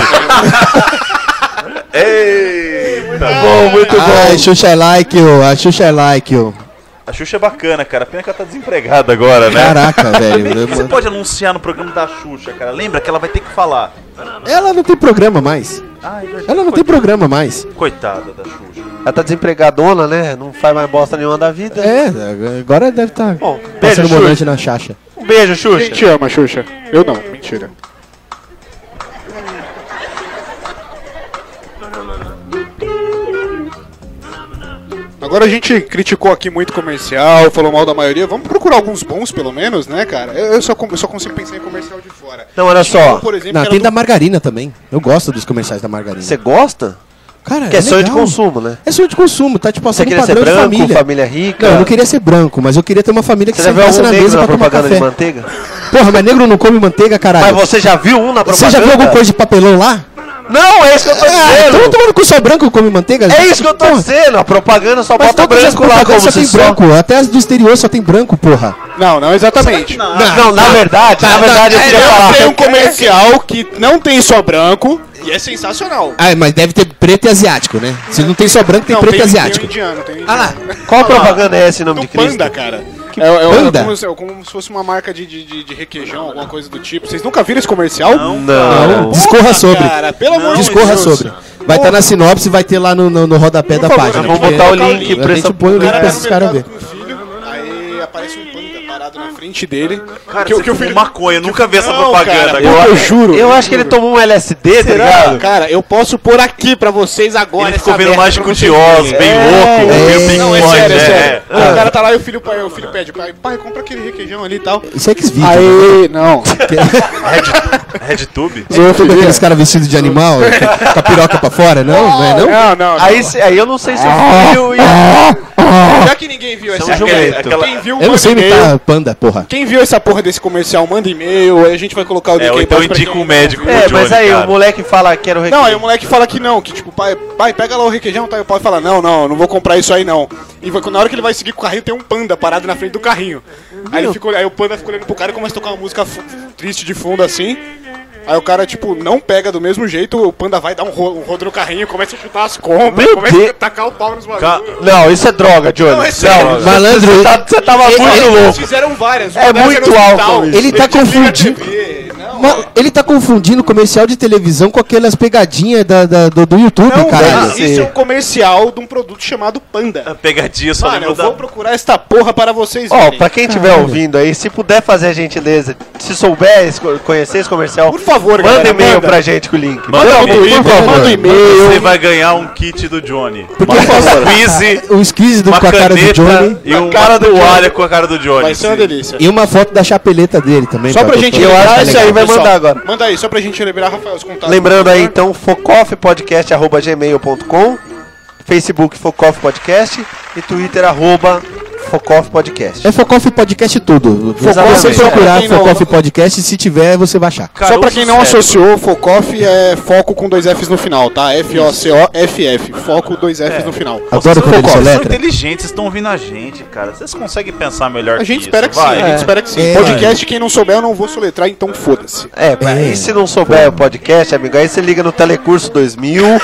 [SPEAKER 4] Eita.
[SPEAKER 5] Bom, muito
[SPEAKER 3] Ai,
[SPEAKER 5] bom.
[SPEAKER 3] Ah,
[SPEAKER 5] Né?
[SPEAKER 3] Xuxa I like you, a Xuxa I like you.
[SPEAKER 4] A Xuxa é bacana, cara. Pena que ela tá desempregada agora, né?
[SPEAKER 3] Caraca,
[SPEAKER 5] [laughs]
[SPEAKER 3] velho.
[SPEAKER 4] Como é que Você
[SPEAKER 3] eu-
[SPEAKER 4] pode anunciar no programa da Xuxa, cara. Lembra que ela vai ter que falar.
[SPEAKER 3] Ela não tem programa mais.
[SPEAKER 4] Ai, verdade.
[SPEAKER 3] Ela não tem programa mais.
[SPEAKER 4] Coitada da Xuxa.
[SPEAKER 5] Ela tá desempregadona, né? Não faz mais bosta nenhuma da vida.
[SPEAKER 3] É, agora deve estar
[SPEAKER 5] Bom, beijo,
[SPEAKER 3] passando
[SPEAKER 5] Xuxa.
[SPEAKER 3] monante na chacha.
[SPEAKER 5] Um beijo,
[SPEAKER 1] Quem
[SPEAKER 5] Xuxa.
[SPEAKER 1] te ama, Xuxa? Eu não, mentira. Agora a gente criticou aqui muito comercial, falou mal da maioria. Vamos procurar alguns bons, pelo menos, né, cara? Eu, eu só, com- eu só consigo pensar em comercial de fora.
[SPEAKER 5] Não, então, olha só.
[SPEAKER 1] Por exemplo,
[SPEAKER 3] Não,
[SPEAKER 1] era
[SPEAKER 3] tem
[SPEAKER 1] do-
[SPEAKER 3] da margarina também. Eu gosto dos comerciais da margarina.
[SPEAKER 5] Você gosta?
[SPEAKER 3] Cara,
[SPEAKER 5] Que é sonho de
[SPEAKER 3] legal.
[SPEAKER 5] consumo, né?
[SPEAKER 3] É sonho de consumo, tá? Tipo,
[SPEAKER 5] Você
[SPEAKER 3] passando um
[SPEAKER 5] queria ser
[SPEAKER 3] padrão de
[SPEAKER 5] branco,
[SPEAKER 3] família.
[SPEAKER 5] família, rica?
[SPEAKER 3] Não, eu não queria ser branco, mas eu queria ter uma família que
[SPEAKER 5] Você já viu
[SPEAKER 3] sentasse
[SPEAKER 5] algum
[SPEAKER 3] na
[SPEAKER 5] negro
[SPEAKER 3] mesa
[SPEAKER 5] na
[SPEAKER 3] pra tomar café.
[SPEAKER 5] propaganda de manteiga?
[SPEAKER 3] Porra, mas negro não come manteiga, caralho.
[SPEAKER 5] Mas você já viu um na propaganda?
[SPEAKER 3] Você já viu alguma coisa de papelão lá?
[SPEAKER 5] Não, é isso que eu tô
[SPEAKER 3] Ah, então
[SPEAKER 5] dizendo.
[SPEAKER 3] tomando com só branco come manteiga?
[SPEAKER 5] É
[SPEAKER 3] gente?
[SPEAKER 5] isso que eu tô
[SPEAKER 3] Porra,
[SPEAKER 5] dizendo. A propaganda só
[SPEAKER 3] Mas então
[SPEAKER 5] bota
[SPEAKER 3] todas as
[SPEAKER 5] branco lá como
[SPEAKER 3] propagandas só
[SPEAKER 5] se
[SPEAKER 3] tem
[SPEAKER 5] só...
[SPEAKER 3] branco. Até as do exterior só tem branco, porra.
[SPEAKER 1] Não, não exatamente.
[SPEAKER 5] Não,
[SPEAKER 3] Ah,
[SPEAKER 5] não,
[SPEAKER 3] tá.
[SPEAKER 5] na verdade, na verdade
[SPEAKER 3] É,
[SPEAKER 5] eu queria
[SPEAKER 1] Eu
[SPEAKER 5] falar.
[SPEAKER 1] tenho um comercial que não tem só branco e é sensacional.
[SPEAKER 3] Ah, mas deve ter preto e asiático, né? Se não tem só branco, tem
[SPEAKER 1] não,
[SPEAKER 3] preto
[SPEAKER 1] tem,
[SPEAKER 3] e
[SPEAKER 1] tem um
[SPEAKER 3] asiático.
[SPEAKER 1] indiano, tem um
[SPEAKER 3] Ah
[SPEAKER 1] indiano.
[SPEAKER 3] lá.
[SPEAKER 5] Qual propaganda é esse em nome
[SPEAKER 1] do
[SPEAKER 5] de Cristo?
[SPEAKER 1] Panda, cara. É, é- é
[SPEAKER 3] Panda?
[SPEAKER 1] como, se- é como se fosse uma marca de, de, de- de requeijão, alguma coisa do tipo. Vocês nunca viram esse comercial?
[SPEAKER 4] Não.
[SPEAKER 5] Não.
[SPEAKER 3] Ah, Discorra sobre.
[SPEAKER 1] Ah, Cara, pelo amor de
[SPEAKER 3] Discorra
[SPEAKER 1] Deus.
[SPEAKER 3] sobre. Vai estar na sinopse, vai ter lá no, no, no rodapé da
[SPEAKER 1] favor,
[SPEAKER 3] página.
[SPEAKER 1] vamos
[SPEAKER 3] porque
[SPEAKER 1] botar o
[SPEAKER 5] link
[SPEAKER 3] é A
[SPEAKER 5] pra
[SPEAKER 3] gente
[SPEAKER 5] essa-
[SPEAKER 3] põe o
[SPEAKER 1] O
[SPEAKER 3] link
[SPEAKER 1] cara
[SPEAKER 3] pra
[SPEAKER 1] tá no
[SPEAKER 3] esses caras
[SPEAKER 1] mercado
[SPEAKER 3] verem.
[SPEAKER 1] com o filho, aí aparece um panda parado na frente dele.
[SPEAKER 4] Cara, que, que maconha, eu nunca vi essa
[SPEAKER 1] Não,
[SPEAKER 4] propaganda.
[SPEAKER 1] cara,
[SPEAKER 4] cara.
[SPEAKER 1] eu juro.
[SPEAKER 5] Eu acho que ele tomou um LSD, tá ligado?
[SPEAKER 1] Cara, eu posso pôr aqui pra vocês agora.
[SPEAKER 4] Ele
[SPEAKER 1] essa
[SPEAKER 4] ficou vendo
[SPEAKER 1] merda
[SPEAKER 4] mágico
[SPEAKER 1] pra
[SPEAKER 4] de
[SPEAKER 1] vocês
[SPEAKER 4] Oz,
[SPEAKER 1] verem.
[SPEAKER 4] bem louco,
[SPEAKER 3] é,
[SPEAKER 4] meio Pink
[SPEAKER 1] Não, é
[SPEAKER 4] Floyd,
[SPEAKER 1] sério, é
[SPEAKER 4] é.
[SPEAKER 1] sério. O cara tá lá e o filho, pai, o filho pede, pai, pai, compra aquele requeijão ali e tal.
[SPEAKER 3] Isso é que vídeo.
[SPEAKER 1] Aí, não.
[SPEAKER 4] é RedTube?
[SPEAKER 3] Zoou tudo aqueles caras vestidos
[SPEAKER 1] [laughs]
[SPEAKER 3] de animal, com com a piroca pra fora, não? Não é não?
[SPEAKER 1] Não, não.
[SPEAKER 5] Aí, se- aí eu não sei se
[SPEAKER 3] Ah.
[SPEAKER 5] o filho e.
[SPEAKER 1] Já que ninguém viu essa
[SPEAKER 4] São Jumento.
[SPEAKER 1] aquela- quem viu,
[SPEAKER 3] Eu não
[SPEAKER 1] manda
[SPEAKER 3] sei
[SPEAKER 1] e-mail.
[SPEAKER 3] imitar panda, porra.
[SPEAKER 1] Quem viu essa porra desse comercial, manda e-mail, aí a gente vai colocar o
[SPEAKER 4] É, ou
[SPEAKER 1] aí
[SPEAKER 4] então
[SPEAKER 1] embaixo pra
[SPEAKER 4] indica
[SPEAKER 1] quem
[SPEAKER 4] um
[SPEAKER 1] não
[SPEAKER 4] médico
[SPEAKER 1] viu.
[SPEAKER 4] pro
[SPEAKER 5] É,
[SPEAKER 4] Johnny,
[SPEAKER 5] mas aí
[SPEAKER 4] cara.
[SPEAKER 5] o moleque fala quero
[SPEAKER 1] Não, aí o moleque fala que não, que tipo, pai, pai, pega lá o requeijão, tá? E o pai fala, não, não, não vou comprar isso aí não. E vai- na hora que ele vai seguir com o carrinho, tem um panda parado na frente do carrinho. Aí, ele fica, aí o panda fica olhando pro cara e começa a tocar uma música fu- triste de fundo assim. Aí o cara, tipo, não pega do mesmo jeito, o panda vai dar um, ro um rodo no carrinho, começa a chutar as compras,
[SPEAKER 5] Meu
[SPEAKER 1] começa
[SPEAKER 5] Deus.
[SPEAKER 1] a tacar o pau nos
[SPEAKER 4] Ca-
[SPEAKER 1] bagulhos.
[SPEAKER 5] Não, isso é droga, Johnny.
[SPEAKER 1] Não, é sério.
[SPEAKER 3] Malandro,
[SPEAKER 5] Você tá- você tava muito
[SPEAKER 1] Eles
[SPEAKER 5] louco.
[SPEAKER 1] fizeram várias.
[SPEAKER 5] É
[SPEAKER 1] uma dessa
[SPEAKER 5] muito
[SPEAKER 1] no hospital.
[SPEAKER 5] álcool isso.
[SPEAKER 3] Ele
[SPEAKER 1] desliga
[SPEAKER 3] tá
[SPEAKER 1] a
[SPEAKER 3] confundindo-
[SPEAKER 1] TV. Não,
[SPEAKER 3] ma- ele tá confundindo comercial de televisão com aquelas pegadinhas da- da- do, do YouTube,
[SPEAKER 1] Não,
[SPEAKER 5] Tá,
[SPEAKER 3] caralho.
[SPEAKER 1] mas isso é um comercial de um produto chamado
[SPEAKER 5] É,
[SPEAKER 1] Panda.
[SPEAKER 4] Pegadinha, só
[SPEAKER 1] Mano, eu
[SPEAKER 4] lembro da...
[SPEAKER 1] vou procurar esta porra para vocês
[SPEAKER 5] Ó,
[SPEAKER 1] verem.
[SPEAKER 5] pra quem estiver ouvindo aí, se puder fazer a gentileza, se souber esse- conhecer esse comercial,
[SPEAKER 1] Por favor,
[SPEAKER 5] manda
[SPEAKER 1] galera,
[SPEAKER 5] e-mail
[SPEAKER 1] manda.
[SPEAKER 5] pra gente com o link.
[SPEAKER 4] Manda um e-mail,
[SPEAKER 3] por favor.
[SPEAKER 1] manda um e-mail.
[SPEAKER 4] Você vai ganhar um kit do Johnny. Uma quiz,
[SPEAKER 3] O squeeze um do,
[SPEAKER 4] uma
[SPEAKER 3] com a cara do
[SPEAKER 4] caneta
[SPEAKER 3] Johnny
[SPEAKER 4] e um
[SPEAKER 1] A cara
[SPEAKER 4] cara
[SPEAKER 1] do
[SPEAKER 4] do
[SPEAKER 1] Johnny.
[SPEAKER 4] Alha com a cara do Johnny.
[SPEAKER 1] Vai ser é uma delícia.
[SPEAKER 3] e uma foto da chapeleta dele também.
[SPEAKER 1] Só pra gente
[SPEAKER 5] Eu acho
[SPEAKER 1] lembrar,
[SPEAKER 5] que
[SPEAKER 1] isso
[SPEAKER 5] tá
[SPEAKER 1] aí vai mandar
[SPEAKER 5] legal. Pessoal,
[SPEAKER 1] agora. Manda aí, só pra gente lembrar, Rafael, os contatos.
[SPEAKER 5] Lembrando aí, então, focofpodcast.gmail.com, Facebook Focoff Podcast e Twitter arroba Focoff Podcast.
[SPEAKER 3] É Focoff Podcast tudo. Se
[SPEAKER 5] Exatamente.
[SPEAKER 3] você procurar
[SPEAKER 1] Quem não-
[SPEAKER 3] Focoff Podcast, se tiver, você vai achar.
[SPEAKER 1] Só pra quem não associou, Focoff é foco com dois Fs no final, tá? F-O-C-O-F-F. Foco, dois Fs no final.
[SPEAKER 3] Adoro quando ele
[SPEAKER 4] Vocês são
[SPEAKER 3] soletra.
[SPEAKER 4] inteligentes, vocês estão ouvindo a gente, cara. Vocês conseguem pensar melhor
[SPEAKER 1] A gente
[SPEAKER 4] que
[SPEAKER 1] espera que
[SPEAKER 4] isso,
[SPEAKER 1] sim,
[SPEAKER 4] vai.
[SPEAKER 1] a gente espera que sim.
[SPEAKER 3] É,
[SPEAKER 1] Podcast, quem não souber, eu não vou soletrar, então foda-se.
[SPEAKER 5] É, mas
[SPEAKER 3] É.
[SPEAKER 5] e se não souber o podcast, amigo, aí você liga no
[SPEAKER 3] [laughs]
[SPEAKER 5] Telecurso 2000,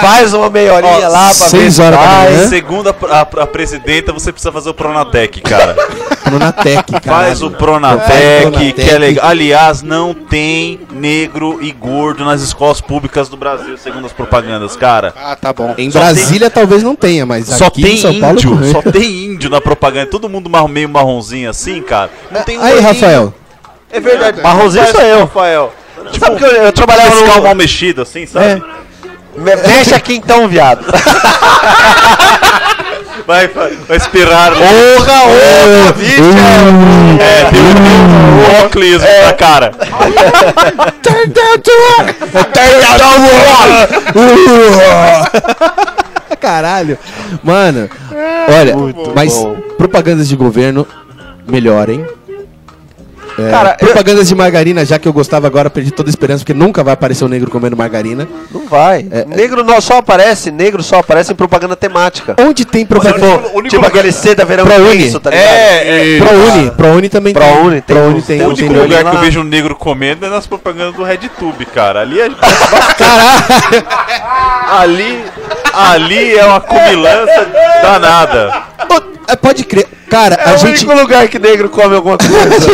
[SPEAKER 5] faz uma meia horinha
[SPEAKER 4] Ó,
[SPEAKER 5] lá pra ver
[SPEAKER 3] seis
[SPEAKER 5] se
[SPEAKER 3] horas da
[SPEAKER 5] vai.
[SPEAKER 3] manhã.
[SPEAKER 4] Segundo a, a- a presidenta, você precisa fazer o Pronatec, cara.
[SPEAKER 3] Pronatec,
[SPEAKER 4] Faz
[SPEAKER 3] caralho.
[SPEAKER 4] o Pronatec,
[SPEAKER 3] Pronatec.
[SPEAKER 4] que é legal. Aliás, não tem negro e gordo nas escolas públicas do Brasil, segundo as propagandas, cara.
[SPEAKER 1] Ah, tá bom.
[SPEAKER 3] Em
[SPEAKER 4] Só
[SPEAKER 3] Brasília talvez não tenha, mas
[SPEAKER 4] Só
[SPEAKER 3] aqui
[SPEAKER 4] tem
[SPEAKER 3] em São Paulo...
[SPEAKER 4] índio,
[SPEAKER 3] tem.
[SPEAKER 4] só tem índio na propaganda. Todo mundo mar- meio marronzinho assim, cara. Não
[SPEAKER 3] [laughs]
[SPEAKER 4] tem um
[SPEAKER 3] Aí,
[SPEAKER 4] olhinho.
[SPEAKER 3] Rafael.
[SPEAKER 5] É verdade. Marronzinho sou eu.
[SPEAKER 4] Rafael.
[SPEAKER 5] Sabe que eu, eu trabalhava
[SPEAKER 4] Trabalhava
[SPEAKER 5] no...
[SPEAKER 4] no mal mexido, assim, sabe?
[SPEAKER 5] Me- Mexe aqui
[SPEAKER 3] [laughs]
[SPEAKER 5] então, viado.
[SPEAKER 4] Vai, vai, vai esperar.
[SPEAKER 5] Porra, ô,
[SPEAKER 4] É, tem um tem um óculos na cara.
[SPEAKER 3] Ah, Caralho. Mano, olha, mas propagandas de governo melhorem. É,
[SPEAKER 5] Cara, eu-
[SPEAKER 3] propagandas de margarina, já que eu gostava agora, perdi toda a esperança, porque nunca vai aparecer um negro comendo margarina.
[SPEAKER 5] Não vai.
[SPEAKER 3] É, é.
[SPEAKER 5] negro não, só aparece, negro só aparece em propaganda temática.
[SPEAKER 3] Onde tem propaganda.
[SPEAKER 5] Tipo, tipo aquele C da verão
[SPEAKER 3] Prouni.
[SPEAKER 5] intenso, tá ligado?
[SPEAKER 4] É, é.
[SPEAKER 3] ProUni, ProUni também
[SPEAKER 5] ProUni tem
[SPEAKER 3] ProUni
[SPEAKER 5] uns-
[SPEAKER 3] tem,
[SPEAKER 5] tem
[SPEAKER 4] O
[SPEAKER 3] tem,
[SPEAKER 5] uns-
[SPEAKER 4] único
[SPEAKER 5] olho
[SPEAKER 4] um lugar
[SPEAKER 5] lá.
[SPEAKER 4] que eu vejo um negro comendo é nas propagandas do RedTube, cara. Ali é. ali, ali é uma cumilança danada.
[SPEAKER 3] É, Pode crer. Cara,
[SPEAKER 5] É
[SPEAKER 3] a
[SPEAKER 4] um
[SPEAKER 5] o
[SPEAKER 3] gente
[SPEAKER 5] único lugar que negro come [laughs] alguma coisa.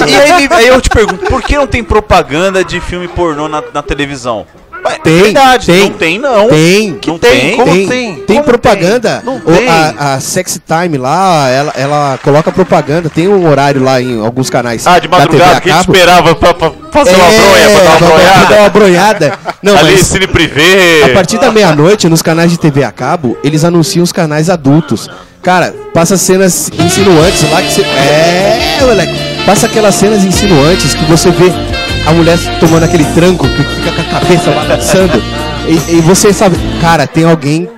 [SPEAKER 4] E aí, me- aí eu te pergunto, por que não tem propaganda de filme pornô na, na televisão? Ué,
[SPEAKER 3] Tem,
[SPEAKER 4] verdade,
[SPEAKER 3] tem.
[SPEAKER 4] não tem não.
[SPEAKER 3] tem.
[SPEAKER 4] não tem.
[SPEAKER 5] como
[SPEAKER 3] tem,
[SPEAKER 5] tem?
[SPEAKER 3] tem
[SPEAKER 5] Como
[SPEAKER 3] propaganda.
[SPEAKER 5] tem? Não
[SPEAKER 3] O-
[SPEAKER 5] tem.
[SPEAKER 3] A, a Sexy Time lá, ela, ela coloca propaganda. Tem um horário lá em alguns canais.
[SPEAKER 4] Ah, de
[SPEAKER 3] da TV
[SPEAKER 4] madrugada, quem
[SPEAKER 3] a
[SPEAKER 4] te
[SPEAKER 3] cabo.
[SPEAKER 4] esperava pra, pra fazer uma
[SPEAKER 3] É,
[SPEAKER 4] bronha, pra dar uma
[SPEAKER 3] [laughs] pra- pra dar uma
[SPEAKER 4] bronhada?
[SPEAKER 3] bronhada. Não,
[SPEAKER 4] Ali,
[SPEAKER 3] mas
[SPEAKER 4] Cine Privé.
[SPEAKER 3] a partir da meia-noite, nos canais de TV a cabo, eles anunciam os canais adultos. Cara, passa cenas insinuantes lá que você. É, moleque. Passa aquelas cenas insinuantes que você vê a mulher tomando aquele tranco que fica com a cabeça balançando. E, e você sabe, cara, tem alguém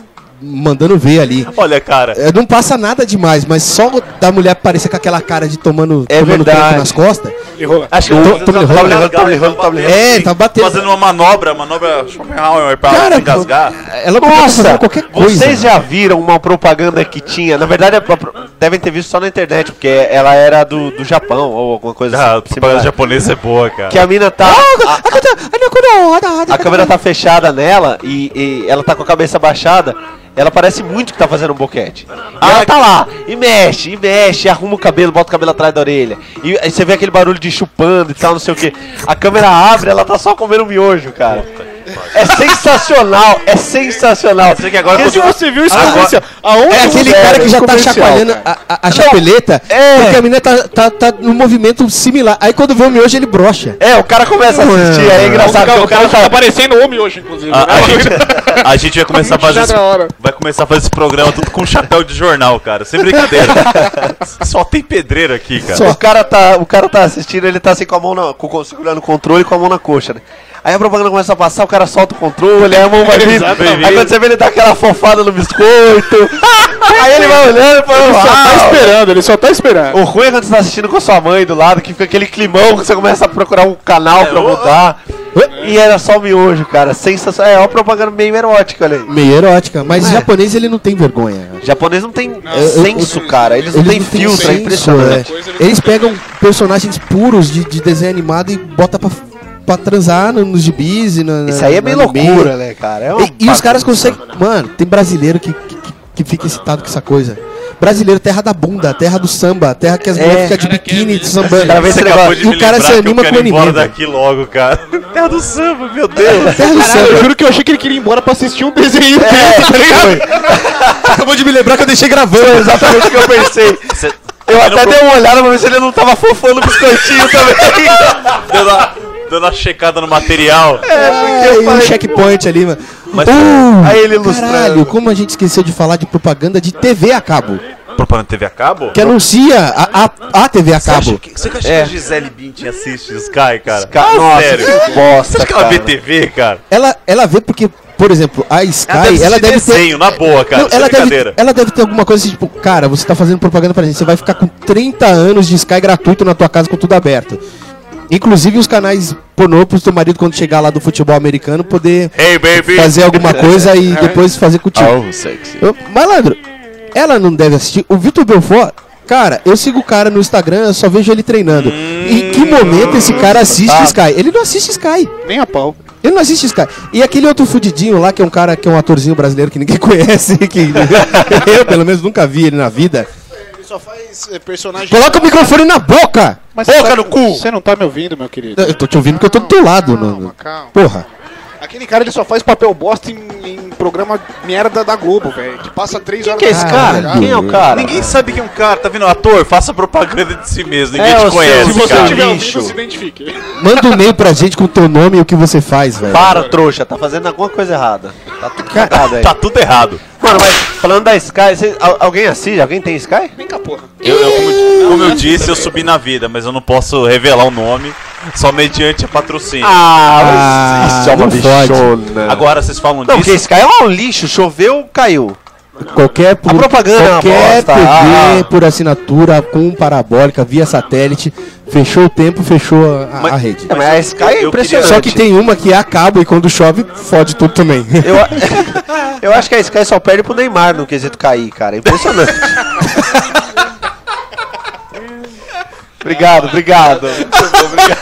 [SPEAKER 3] mandando ver ali.
[SPEAKER 5] Olha, cara.
[SPEAKER 3] É, não passa nada demais, mas só da mulher aparecer com aquela cara de tomando,
[SPEAKER 5] É
[SPEAKER 3] tomando
[SPEAKER 5] verdade.
[SPEAKER 3] tranco nas costas.
[SPEAKER 1] Enrola.
[SPEAKER 5] Acho que
[SPEAKER 3] Tô-
[SPEAKER 5] eu
[SPEAKER 3] tô me enrolando,
[SPEAKER 5] tô me enrolando, tô me enrolando.
[SPEAKER 3] É, tá batendo.
[SPEAKER 4] Fazendo uma manobra, manobra Schopenhauer pra se ah, engasgar.
[SPEAKER 3] ela podia
[SPEAKER 5] Nossa,
[SPEAKER 3] fazer qualquer coisa.
[SPEAKER 5] vocês já viram uma propaganda que tinha? Na verdade, é pra- devem ter visto só na internet, porque ela era do, do Japão ou alguma coisa
[SPEAKER 4] Ah, a
[SPEAKER 5] assim.
[SPEAKER 4] propaganda
[SPEAKER 5] similar.
[SPEAKER 4] japonesa é boa, cara.
[SPEAKER 5] Que a mina tá.
[SPEAKER 3] Ah,
[SPEAKER 5] A, a câmera tá fechada nela e, e ela tá com a cabeça baixada. Ela parece muito que tá fazendo um boquete. E ela tá lá, e mexe, e mexe, e arruma o cabelo, bota o cabelo atrás da orelha. E aí você vê aquele barulho de chupando e tal, não sei o que. A câmera abre, ela tá só comendo miojo, cara. É sensacional, é sensacional.
[SPEAKER 4] sei que agora
[SPEAKER 5] Porque
[SPEAKER 4] eu tô-
[SPEAKER 5] se você viu isso
[SPEAKER 4] Agora-
[SPEAKER 5] aconteceu.
[SPEAKER 3] É aquele cara que já tá
[SPEAKER 5] comercial,
[SPEAKER 3] chacoalhando
[SPEAKER 5] cara.
[SPEAKER 3] a, a- a chapeleta,
[SPEAKER 5] é.
[SPEAKER 3] porque a menina tá, tá, tá num movimento similar. Aí quando vê o miojo, ele brocha.
[SPEAKER 5] É, o cara começa a assistir, é engraçado. porque
[SPEAKER 1] o cara tá aparecendo homem hoje, inclusive.
[SPEAKER 4] A,
[SPEAKER 1] né?
[SPEAKER 4] a gente, a gente vai começar a fazer
[SPEAKER 1] Mentira na hora.
[SPEAKER 4] esse, vai começar a fazer esse programa tudo com chapéu de jornal, cara. Sem brincadeira. Só tem pedreiro aqui, cara.
[SPEAKER 3] Só.
[SPEAKER 5] O cara tá, o cara tá assistindo, ele tá assim com a mão na, com, com- segurando o controle e com a mão na coxa, né? Aí a propaganda começa a passar, o cara solta o controle, aí a mão vai vindo.
[SPEAKER 4] Exatamente.
[SPEAKER 5] aí quando você vê ele dá aquela fofada no biscoito. aí ele vai olhando e fala,
[SPEAKER 1] Ele só tá
[SPEAKER 5] "Uau".
[SPEAKER 1] esperando, ele só tá esperando.
[SPEAKER 5] O ruim é quando você tá assistindo com sua mãe do lado, que fica aquele climão que você começa a procurar um canal pra mudar. E era só o miojo, cara. Sensacional. É uma propaganda meio erótica, olha aí.
[SPEAKER 3] Meio erótica, mas
[SPEAKER 5] É.
[SPEAKER 3] japonês ele não tem vergonha.
[SPEAKER 5] Japonês não tem
[SPEAKER 3] eu-
[SPEAKER 5] senso, cara. Eles não
[SPEAKER 3] Eles
[SPEAKER 5] têm filtro, é
[SPEAKER 3] senso,
[SPEAKER 5] impressionante.
[SPEAKER 3] é. Eles pegam personagens puros de, de desenho animado e botam pra, pra transar no- nos gibis e na, na-
[SPEAKER 5] Isso aí é
[SPEAKER 3] né? no
[SPEAKER 5] bem
[SPEAKER 3] anime.
[SPEAKER 5] loucura, né, cara? É uma
[SPEAKER 3] E, e os caras
[SPEAKER 5] bagunça. né?
[SPEAKER 3] conseguem. Mano, tem brasileiro que, que, que fica excitado com essa coisa. Brasileiro, terra da bunda, terra do samba, terra que as
[SPEAKER 5] É.
[SPEAKER 3] mulheres ficam de biquíni sambando.
[SPEAKER 5] Cara, vem
[SPEAKER 4] Você
[SPEAKER 5] esse
[SPEAKER 4] acabou de
[SPEAKER 5] negócio.
[SPEAKER 3] E
[SPEAKER 4] me
[SPEAKER 3] o cara
[SPEAKER 4] lembrar
[SPEAKER 3] se
[SPEAKER 4] que eu
[SPEAKER 3] anima
[SPEAKER 4] quero
[SPEAKER 3] com o
[SPEAKER 4] ir embora
[SPEAKER 3] inimigo.
[SPEAKER 4] daqui logo, cara. Terra do samba, meu Deus.
[SPEAKER 3] Terra
[SPEAKER 5] É,
[SPEAKER 3] do
[SPEAKER 1] Caralho, eu
[SPEAKER 3] samba.
[SPEAKER 1] juro que eu achei que ele queria ir embora pra assistir um
[SPEAKER 3] É.
[SPEAKER 1] desenho.
[SPEAKER 3] Acabou de me lembrar que eu deixei
[SPEAKER 5] Foi
[SPEAKER 3] gravando.
[SPEAKER 5] é exatamente o que eu pensei.
[SPEAKER 4] Cê-
[SPEAKER 5] Eu até dei uma olhada pra ver se ele não tava fofando o [laughs] biscoitinho também.
[SPEAKER 4] Dando uma, dando uma checada no material.
[SPEAKER 3] É, e um checkpoint ali, mano.
[SPEAKER 4] Mas-
[SPEAKER 3] Uh,
[SPEAKER 5] Aí ele
[SPEAKER 3] Caralho,
[SPEAKER 5] ilustrando.
[SPEAKER 3] como a gente esqueceu de falar de propaganda de TV a cabo.
[SPEAKER 4] Propaganda TV a cabo?
[SPEAKER 3] Que anuncia a, a, a TV a
[SPEAKER 4] Você acha
[SPEAKER 3] cabo.
[SPEAKER 4] que, você acha
[SPEAKER 5] É.
[SPEAKER 4] que a Gisele Bündchen assiste Sky, cara? Ah,
[SPEAKER 5] Ca- Nossa,
[SPEAKER 4] sério.
[SPEAKER 5] que bosta,
[SPEAKER 4] Você acha que ela vê
[SPEAKER 5] cara.
[SPEAKER 4] TV, cara?
[SPEAKER 3] Ela, ela vê porque, por exemplo, É a Sky, ela
[SPEAKER 4] assistir
[SPEAKER 3] deve ter.
[SPEAKER 4] desenho, na boa, cara.
[SPEAKER 3] Não,
[SPEAKER 4] sem
[SPEAKER 3] ela,
[SPEAKER 4] brincadeira.
[SPEAKER 3] deve, ela deve ter alguma coisa assim, tipo, cara, você tá fazendo propaganda pra gente, você vai ficar com 30 anos de Sky gratuito na tua casa com tudo aberto. Inclusive os canais pornô pro teu marido quando chegar lá do futebol americano poder
[SPEAKER 4] Hey, baby.
[SPEAKER 3] fazer alguma coisa [laughs] e depois fazer contigo. Eu- malandro, ela não deve assistir. O Vitor Belfort, cara, eu sigo o cara no Instagram, eu só vejo ele treinando. em que momento esse cara assiste Sky? Ele não assiste Sky.
[SPEAKER 1] Nem a pau.
[SPEAKER 3] Ele não assiste Sky. E aquele outro fudidinho lá, que é um cara, que é um atorzinho brasileiro que ninguém [laughs] conhece, que eu pelo menos nunca vi ele na vida.
[SPEAKER 7] Ele só faz eh, personagem.
[SPEAKER 3] Coloca o microfone na boca!
[SPEAKER 1] Mas
[SPEAKER 4] Boca
[SPEAKER 1] você tá-
[SPEAKER 4] no cu!
[SPEAKER 1] Você não tá me ouvindo, meu querido.
[SPEAKER 3] Eu tô te ouvindo porque eu tô do teu lado,
[SPEAKER 1] Calma,
[SPEAKER 3] mano.
[SPEAKER 1] calma.
[SPEAKER 3] Porra.
[SPEAKER 7] Aquele cara ele só faz papel bosta em, em programa merda da Globo, velho. Que passa três horas. tá
[SPEAKER 5] Quem é esse cara? Quem é o cara?
[SPEAKER 4] Ninguém sabe que é um cara, tá vendo? Ator, faça propaganda de si mesmo. Ninguém
[SPEAKER 5] É, o
[SPEAKER 4] te
[SPEAKER 5] seu-
[SPEAKER 4] conhece,
[SPEAKER 5] se você
[SPEAKER 4] cara.
[SPEAKER 5] tiver- lixo.
[SPEAKER 1] ouvindo, se identifique.
[SPEAKER 3] Manda um e-mail pra gente com o teu nome e o que você faz, velho.
[SPEAKER 5] Para, trouxa, tá fazendo alguma coisa errada. Tá tudo cagado aí.
[SPEAKER 4] Tá tudo errado.
[SPEAKER 5] Mano, mas falando da Sky, cê- al- alguém assiste? Alguém tem Sky?
[SPEAKER 7] Vem cá, porra.
[SPEAKER 4] Eu, eu- como, como eu disse, eu subi na vida, mas eu não posso revelar o nome, só mediante a patrocínio.
[SPEAKER 5] Ah,
[SPEAKER 3] mas isso é uma
[SPEAKER 5] bichona. Agora,
[SPEAKER 4] Agora vocês falam
[SPEAKER 5] não, porque
[SPEAKER 4] disso.
[SPEAKER 5] Sky é um lixo, choveu, caiu.
[SPEAKER 3] Qualquer
[SPEAKER 5] A propaganda é uma
[SPEAKER 3] qualquer
[SPEAKER 5] bosta.
[SPEAKER 3] TV
[SPEAKER 5] Ah.
[SPEAKER 3] por assinatura com parabólica via satélite fechou o tempo, fechou a, a-
[SPEAKER 5] Mas-
[SPEAKER 3] a rede.
[SPEAKER 5] É, mas a Sky é
[SPEAKER 4] queria-
[SPEAKER 5] impressionante.
[SPEAKER 3] Só que tem uma que é a cabo e quando chove fode tudo também.
[SPEAKER 5] Eu, a- eu acho que a [laughs] Sky só perde pro Neymar no quesito cair, cara. É Impressionante. obrigado, obrigado.
[SPEAKER 4] Obrigado.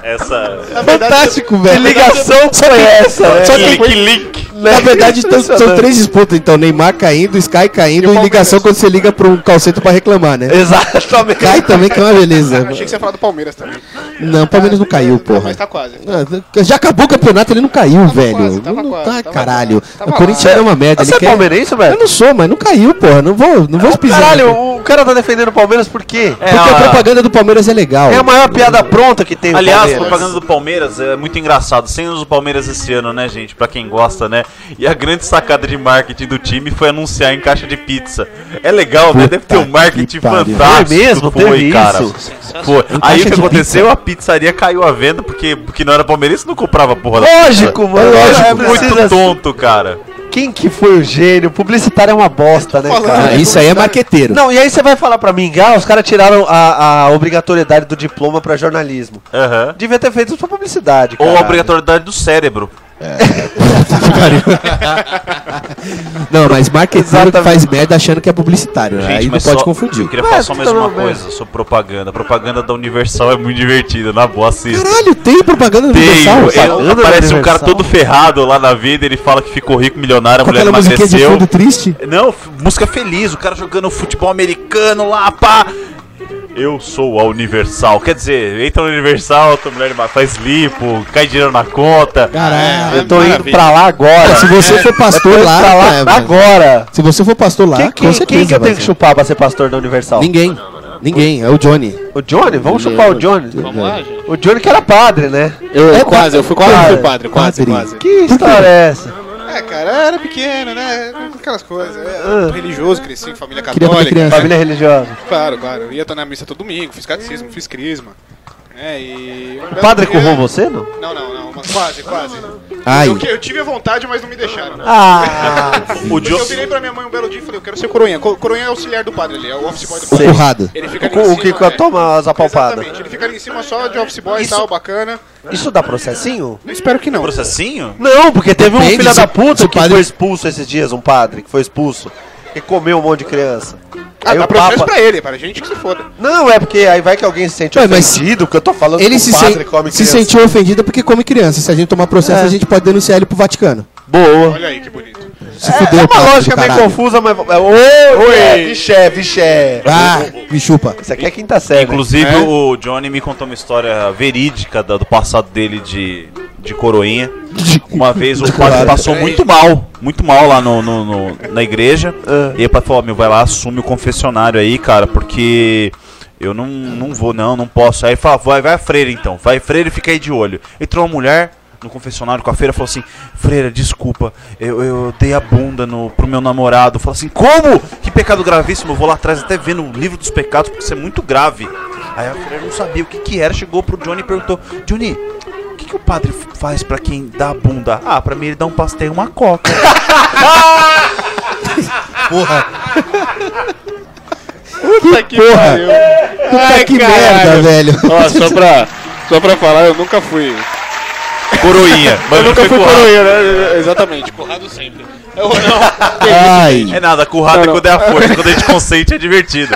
[SPEAKER 4] Essa.
[SPEAKER 3] [laughs] Fantástico, velho.
[SPEAKER 5] Ligação foi essa, né?
[SPEAKER 3] Só que,
[SPEAKER 4] Link, link.
[SPEAKER 3] [laughs] na verdade, tão- são
[SPEAKER 5] é Impressionante.
[SPEAKER 3] três disputas, então. Neymar caindo, Sky caindo e, ligação quando você liga pra um calceto pra reclamar,
[SPEAKER 5] [laughs]
[SPEAKER 3] né?
[SPEAKER 5] Exatamente.
[SPEAKER 3] Cai também, que é uma beleza.
[SPEAKER 7] Achei que você ia falar do Palmeiras também.
[SPEAKER 3] Não, o Palmeiras não caiu, porra.
[SPEAKER 7] Mas tá quase.
[SPEAKER 3] Ah, Já acabou o campeonato, ele não caiu, velho.
[SPEAKER 7] quase, tava
[SPEAKER 3] não,
[SPEAKER 7] quase,
[SPEAKER 3] tá,
[SPEAKER 7] tava
[SPEAKER 3] caralho.
[SPEAKER 7] quase, tava
[SPEAKER 3] o Corinthians é uma merda.
[SPEAKER 5] Você
[SPEAKER 3] Ele
[SPEAKER 5] é
[SPEAKER 3] quer...
[SPEAKER 5] palmeirense,
[SPEAKER 3] Eu
[SPEAKER 5] velho?
[SPEAKER 3] não sou, mas não caiu, porra. Não vou, não vou pisar.
[SPEAKER 5] Caralho, o cara tá defendendo o Palmeiras por quê?
[SPEAKER 4] É,
[SPEAKER 3] Porque a
[SPEAKER 4] a-
[SPEAKER 3] propaganda do Palmeiras é legal.
[SPEAKER 5] É a maior piada pronta que tem o
[SPEAKER 4] Aliás, a
[SPEAKER 5] Palmeiras.
[SPEAKER 4] propaganda do Palmeiras é muito engraçado. Sem os do Palmeiras esse ano, né, gente? Pra quem gosta, né? E a grande sacada de marketing do time foi anunciar em caixa de pizza. É legal, né? Deve ter um
[SPEAKER 3] Puta
[SPEAKER 4] marketing
[SPEAKER 3] que pariu.
[SPEAKER 4] fantástico.
[SPEAKER 5] Foi mesmo? Teve isso?
[SPEAKER 4] Foi. Aí
[SPEAKER 3] caixa
[SPEAKER 4] o que
[SPEAKER 3] de
[SPEAKER 4] aconteceu? A pizzaria caiu à venda
[SPEAKER 3] É,
[SPEAKER 4] porque, porque não era palmeirense não comprava a porra da
[SPEAKER 5] Lógico,
[SPEAKER 4] pizza.
[SPEAKER 5] mano.
[SPEAKER 4] É
[SPEAKER 5] Lógico,
[SPEAKER 4] muito
[SPEAKER 5] precisa-
[SPEAKER 4] tonto, cara.
[SPEAKER 5] Quem que foi o gênio? Publicitário é uma bosta, né,
[SPEAKER 1] falando.
[SPEAKER 5] cara?
[SPEAKER 3] Ah, isso aí é marqueteiro.
[SPEAKER 5] Não, e aí você vai falar pra mim, ah, os caras tiraram a, a obrigatoriedade do diploma pra jornalismo.
[SPEAKER 4] Aham.
[SPEAKER 5] Devia ter feito isso pra publicidade,
[SPEAKER 4] Ou
[SPEAKER 5] caralho.
[SPEAKER 4] a obrigatoriedade do cérebro.
[SPEAKER 5] [laughs]
[SPEAKER 3] Não, mas marqueteiro que
[SPEAKER 5] Exatamente.
[SPEAKER 3] faz merda achando que é publicitário. né? aí não
[SPEAKER 4] mas
[SPEAKER 3] pode
[SPEAKER 4] só-
[SPEAKER 3] confundir.
[SPEAKER 4] Eu queria
[SPEAKER 5] Mas,
[SPEAKER 4] falar só mais
[SPEAKER 5] tá
[SPEAKER 4] uma
[SPEAKER 5] bom, mas-
[SPEAKER 4] coisa sobre propaganda. A propaganda da Universal é muito divertida, na boa assista.
[SPEAKER 3] Caralho, tem propaganda do
[SPEAKER 4] Tenho.
[SPEAKER 3] Universal?
[SPEAKER 4] Eu- Aparece um cara todo ferrado lá na vida, ele fala que ficou rico, milionário, a
[SPEAKER 3] Com
[SPEAKER 4] mulher
[SPEAKER 3] aquela musiquinha de
[SPEAKER 4] emagreceu.
[SPEAKER 3] fundo triste?
[SPEAKER 4] Não, f- música feliz, o cara jogando futebol americano lá, pá. Eu sou a Universal. Quer dizer, entra na Universal, tua mulher ma- faz lipo, cai dinheiro na conta.
[SPEAKER 3] Caralho.
[SPEAKER 5] Eu tô indo
[SPEAKER 1] Maravilha.
[SPEAKER 5] pra lá agora.
[SPEAKER 3] Se você for pastor lá,
[SPEAKER 5] pra lá
[SPEAKER 3] é, mano.
[SPEAKER 5] agora.
[SPEAKER 3] se você for pastor lá,
[SPEAKER 5] Quem,
[SPEAKER 3] com
[SPEAKER 5] quem,
[SPEAKER 3] certeza
[SPEAKER 5] quem que eu
[SPEAKER 3] vai
[SPEAKER 5] tenho que
[SPEAKER 3] ser.
[SPEAKER 5] chupar pra ser pastor da Universal?
[SPEAKER 3] Ninguém. Ninguém, é o Johnny.
[SPEAKER 5] O Johnny? Vamos chupar o Johnny.
[SPEAKER 1] Vamos lá, gente.
[SPEAKER 5] O Johnny que era padre, né?
[SPEAKER 1] Eu,
[SPEAKER 3] É,
[SPEAKER 1] quase, eu fui quase
[SPEAKER 5] padre.
[SPEAKER 1] fui padre, quase,
[SPEAKER 3] Padre.
[SPEAKER 1] quase.
[SPEAKER 5] Que história é essa?
[SPEAKER 1] É, cara, eu era pequeno, né? Aquelas coisas.
[SPEAKER 5] Ah.
[SPEAKER 1] Eu era religioso, cresci em família
[SPEAKER 3] Queria
[SPEAKER 1] católica.
[SPEAKER 3] fazer criança.
[SPEAKER 5] Família religiosa.
[SPEAKER 1] Claro, claro. Eu ia estar na missa todo domingo, fiz catecismo, fiz crisma. É, e.
[SPEAKER 5] O padre currou você, não?
[SPEAKER 1] Não, não, não, mas quase, quase.
[SPEAKER 3] Ai,
[SPEAKER 1] Eu, que- eu tive a vontade, mas não me deixaram.
[SPEAKER 5] Ah,
[SPEAKER 4] O
[SPEAKER 1] Porque
[SPEAKER 4] Jo-
[SPEAKER 1] eu virei pra minha mãe um belo dia e falei, eu quero ser coroinha. Co- Coroinha é auxiliar do padre ali, é o office boy do
[SPEAKER 3] o
[SPEAKER 1] padre.
[SPEAKER 3] currado.
[SPEAKER 1] Ele fica ali em
[SPEAKER 5] [laughs] o, o
[SPEAKER 1] cima,
[SPEAKER 5] que
[SPEAKER 1] é.
[SPEAKER 5] toma as apalpadas.
[SPEAKER 1] Exatamente, ele fica ali em cima só de office boy e
[SPEAKER 5] Isso-
[SPEAKER 1] tal, bacana.
[SPEAKER 5] Isso dá processinho?
[SPEAKER 1] Eu espero que não.
[SPEAKER 4] Processinho?
[SPEAKER 5] Não, porque teve um
[SPEAKER 3] Depende,
[SPEAKER 5] filho
[SPEAKER 3] se-
[SPEAKER 5] da
[SPEAKER 3] se
[SPEAKER 5] puta
[SPEAKER 3] o
[SPEAKER 5] que
[SPEAKER 3] padre-
[SPEAKER 5] foi expulso esses dias, um padre que foi expulso. E comeu um monte de criança.
[SPEAKER 1] Ah,
[SPEAKER 5] aí
[SPEAKER 1] dá
[SPEAKER 5] o
[SPEAKER 1] processo
[SPEAKER 5] Papa.
[SPEAKER 1] pra ele, para gente que se foda.
[SPEAKER 5] Não, é porque aí vai que alguém se sente
[SPEAKER 3] Ué, mas
[SPEAKER 5] ofendido, porque eu tô falando
[SPEAKER 3] Ele
[SPEAKER 5] que
[SPEAKER 3] se,
[SPEAKER 5] o
[SPEAKER 3] sen-
[SPEAKER 5] padre come
[SPEAKER 3] se
[SPEAKER 5] criança.
[SPEAKER 3] sentiu ofendido porque come criança. Se a gente tomar processo,
[SPEAKER 5] É.
[SPEAKER 3] a gente pode denunciar ele pro Vaticano.
[SPEAKER 5] Boa.
[SPEAKER 1] Olha aí que bonito.
[SPEAKER 3] Se
[SPEAKER 5] É,
[SPEAKER 3] fudeu,
[SPEAKER 5] é uma
[SPEAKER 3] padre do
[SPEAKER 5] lógica meio
[SPEAKER 3] caralho.
[SPEAKER 5] confusa, mas. é, Oi, é, oi, viché, viché.
[SPEAKER 3] Ah, me chupa.
[SPEAKER 5] é. Isso aqui é quinta série.
[SPEAKER 4] Inclusive, o Johnny me contou uma história verídica da- do passado dele de, de coroinha. Uma vez o padre passou muito mal, muito mal lá no, no- no- na igreja.
[SPEAKER 5] Ah.
[SPEAKER 4] E aí o padre falou: "Ó, meu, vai lá, assume o confessionário aí, cara, porque eu não, não vou, não, não posso. Aí ele falou: vai, vai a freira então, vai freira e fica aí de olho. Entrou uma mulher. No confessionário com a freira falou assim: Freira, desculpa, eu, eu dei a bunda no, pro meu namorado. Falou assim: Como? Que pecado gravíssimo. Eu vou lá atrás até ver no livro dos pecados, porque isso é muito grave. Aí a freira não sabia o que, que era, chegou pro Johnny e perguntou: Johnny, o que, que o padre faz pra quem dá a bunda? Ah, pra mim ele dá um pastel e uma coca.
[SPEAKER 1] Puta que
[SPEAKER 3] porra.
[SPEAKER 1] pariu.
[SPEAKER 3] Puta que merda, velho.
[SPEAKER 1] Ó, só pra, só pra falar, eu nunca fui.
[SPEAKER 4] [laughs] Coroinha. Mas
[SPEAKER 1] eu nunca fui coroinha, né? Exatamente. Currado sempre. Eu, não.
[SPEAKER 3] Ai.
[SPEAKER 4] É nada, currada
[SPEAKER 1] Não, não.
[SPEAKER 4] quando é a força, quando a gente consente é divertido.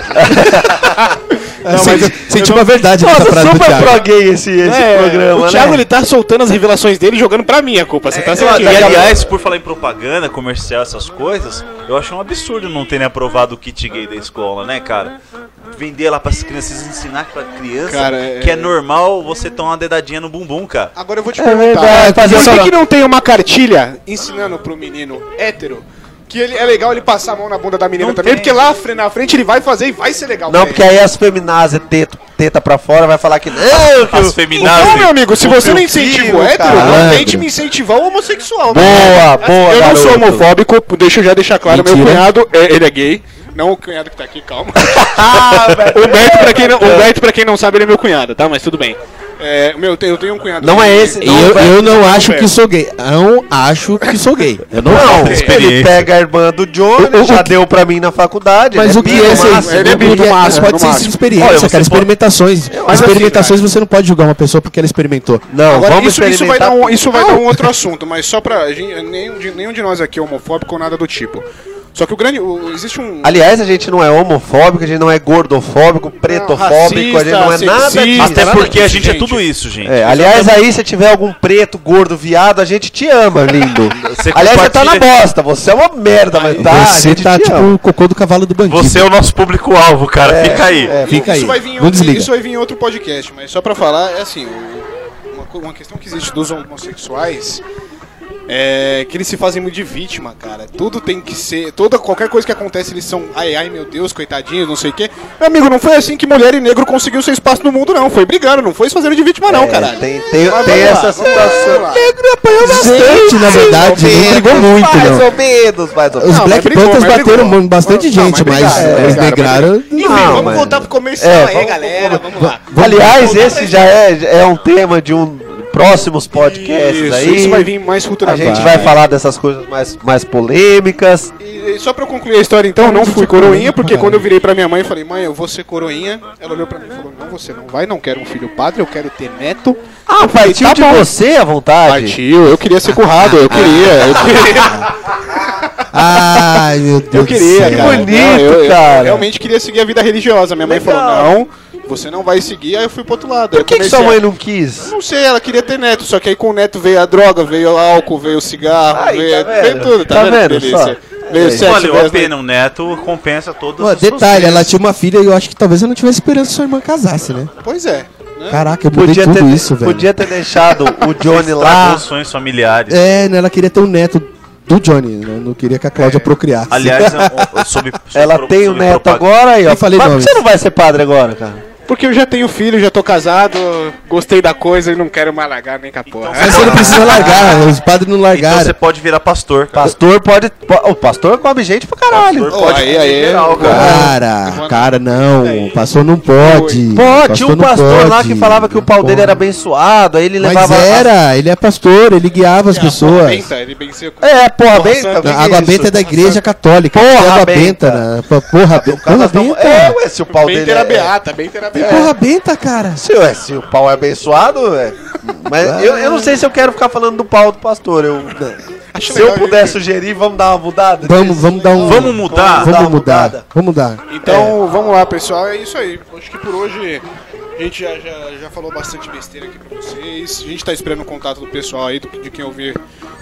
[SPEAKER 3] Senti, senti uma verdade nessa
[SPEAKER 5] Nossa,
[SPEAKER 3] frase do
[SPEAKER 5] super
[SPEAKER 3] Thiago.
[SPEAKER 5] pro gay esse, esse
[SPEAKER 1] É,
[SPEAKER 5] programa,
[SPEAKER 1] o Thiago
[SPEAKER 5] né?
[SPEAKER 1] ele tá soltando as revelações dele e jogando pra mim a culpa. Você tá
[SPEAKER 4] [laughs] e
[SPEAKER 1] sentindo?
[SPEAKER 4] aliás, por falar em propaganda, comercial, essas coisas, eu acho um absurdo não terem aprovado o kit gay da escola, né, cara? Vender lá pras crianças, ensinar pra criança
[SPEAKER 1] Cara, é-
[SPEAKER 4] que é normal você tomar uma dedadinha no bumbum, cara.
[SPEAKER 1] Agora eu vou te
[SPEAKER 5] É
[SPEAKER 1] perguntar.
[SPEAKER 5] verdade, fazer um
[SPEAKER 1] Por que,
[SPEAKER 5] só-
[SPEAKER 1] que não tem uma cartilha ensinando pro menino hétero que ele, é legal ele passar a mão na bunda da menina
[SPEAKER 4] Não
[SPEAKER 1] também?
[SPEAKER 4] tem.
[SPEAKER 1] Porque lá fre- na frente ele vai fazer e vai ser legal.
[SPEAKER 5] Não,
[SPEAKER 1] pra
[SPEAKER 5] porque é aí as feminazes teta, teta pra fora vai falar que não, que
[SPEAKER 4] As
[SPEAKER 5] o-
[SPEAKER 1] ele. Não, Então, meu
[SPEAKER 4] feminazes.
[SPEAKER 1] amigo, se
[SPEAKER 5] assim, o
[SPEAKER 1] você
[SPEAKER 5] teu
[SPEAKER 1] não incentiva o
[SPEAKER 5] filho,
[SPEAKER 1] hétero,
[SPEAKER 5] cara. é.
[SPEAKER 1] não tente me incentivar o homossexual. né?
[SPEAKER 5] Boa,
[SPEAKER 1] Assim,
[SPEAKER 5] boa,
[SPEAKER 1] Eu não sou
[SPEAKER 5] garoto.
[SPEAKER 1] homofóbico, deixa eu já deixar claro. Meu
[SPEAKER 3] Mentira.
[SPEAKER 1] cunhado, é, ele é gay. Não o cunhado que tá aqui, calma. [laughs]
[SPEAKER 5] Ah, velho.
[SPEAKER 1] Humberto, pra quem não, Humberto, pra quem não sabe, ele é meu cunhado, tá? Mas tudo bem. É, meu, eu tenho- eu tenho um cunhado.
[SPEAKER 5] Não é esse,
[SPEAKER 3] E
[SPEAKER 5] não,
[SPEAKER 3] eu,
[SPEAKER 5] velho.
[SPEAKER 3] eu não acho que sou gay. Não acho que sou gay. Eu não,
[SPEAKER 5] Não,
[SPEAKER 3] acho.
[SPEAKER 5] ele
[SPEAKER 4] experiência.
[SPEAKER 5] pega a irmã do Johnny,
[SPEAKER 3] O- o
[SPEAKER 5] já
[SPEAKER 3] que-
[SPEAKER 5] deu pra mim na faculdade.
[SPEAKER 3] Mas
[SPEAKER 5] ele
[SPEAKER 3] o que
[SPEAKER 5] bico
[SPEAKER 3] é isso aí?
[SPEAKER 5] máximo.
[SPEAKER 1] Ele é bico
[SPEAKER 3] O que
[SPEAKER 1] no
[SPEAKER 3] é-
[SPEAKER 1] máximo,
[SPEAKER 3] pode
[SPEAKER 1] no
[SPEAKER 3] ser
[SPEAKER 1] máximo.
[SPEAKER 3] experiência,
[SPEAKER 4] Olha, você
[SPEAKER 3] cara.
[SPEAKER 4] pode-
[SPEAKER 3] Experimentações.
[SPEAKER 1] assim,
[SPEAKER 3] Experimentações você não pode julgar uma pessoa porque ela experimentou.
[SPEAKER 5] Não,
[SPEAKER 1] Agora,
[SPEAKER 5] vamos
[SPEAKER 1] isso, isso vai, dar um,
[SPEAKER 5] experimentar.
[SPEAKER 1] isso vai dar um outro assunto, mas só pra. a gente- nenhum, de, nenhum de nós aqui é homofóbico ou nada do tipo. Só que o grande. o- existe um.
[SPEAKER 5] Aliás, a gente não é homofóbico, a gente não é gordofóbico, pretofóbico, a gente não é
[SPEAKER 1] racista,
[SPEAKER 5] nada disso.
[SPEAKER 1] sexista,
[SPEAKER 4] Até
[SPEAKER 5] nada
[SPEAKER 4] porque a
[SPEAKER 1] disso,
[SPEAKER 4] gente é
[SPEAKER 1] gente.
[SPEAKER 4] tudo isso, gente.
[SPEAKER 5] É, aliás, aí se tiver algum preto, gordo, viado, a gente te ama, lindo.
[SPEAKER 4] Você
[SPEAKER 5] aliás, você tá na
[SPEAKER 4] compartilha-
[SPEAKER 5] bosta, você é uma merda, mas tá, a
[SPEAKER 3] você
[SPEAKER 5] gente
[SPEAKER 3] tá
[SPEAKER 5] te
[SPEAKER 3] tipo
[SPEAKER 5] ama.
[SPEAKER 3] o cocô do cavalo do bandido.
[SPEAKER 4] Você é o nosso público-alvo, cara. Fica aí.
[SPEAKER 5] é,
[SPEAKER 3] Fica aí.
[SPEAKER 1] Isso vai, vir em
[SPEAKER 3] não
[SPEAKER 1] outro,
[SPEAKER 3] desliga.
[SPEAKER 1] isso vai vir em outro podcast, mas só pra falar, é assim, o- uma, co- uma questão que existe dos homossexuais é que eles se fazem muito de vítima, cara. Tudo tem que ser. Toda, qualquer coisa que acontece, eles são ai ai meu Deus, coitadinhos, não sei o quê. Meu amigo, não foi assim que mulher e negro conseguiu seu espaço no mundo, não. Foi brigando, não foi se fazendo de vítima, não,
[SPEAKER 5] É,
[SPEAKER 1] caralho.
[SPEAKER 5] Tem, tem,
[SPEAKER 1] Mas
[SPEAKER 5] tem
[SPEAKER 1] vamos lá,
[SPEAKER 5] essa
[SPEAKER 1] vamos lá,
[SPEAKER 5] situação.
[SPEAKER 1] vamos lá.
[SPEAKER 3] Gente, na verdade, não brigou muito,
[SPEAKER 5] mais
[SPEAKER 3] não.
[SPEAKER 5] ou menos, mais ou
[SPEAKER 3] Os
[SPEAKER 5] menos.
[SPEAKER 1] mas
[SPEAKER 3] Black
[SPEAKER 1] brigou,
[SPEAKER 3] Panthers
[SPEAKER 1] mas
[SPEAKER 3] bateram
[SPEAKER 1] brigou.
[SPEAKER 3] bastante
[SPEAKER 1] Não, mas
[SPEAKER 3] gente, mas,
[SPEAKER 1] brigaram,
[SPEAKER 3] eles
[SPEAKER 1] brigaram, mas
[SPEAKER 3] negraram.
[SPEAKER 1] Enfim,
[SPEAKER 5] Não,
[SPEAKER 1] vamos
[SPEAKER 5] mas-
[SPEAKER 1] voltar pro comercial
[SPEAKER 5] É,
[SPEAKER 1] aí,
[SPEAKER 5] vamos-
[SPEAKER 1] galera. Vamos, lá.
[SPEAKER 5] Aliás, esse já é, é um tema de um próximos podcasts
[SPEAKER 1] isso,
[SPEAKER 5] aí.
[SPEAKER 1] isso vai vir mais
[SPEAKER 5] A
[SPEAKER 1] futuramente. né?
[SPEAKER 5] gente vai falar dessas coisas mais, mais polêmicas.
[SPEAKER 1] E, e só pra eu concluir a história, então, eu não fui coroinha, porque quando eu virei pra minha mãe e falei, mãe, eu vou ser coroinha, ela olhou pra mim e falou, não, você não vai, não quero um filho padre, eu quero ter neto.
[SPEAKER 5] Ah, partiu de você à vontade.
[SPEAKER 1] Partiu, eu queria ser currado, eu queria, eu queria,
[SPEAKER 3] Ai, meu Deus
[SPEAKER 5] [laughs]
[SPEAKER 1] eu
[SPEAKER 3] do
[SPEAKER 1] queria,
[SPEAKER 3] céu.
[SPEAKER 1] cara.
[SPEAKER 5] é bonito,
[SPEAKER 1] Não, eu- eu
[SPEAKER 5] cara.
[SPEAKER 1] realmente queria seguir a vida religiosa. Minha mãe falou, não, você não vai seguir, aí eu fui pro outro lado. Por
[SPEAKER 5] O que, que sua mãe não
[SPEAKER 1] [laughs]
[SPEAKER 5] quis?
[SPEAKER 1] Não sei, ela queria ter neto, só que aí com o neto veio a droga, veio o álcool, veio o cigarro,
[SPEAKER 5] Aí,
[SPEAKER 1] veio,
[SPEAKER 5] tá vendo?
[SPEAKER 1] veio tudo, tá,
[SPEAKER 5] Tá
[SPEAKER 1] vendo?
[SPEAKER 5] vendo
[SPEAKER 1] que
[SPEAKER 5] só?
[SPEAKER 1] delícia? Veio o sexo,
[SPEAKER 4] Valeu
[SPEAKER 1] veio
[SPEAKER 4] a
[SPEAKER 1] as-
[SPEAKER 4] pena, um neto compensa todas
[SPEAKER 3] Ó,
[SPEAKER 4] as suas
[SPEAKER 3] detalhe, ela
[SPEAKER 4] crises.
[SPEAKER 3] tinha uma filha e eu acho que talvez eu não tivesse esperando sua irmã casasse, né?
[SPEAKER 1] Pois é. né?
[SPEAKER 3] Caraca, eu mudei
[SPEAKER 5] Podia
[SPEAKER 3] tudo
[SPEAKER 5] ter,
[SPEAKER 3] isso, velho.
[SPEAKER 5] podia ter deixado o Johnny
[SPEAKER 4] Estragou
[SPEAKER 5] lá.
[SPEAKER 4] os sonhos familiares.
[SPEAKER 3] É, né, ela queria ter um neto do Johnny, né? Não queria que a Cláudia procriasse.
[SPEAKER 4] Aliás, é um- eu- eu- sobre, sobre
[SPEAKER 5] Ela
[SPEAKER 4] pro-
[SPEAKER 5] tem o
[SPEAKER 3] um
[SPEAKER 4] sobre
[SPEAKER 5] neto
[SPEAKER 4] propaganda-
[SPEAKER 5] agora aí, ó.
[SPEAKER 3] Eu falei
[SPEAKER 5] Mas por que
[SPEAKER 3] nomes.
[SPEAKER 5] você não vai ser padre agora, cara?
[SPEAKER 1] Porque eu já tenho filho, já tô casado, gostei da coisa e não quero mais largar nem com a porra. [laughs]
[SPEAKER 3] [laughs] Mas você não precisa largar, os padres não
[SPEAKER 4] Então
[SPEAKER 3] largaram.
[SPEAKER 4] você pode virar pastor, cara.
[SPEAKER 5] Pastor pode. po- O pastor come gente pra caralho.
[SPEAKER 4] Pastor
[SPEAKER 1] Ô, aí,
[SPEAKER 4] comer
[SPEAKER 1] aí,
[SPEAKER 4] geral,
[SPEAKER 1] pô.
[SPEAKER 4] cara.
[SPEAKER 3] Cara, cara, não. Pastor não pode.
[SPEAKER 5] Pô, tinha um
[SPEAKER 3] não
[SPEAKER 5] pastor lá
[SPEAKER 3] pode,
[SPEAKER 5] que falava que o
[SPEAKER 3] não
[SPEAKER 5] pau
[SPEAKER 3] pode.
[SPEAKER 5] dele era abençoado, aí ele
[SPEAKER 3] Mas
[SPEAKER 5] levava.
[SPEAKER 3] era, ele é pastor, ele guiava as pessoas.
[SPEAKER 1] Benta, Tá, ele venceu.
[SPEAKER 5] É, porra, bem.
[SPEAKER 1] Santa.
[SPEAKER 5] o que
[SPEAKER 3] A
[SPEAKER 5] que
[SPEAKER 3] água
[SPEAKER 5] isso?
[SPEAKER 3] benta é da igreja católica.
[SPEAKER 5] Porra
[SPEAKER 3] água
[SPEAKER 5] benta.
[SPEAKER 3] benta. né? Pô, Porra benta.
[SPEAKER 5] O cara
[SPEAKER 3] Porra
[SPEAKER 5] tá-
[SPEAKER 3] benta.
[SPEAKER 5] É, ué, se o pau
[SPEAKER 1] Benta
[SPEAKER 5] dele.
[SPEAKER 1] era
[SPEAKER 5] É...
[SPEAKER 1] beata, Benta era beata.
[SPEAKER 3] Tem Porra benta, cara.
[SPEAKER 5] Se, ué, se o pau é abençoado, é. Mas eu, eu não sei se eu quero ficar falando do pau do pastor. Eu, né. se eu
[SPEAKER 1] legal,
[SPEAKER 5] puder
[SPEAKER 1] hein?
[SPEAKER 5] sugerir, vamos dar uma mudada?
[SPEAKER 3] Vamos, vamos dar um.
[SPEAKER 4] Vamos mudar.
[SPEAKER 5] Vamos dar
[SPEAKER 3] Vamos
[SPEAKER 5] uma
[SPEAKER 3] mudar.
[SPEAKER 5] mudada.
[SPEAKER 3] Vamos mudar.
[SPEAKER 1] Então, vamos lá, pessoal, é isso aí. Acho que por hoje a gente já, já, já falou bastante besteira aqui pra vocês. A gente tá esperando o contato do pessoal aí, do- de quem ouvir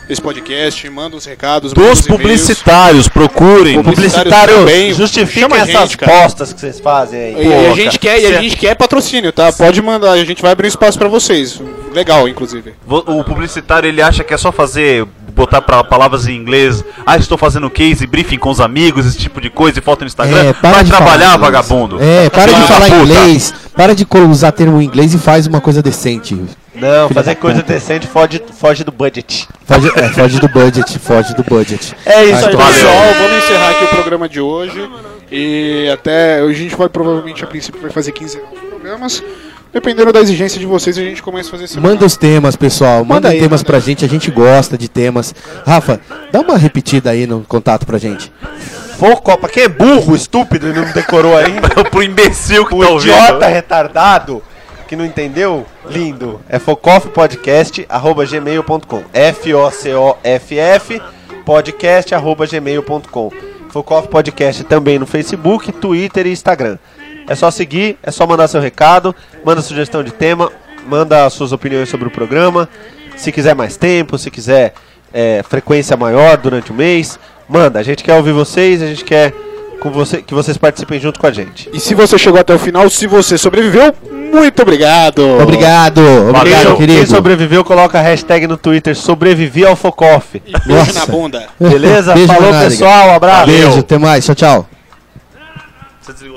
[SPEAKER 1] esse podcast. Manda os recados, manda
[SPEAKER 4] Dos
[SPEAKER 1] os e-mails.
[SPEAKER 4] publicitários, procurem.
[SPEAKER 5] Publicitário,
[SPEAKER 1] também.
[SPEAKER 5] justifiquem
[SPEAKER 1] Chama a
[SPEAKER 5] essas
[SPEAKER 1] gente, cara.
[SPEAKER 5] postas que vocês fazem aí.
[SPEAKER 1] E a gente quer, e a gente quer patrocínio, tá? Pode mandar, a gente vai abrir um espaço pra vocês. Legal, inclusive.
[SPEAKER 4] Vo- O publicitário ele acha que é só fazer, botar pra palavras em inglês. Ah, estou fazendo case, briefing com os amigos, esse tipo de coisa e foto no Instagram. Vai
[SPEAKER 3] É, de falar
[SPEAKER 4] trabalhar,
[SPEAKER 3] inglês.
[SPEAKER 4] vagabundo.
[SPEAKER 3] É, para de
[SPEAKER 4] Filho da
[SPEAKER 3] falar
[SPEAKER 4] puta.
[SPEAKER 3] inglês. Para de co- usar termo em inglês e faz uma coisa decente.
[SPEAKER 5] Não, fazer
[SPEAKER 3] da
[SPEAKER 5] coisa
[SPEAKER 3] puta.
[SPEAKER 5] decente foge, foge do budget.
[SPEAKER 3] Foge, é, foge do budget, foge do budget.
[SPEAKER 5] É isso
[SPEAKER 3] Vai
[SPEAKER 5] aí,
[SPEAKER 4] tomar-
[SPEAKER 5] pessoal.
[SPEAKER 1] Pessoal, vamos encerrar aqui o programa de hoje. E até. A gente vai provavelmente a princípio vai fazer 15 programas. Dependendo da exigência de vocês, a gente começa a fazer esse
[SPEAKER 3] Manda os temas, pessoal. Manda,
[SPEAKER 1] Manda aí,
[SPEAKER 3] temas
[SPEAKER 1] manda
[SPEAKER 3] pra gente, a gente gosta de temas. Rafa, dá uma repetida aí no contato pra gente.
[SPEAKER 5] Pô, Copa, que é burro, estúpido, e não decorou ainda.
[SPEAKER 4] [laughs] Pro imbecil que
[SPEAKER 5] O
[SPEAKER 4] tá ouvindo.
[SPEAKER 5] idiota retardado que não entendeu, lindo. É focofpodcast@gmail.com. F O C O F F podcast@gmail.com. Focoff Podcast também no Facebook, Twitter e Instagram. É só seguir, é só mandar seu recado, manda sugestão de tema, manda suas opiniões sobre o programa. Se quiser mais tempo, se quiser é, frequência maior durante o mês, manda. A gente quer ouvir vocês, a gente quer com você, que vocês participem junto com a gente.
[SPEAKER 1] E se você chegou até o final, se você sobreviveu, muito obrigado!
[SPEAKER 3] Obrigado, obrigado,
[SPEAKER 4] Valeu.
[SPEAKER 5] Quem
[SPEAKER 3] querido.
[SPEAKER 5] sobreviveu, coloca a hashtag no Twitter sobrevivi ao Focoff.
[SPEAKER 1] E beijo
[SPEAKER 3] Nossa.
[SPEAKER 1] na bunda.
[SPEAKER 5] [laughs] Beleza?
[SPEAKER 3] Beijo
[SPEAKER 5] Falou,
[SPEAKER 3] na nádega.
[SPEAKER 5] pessoal. um Abraço.
[SPEAKER 3] Beijo, até mais. Tchau, tchau.
[SPEAKER 4] Você desligou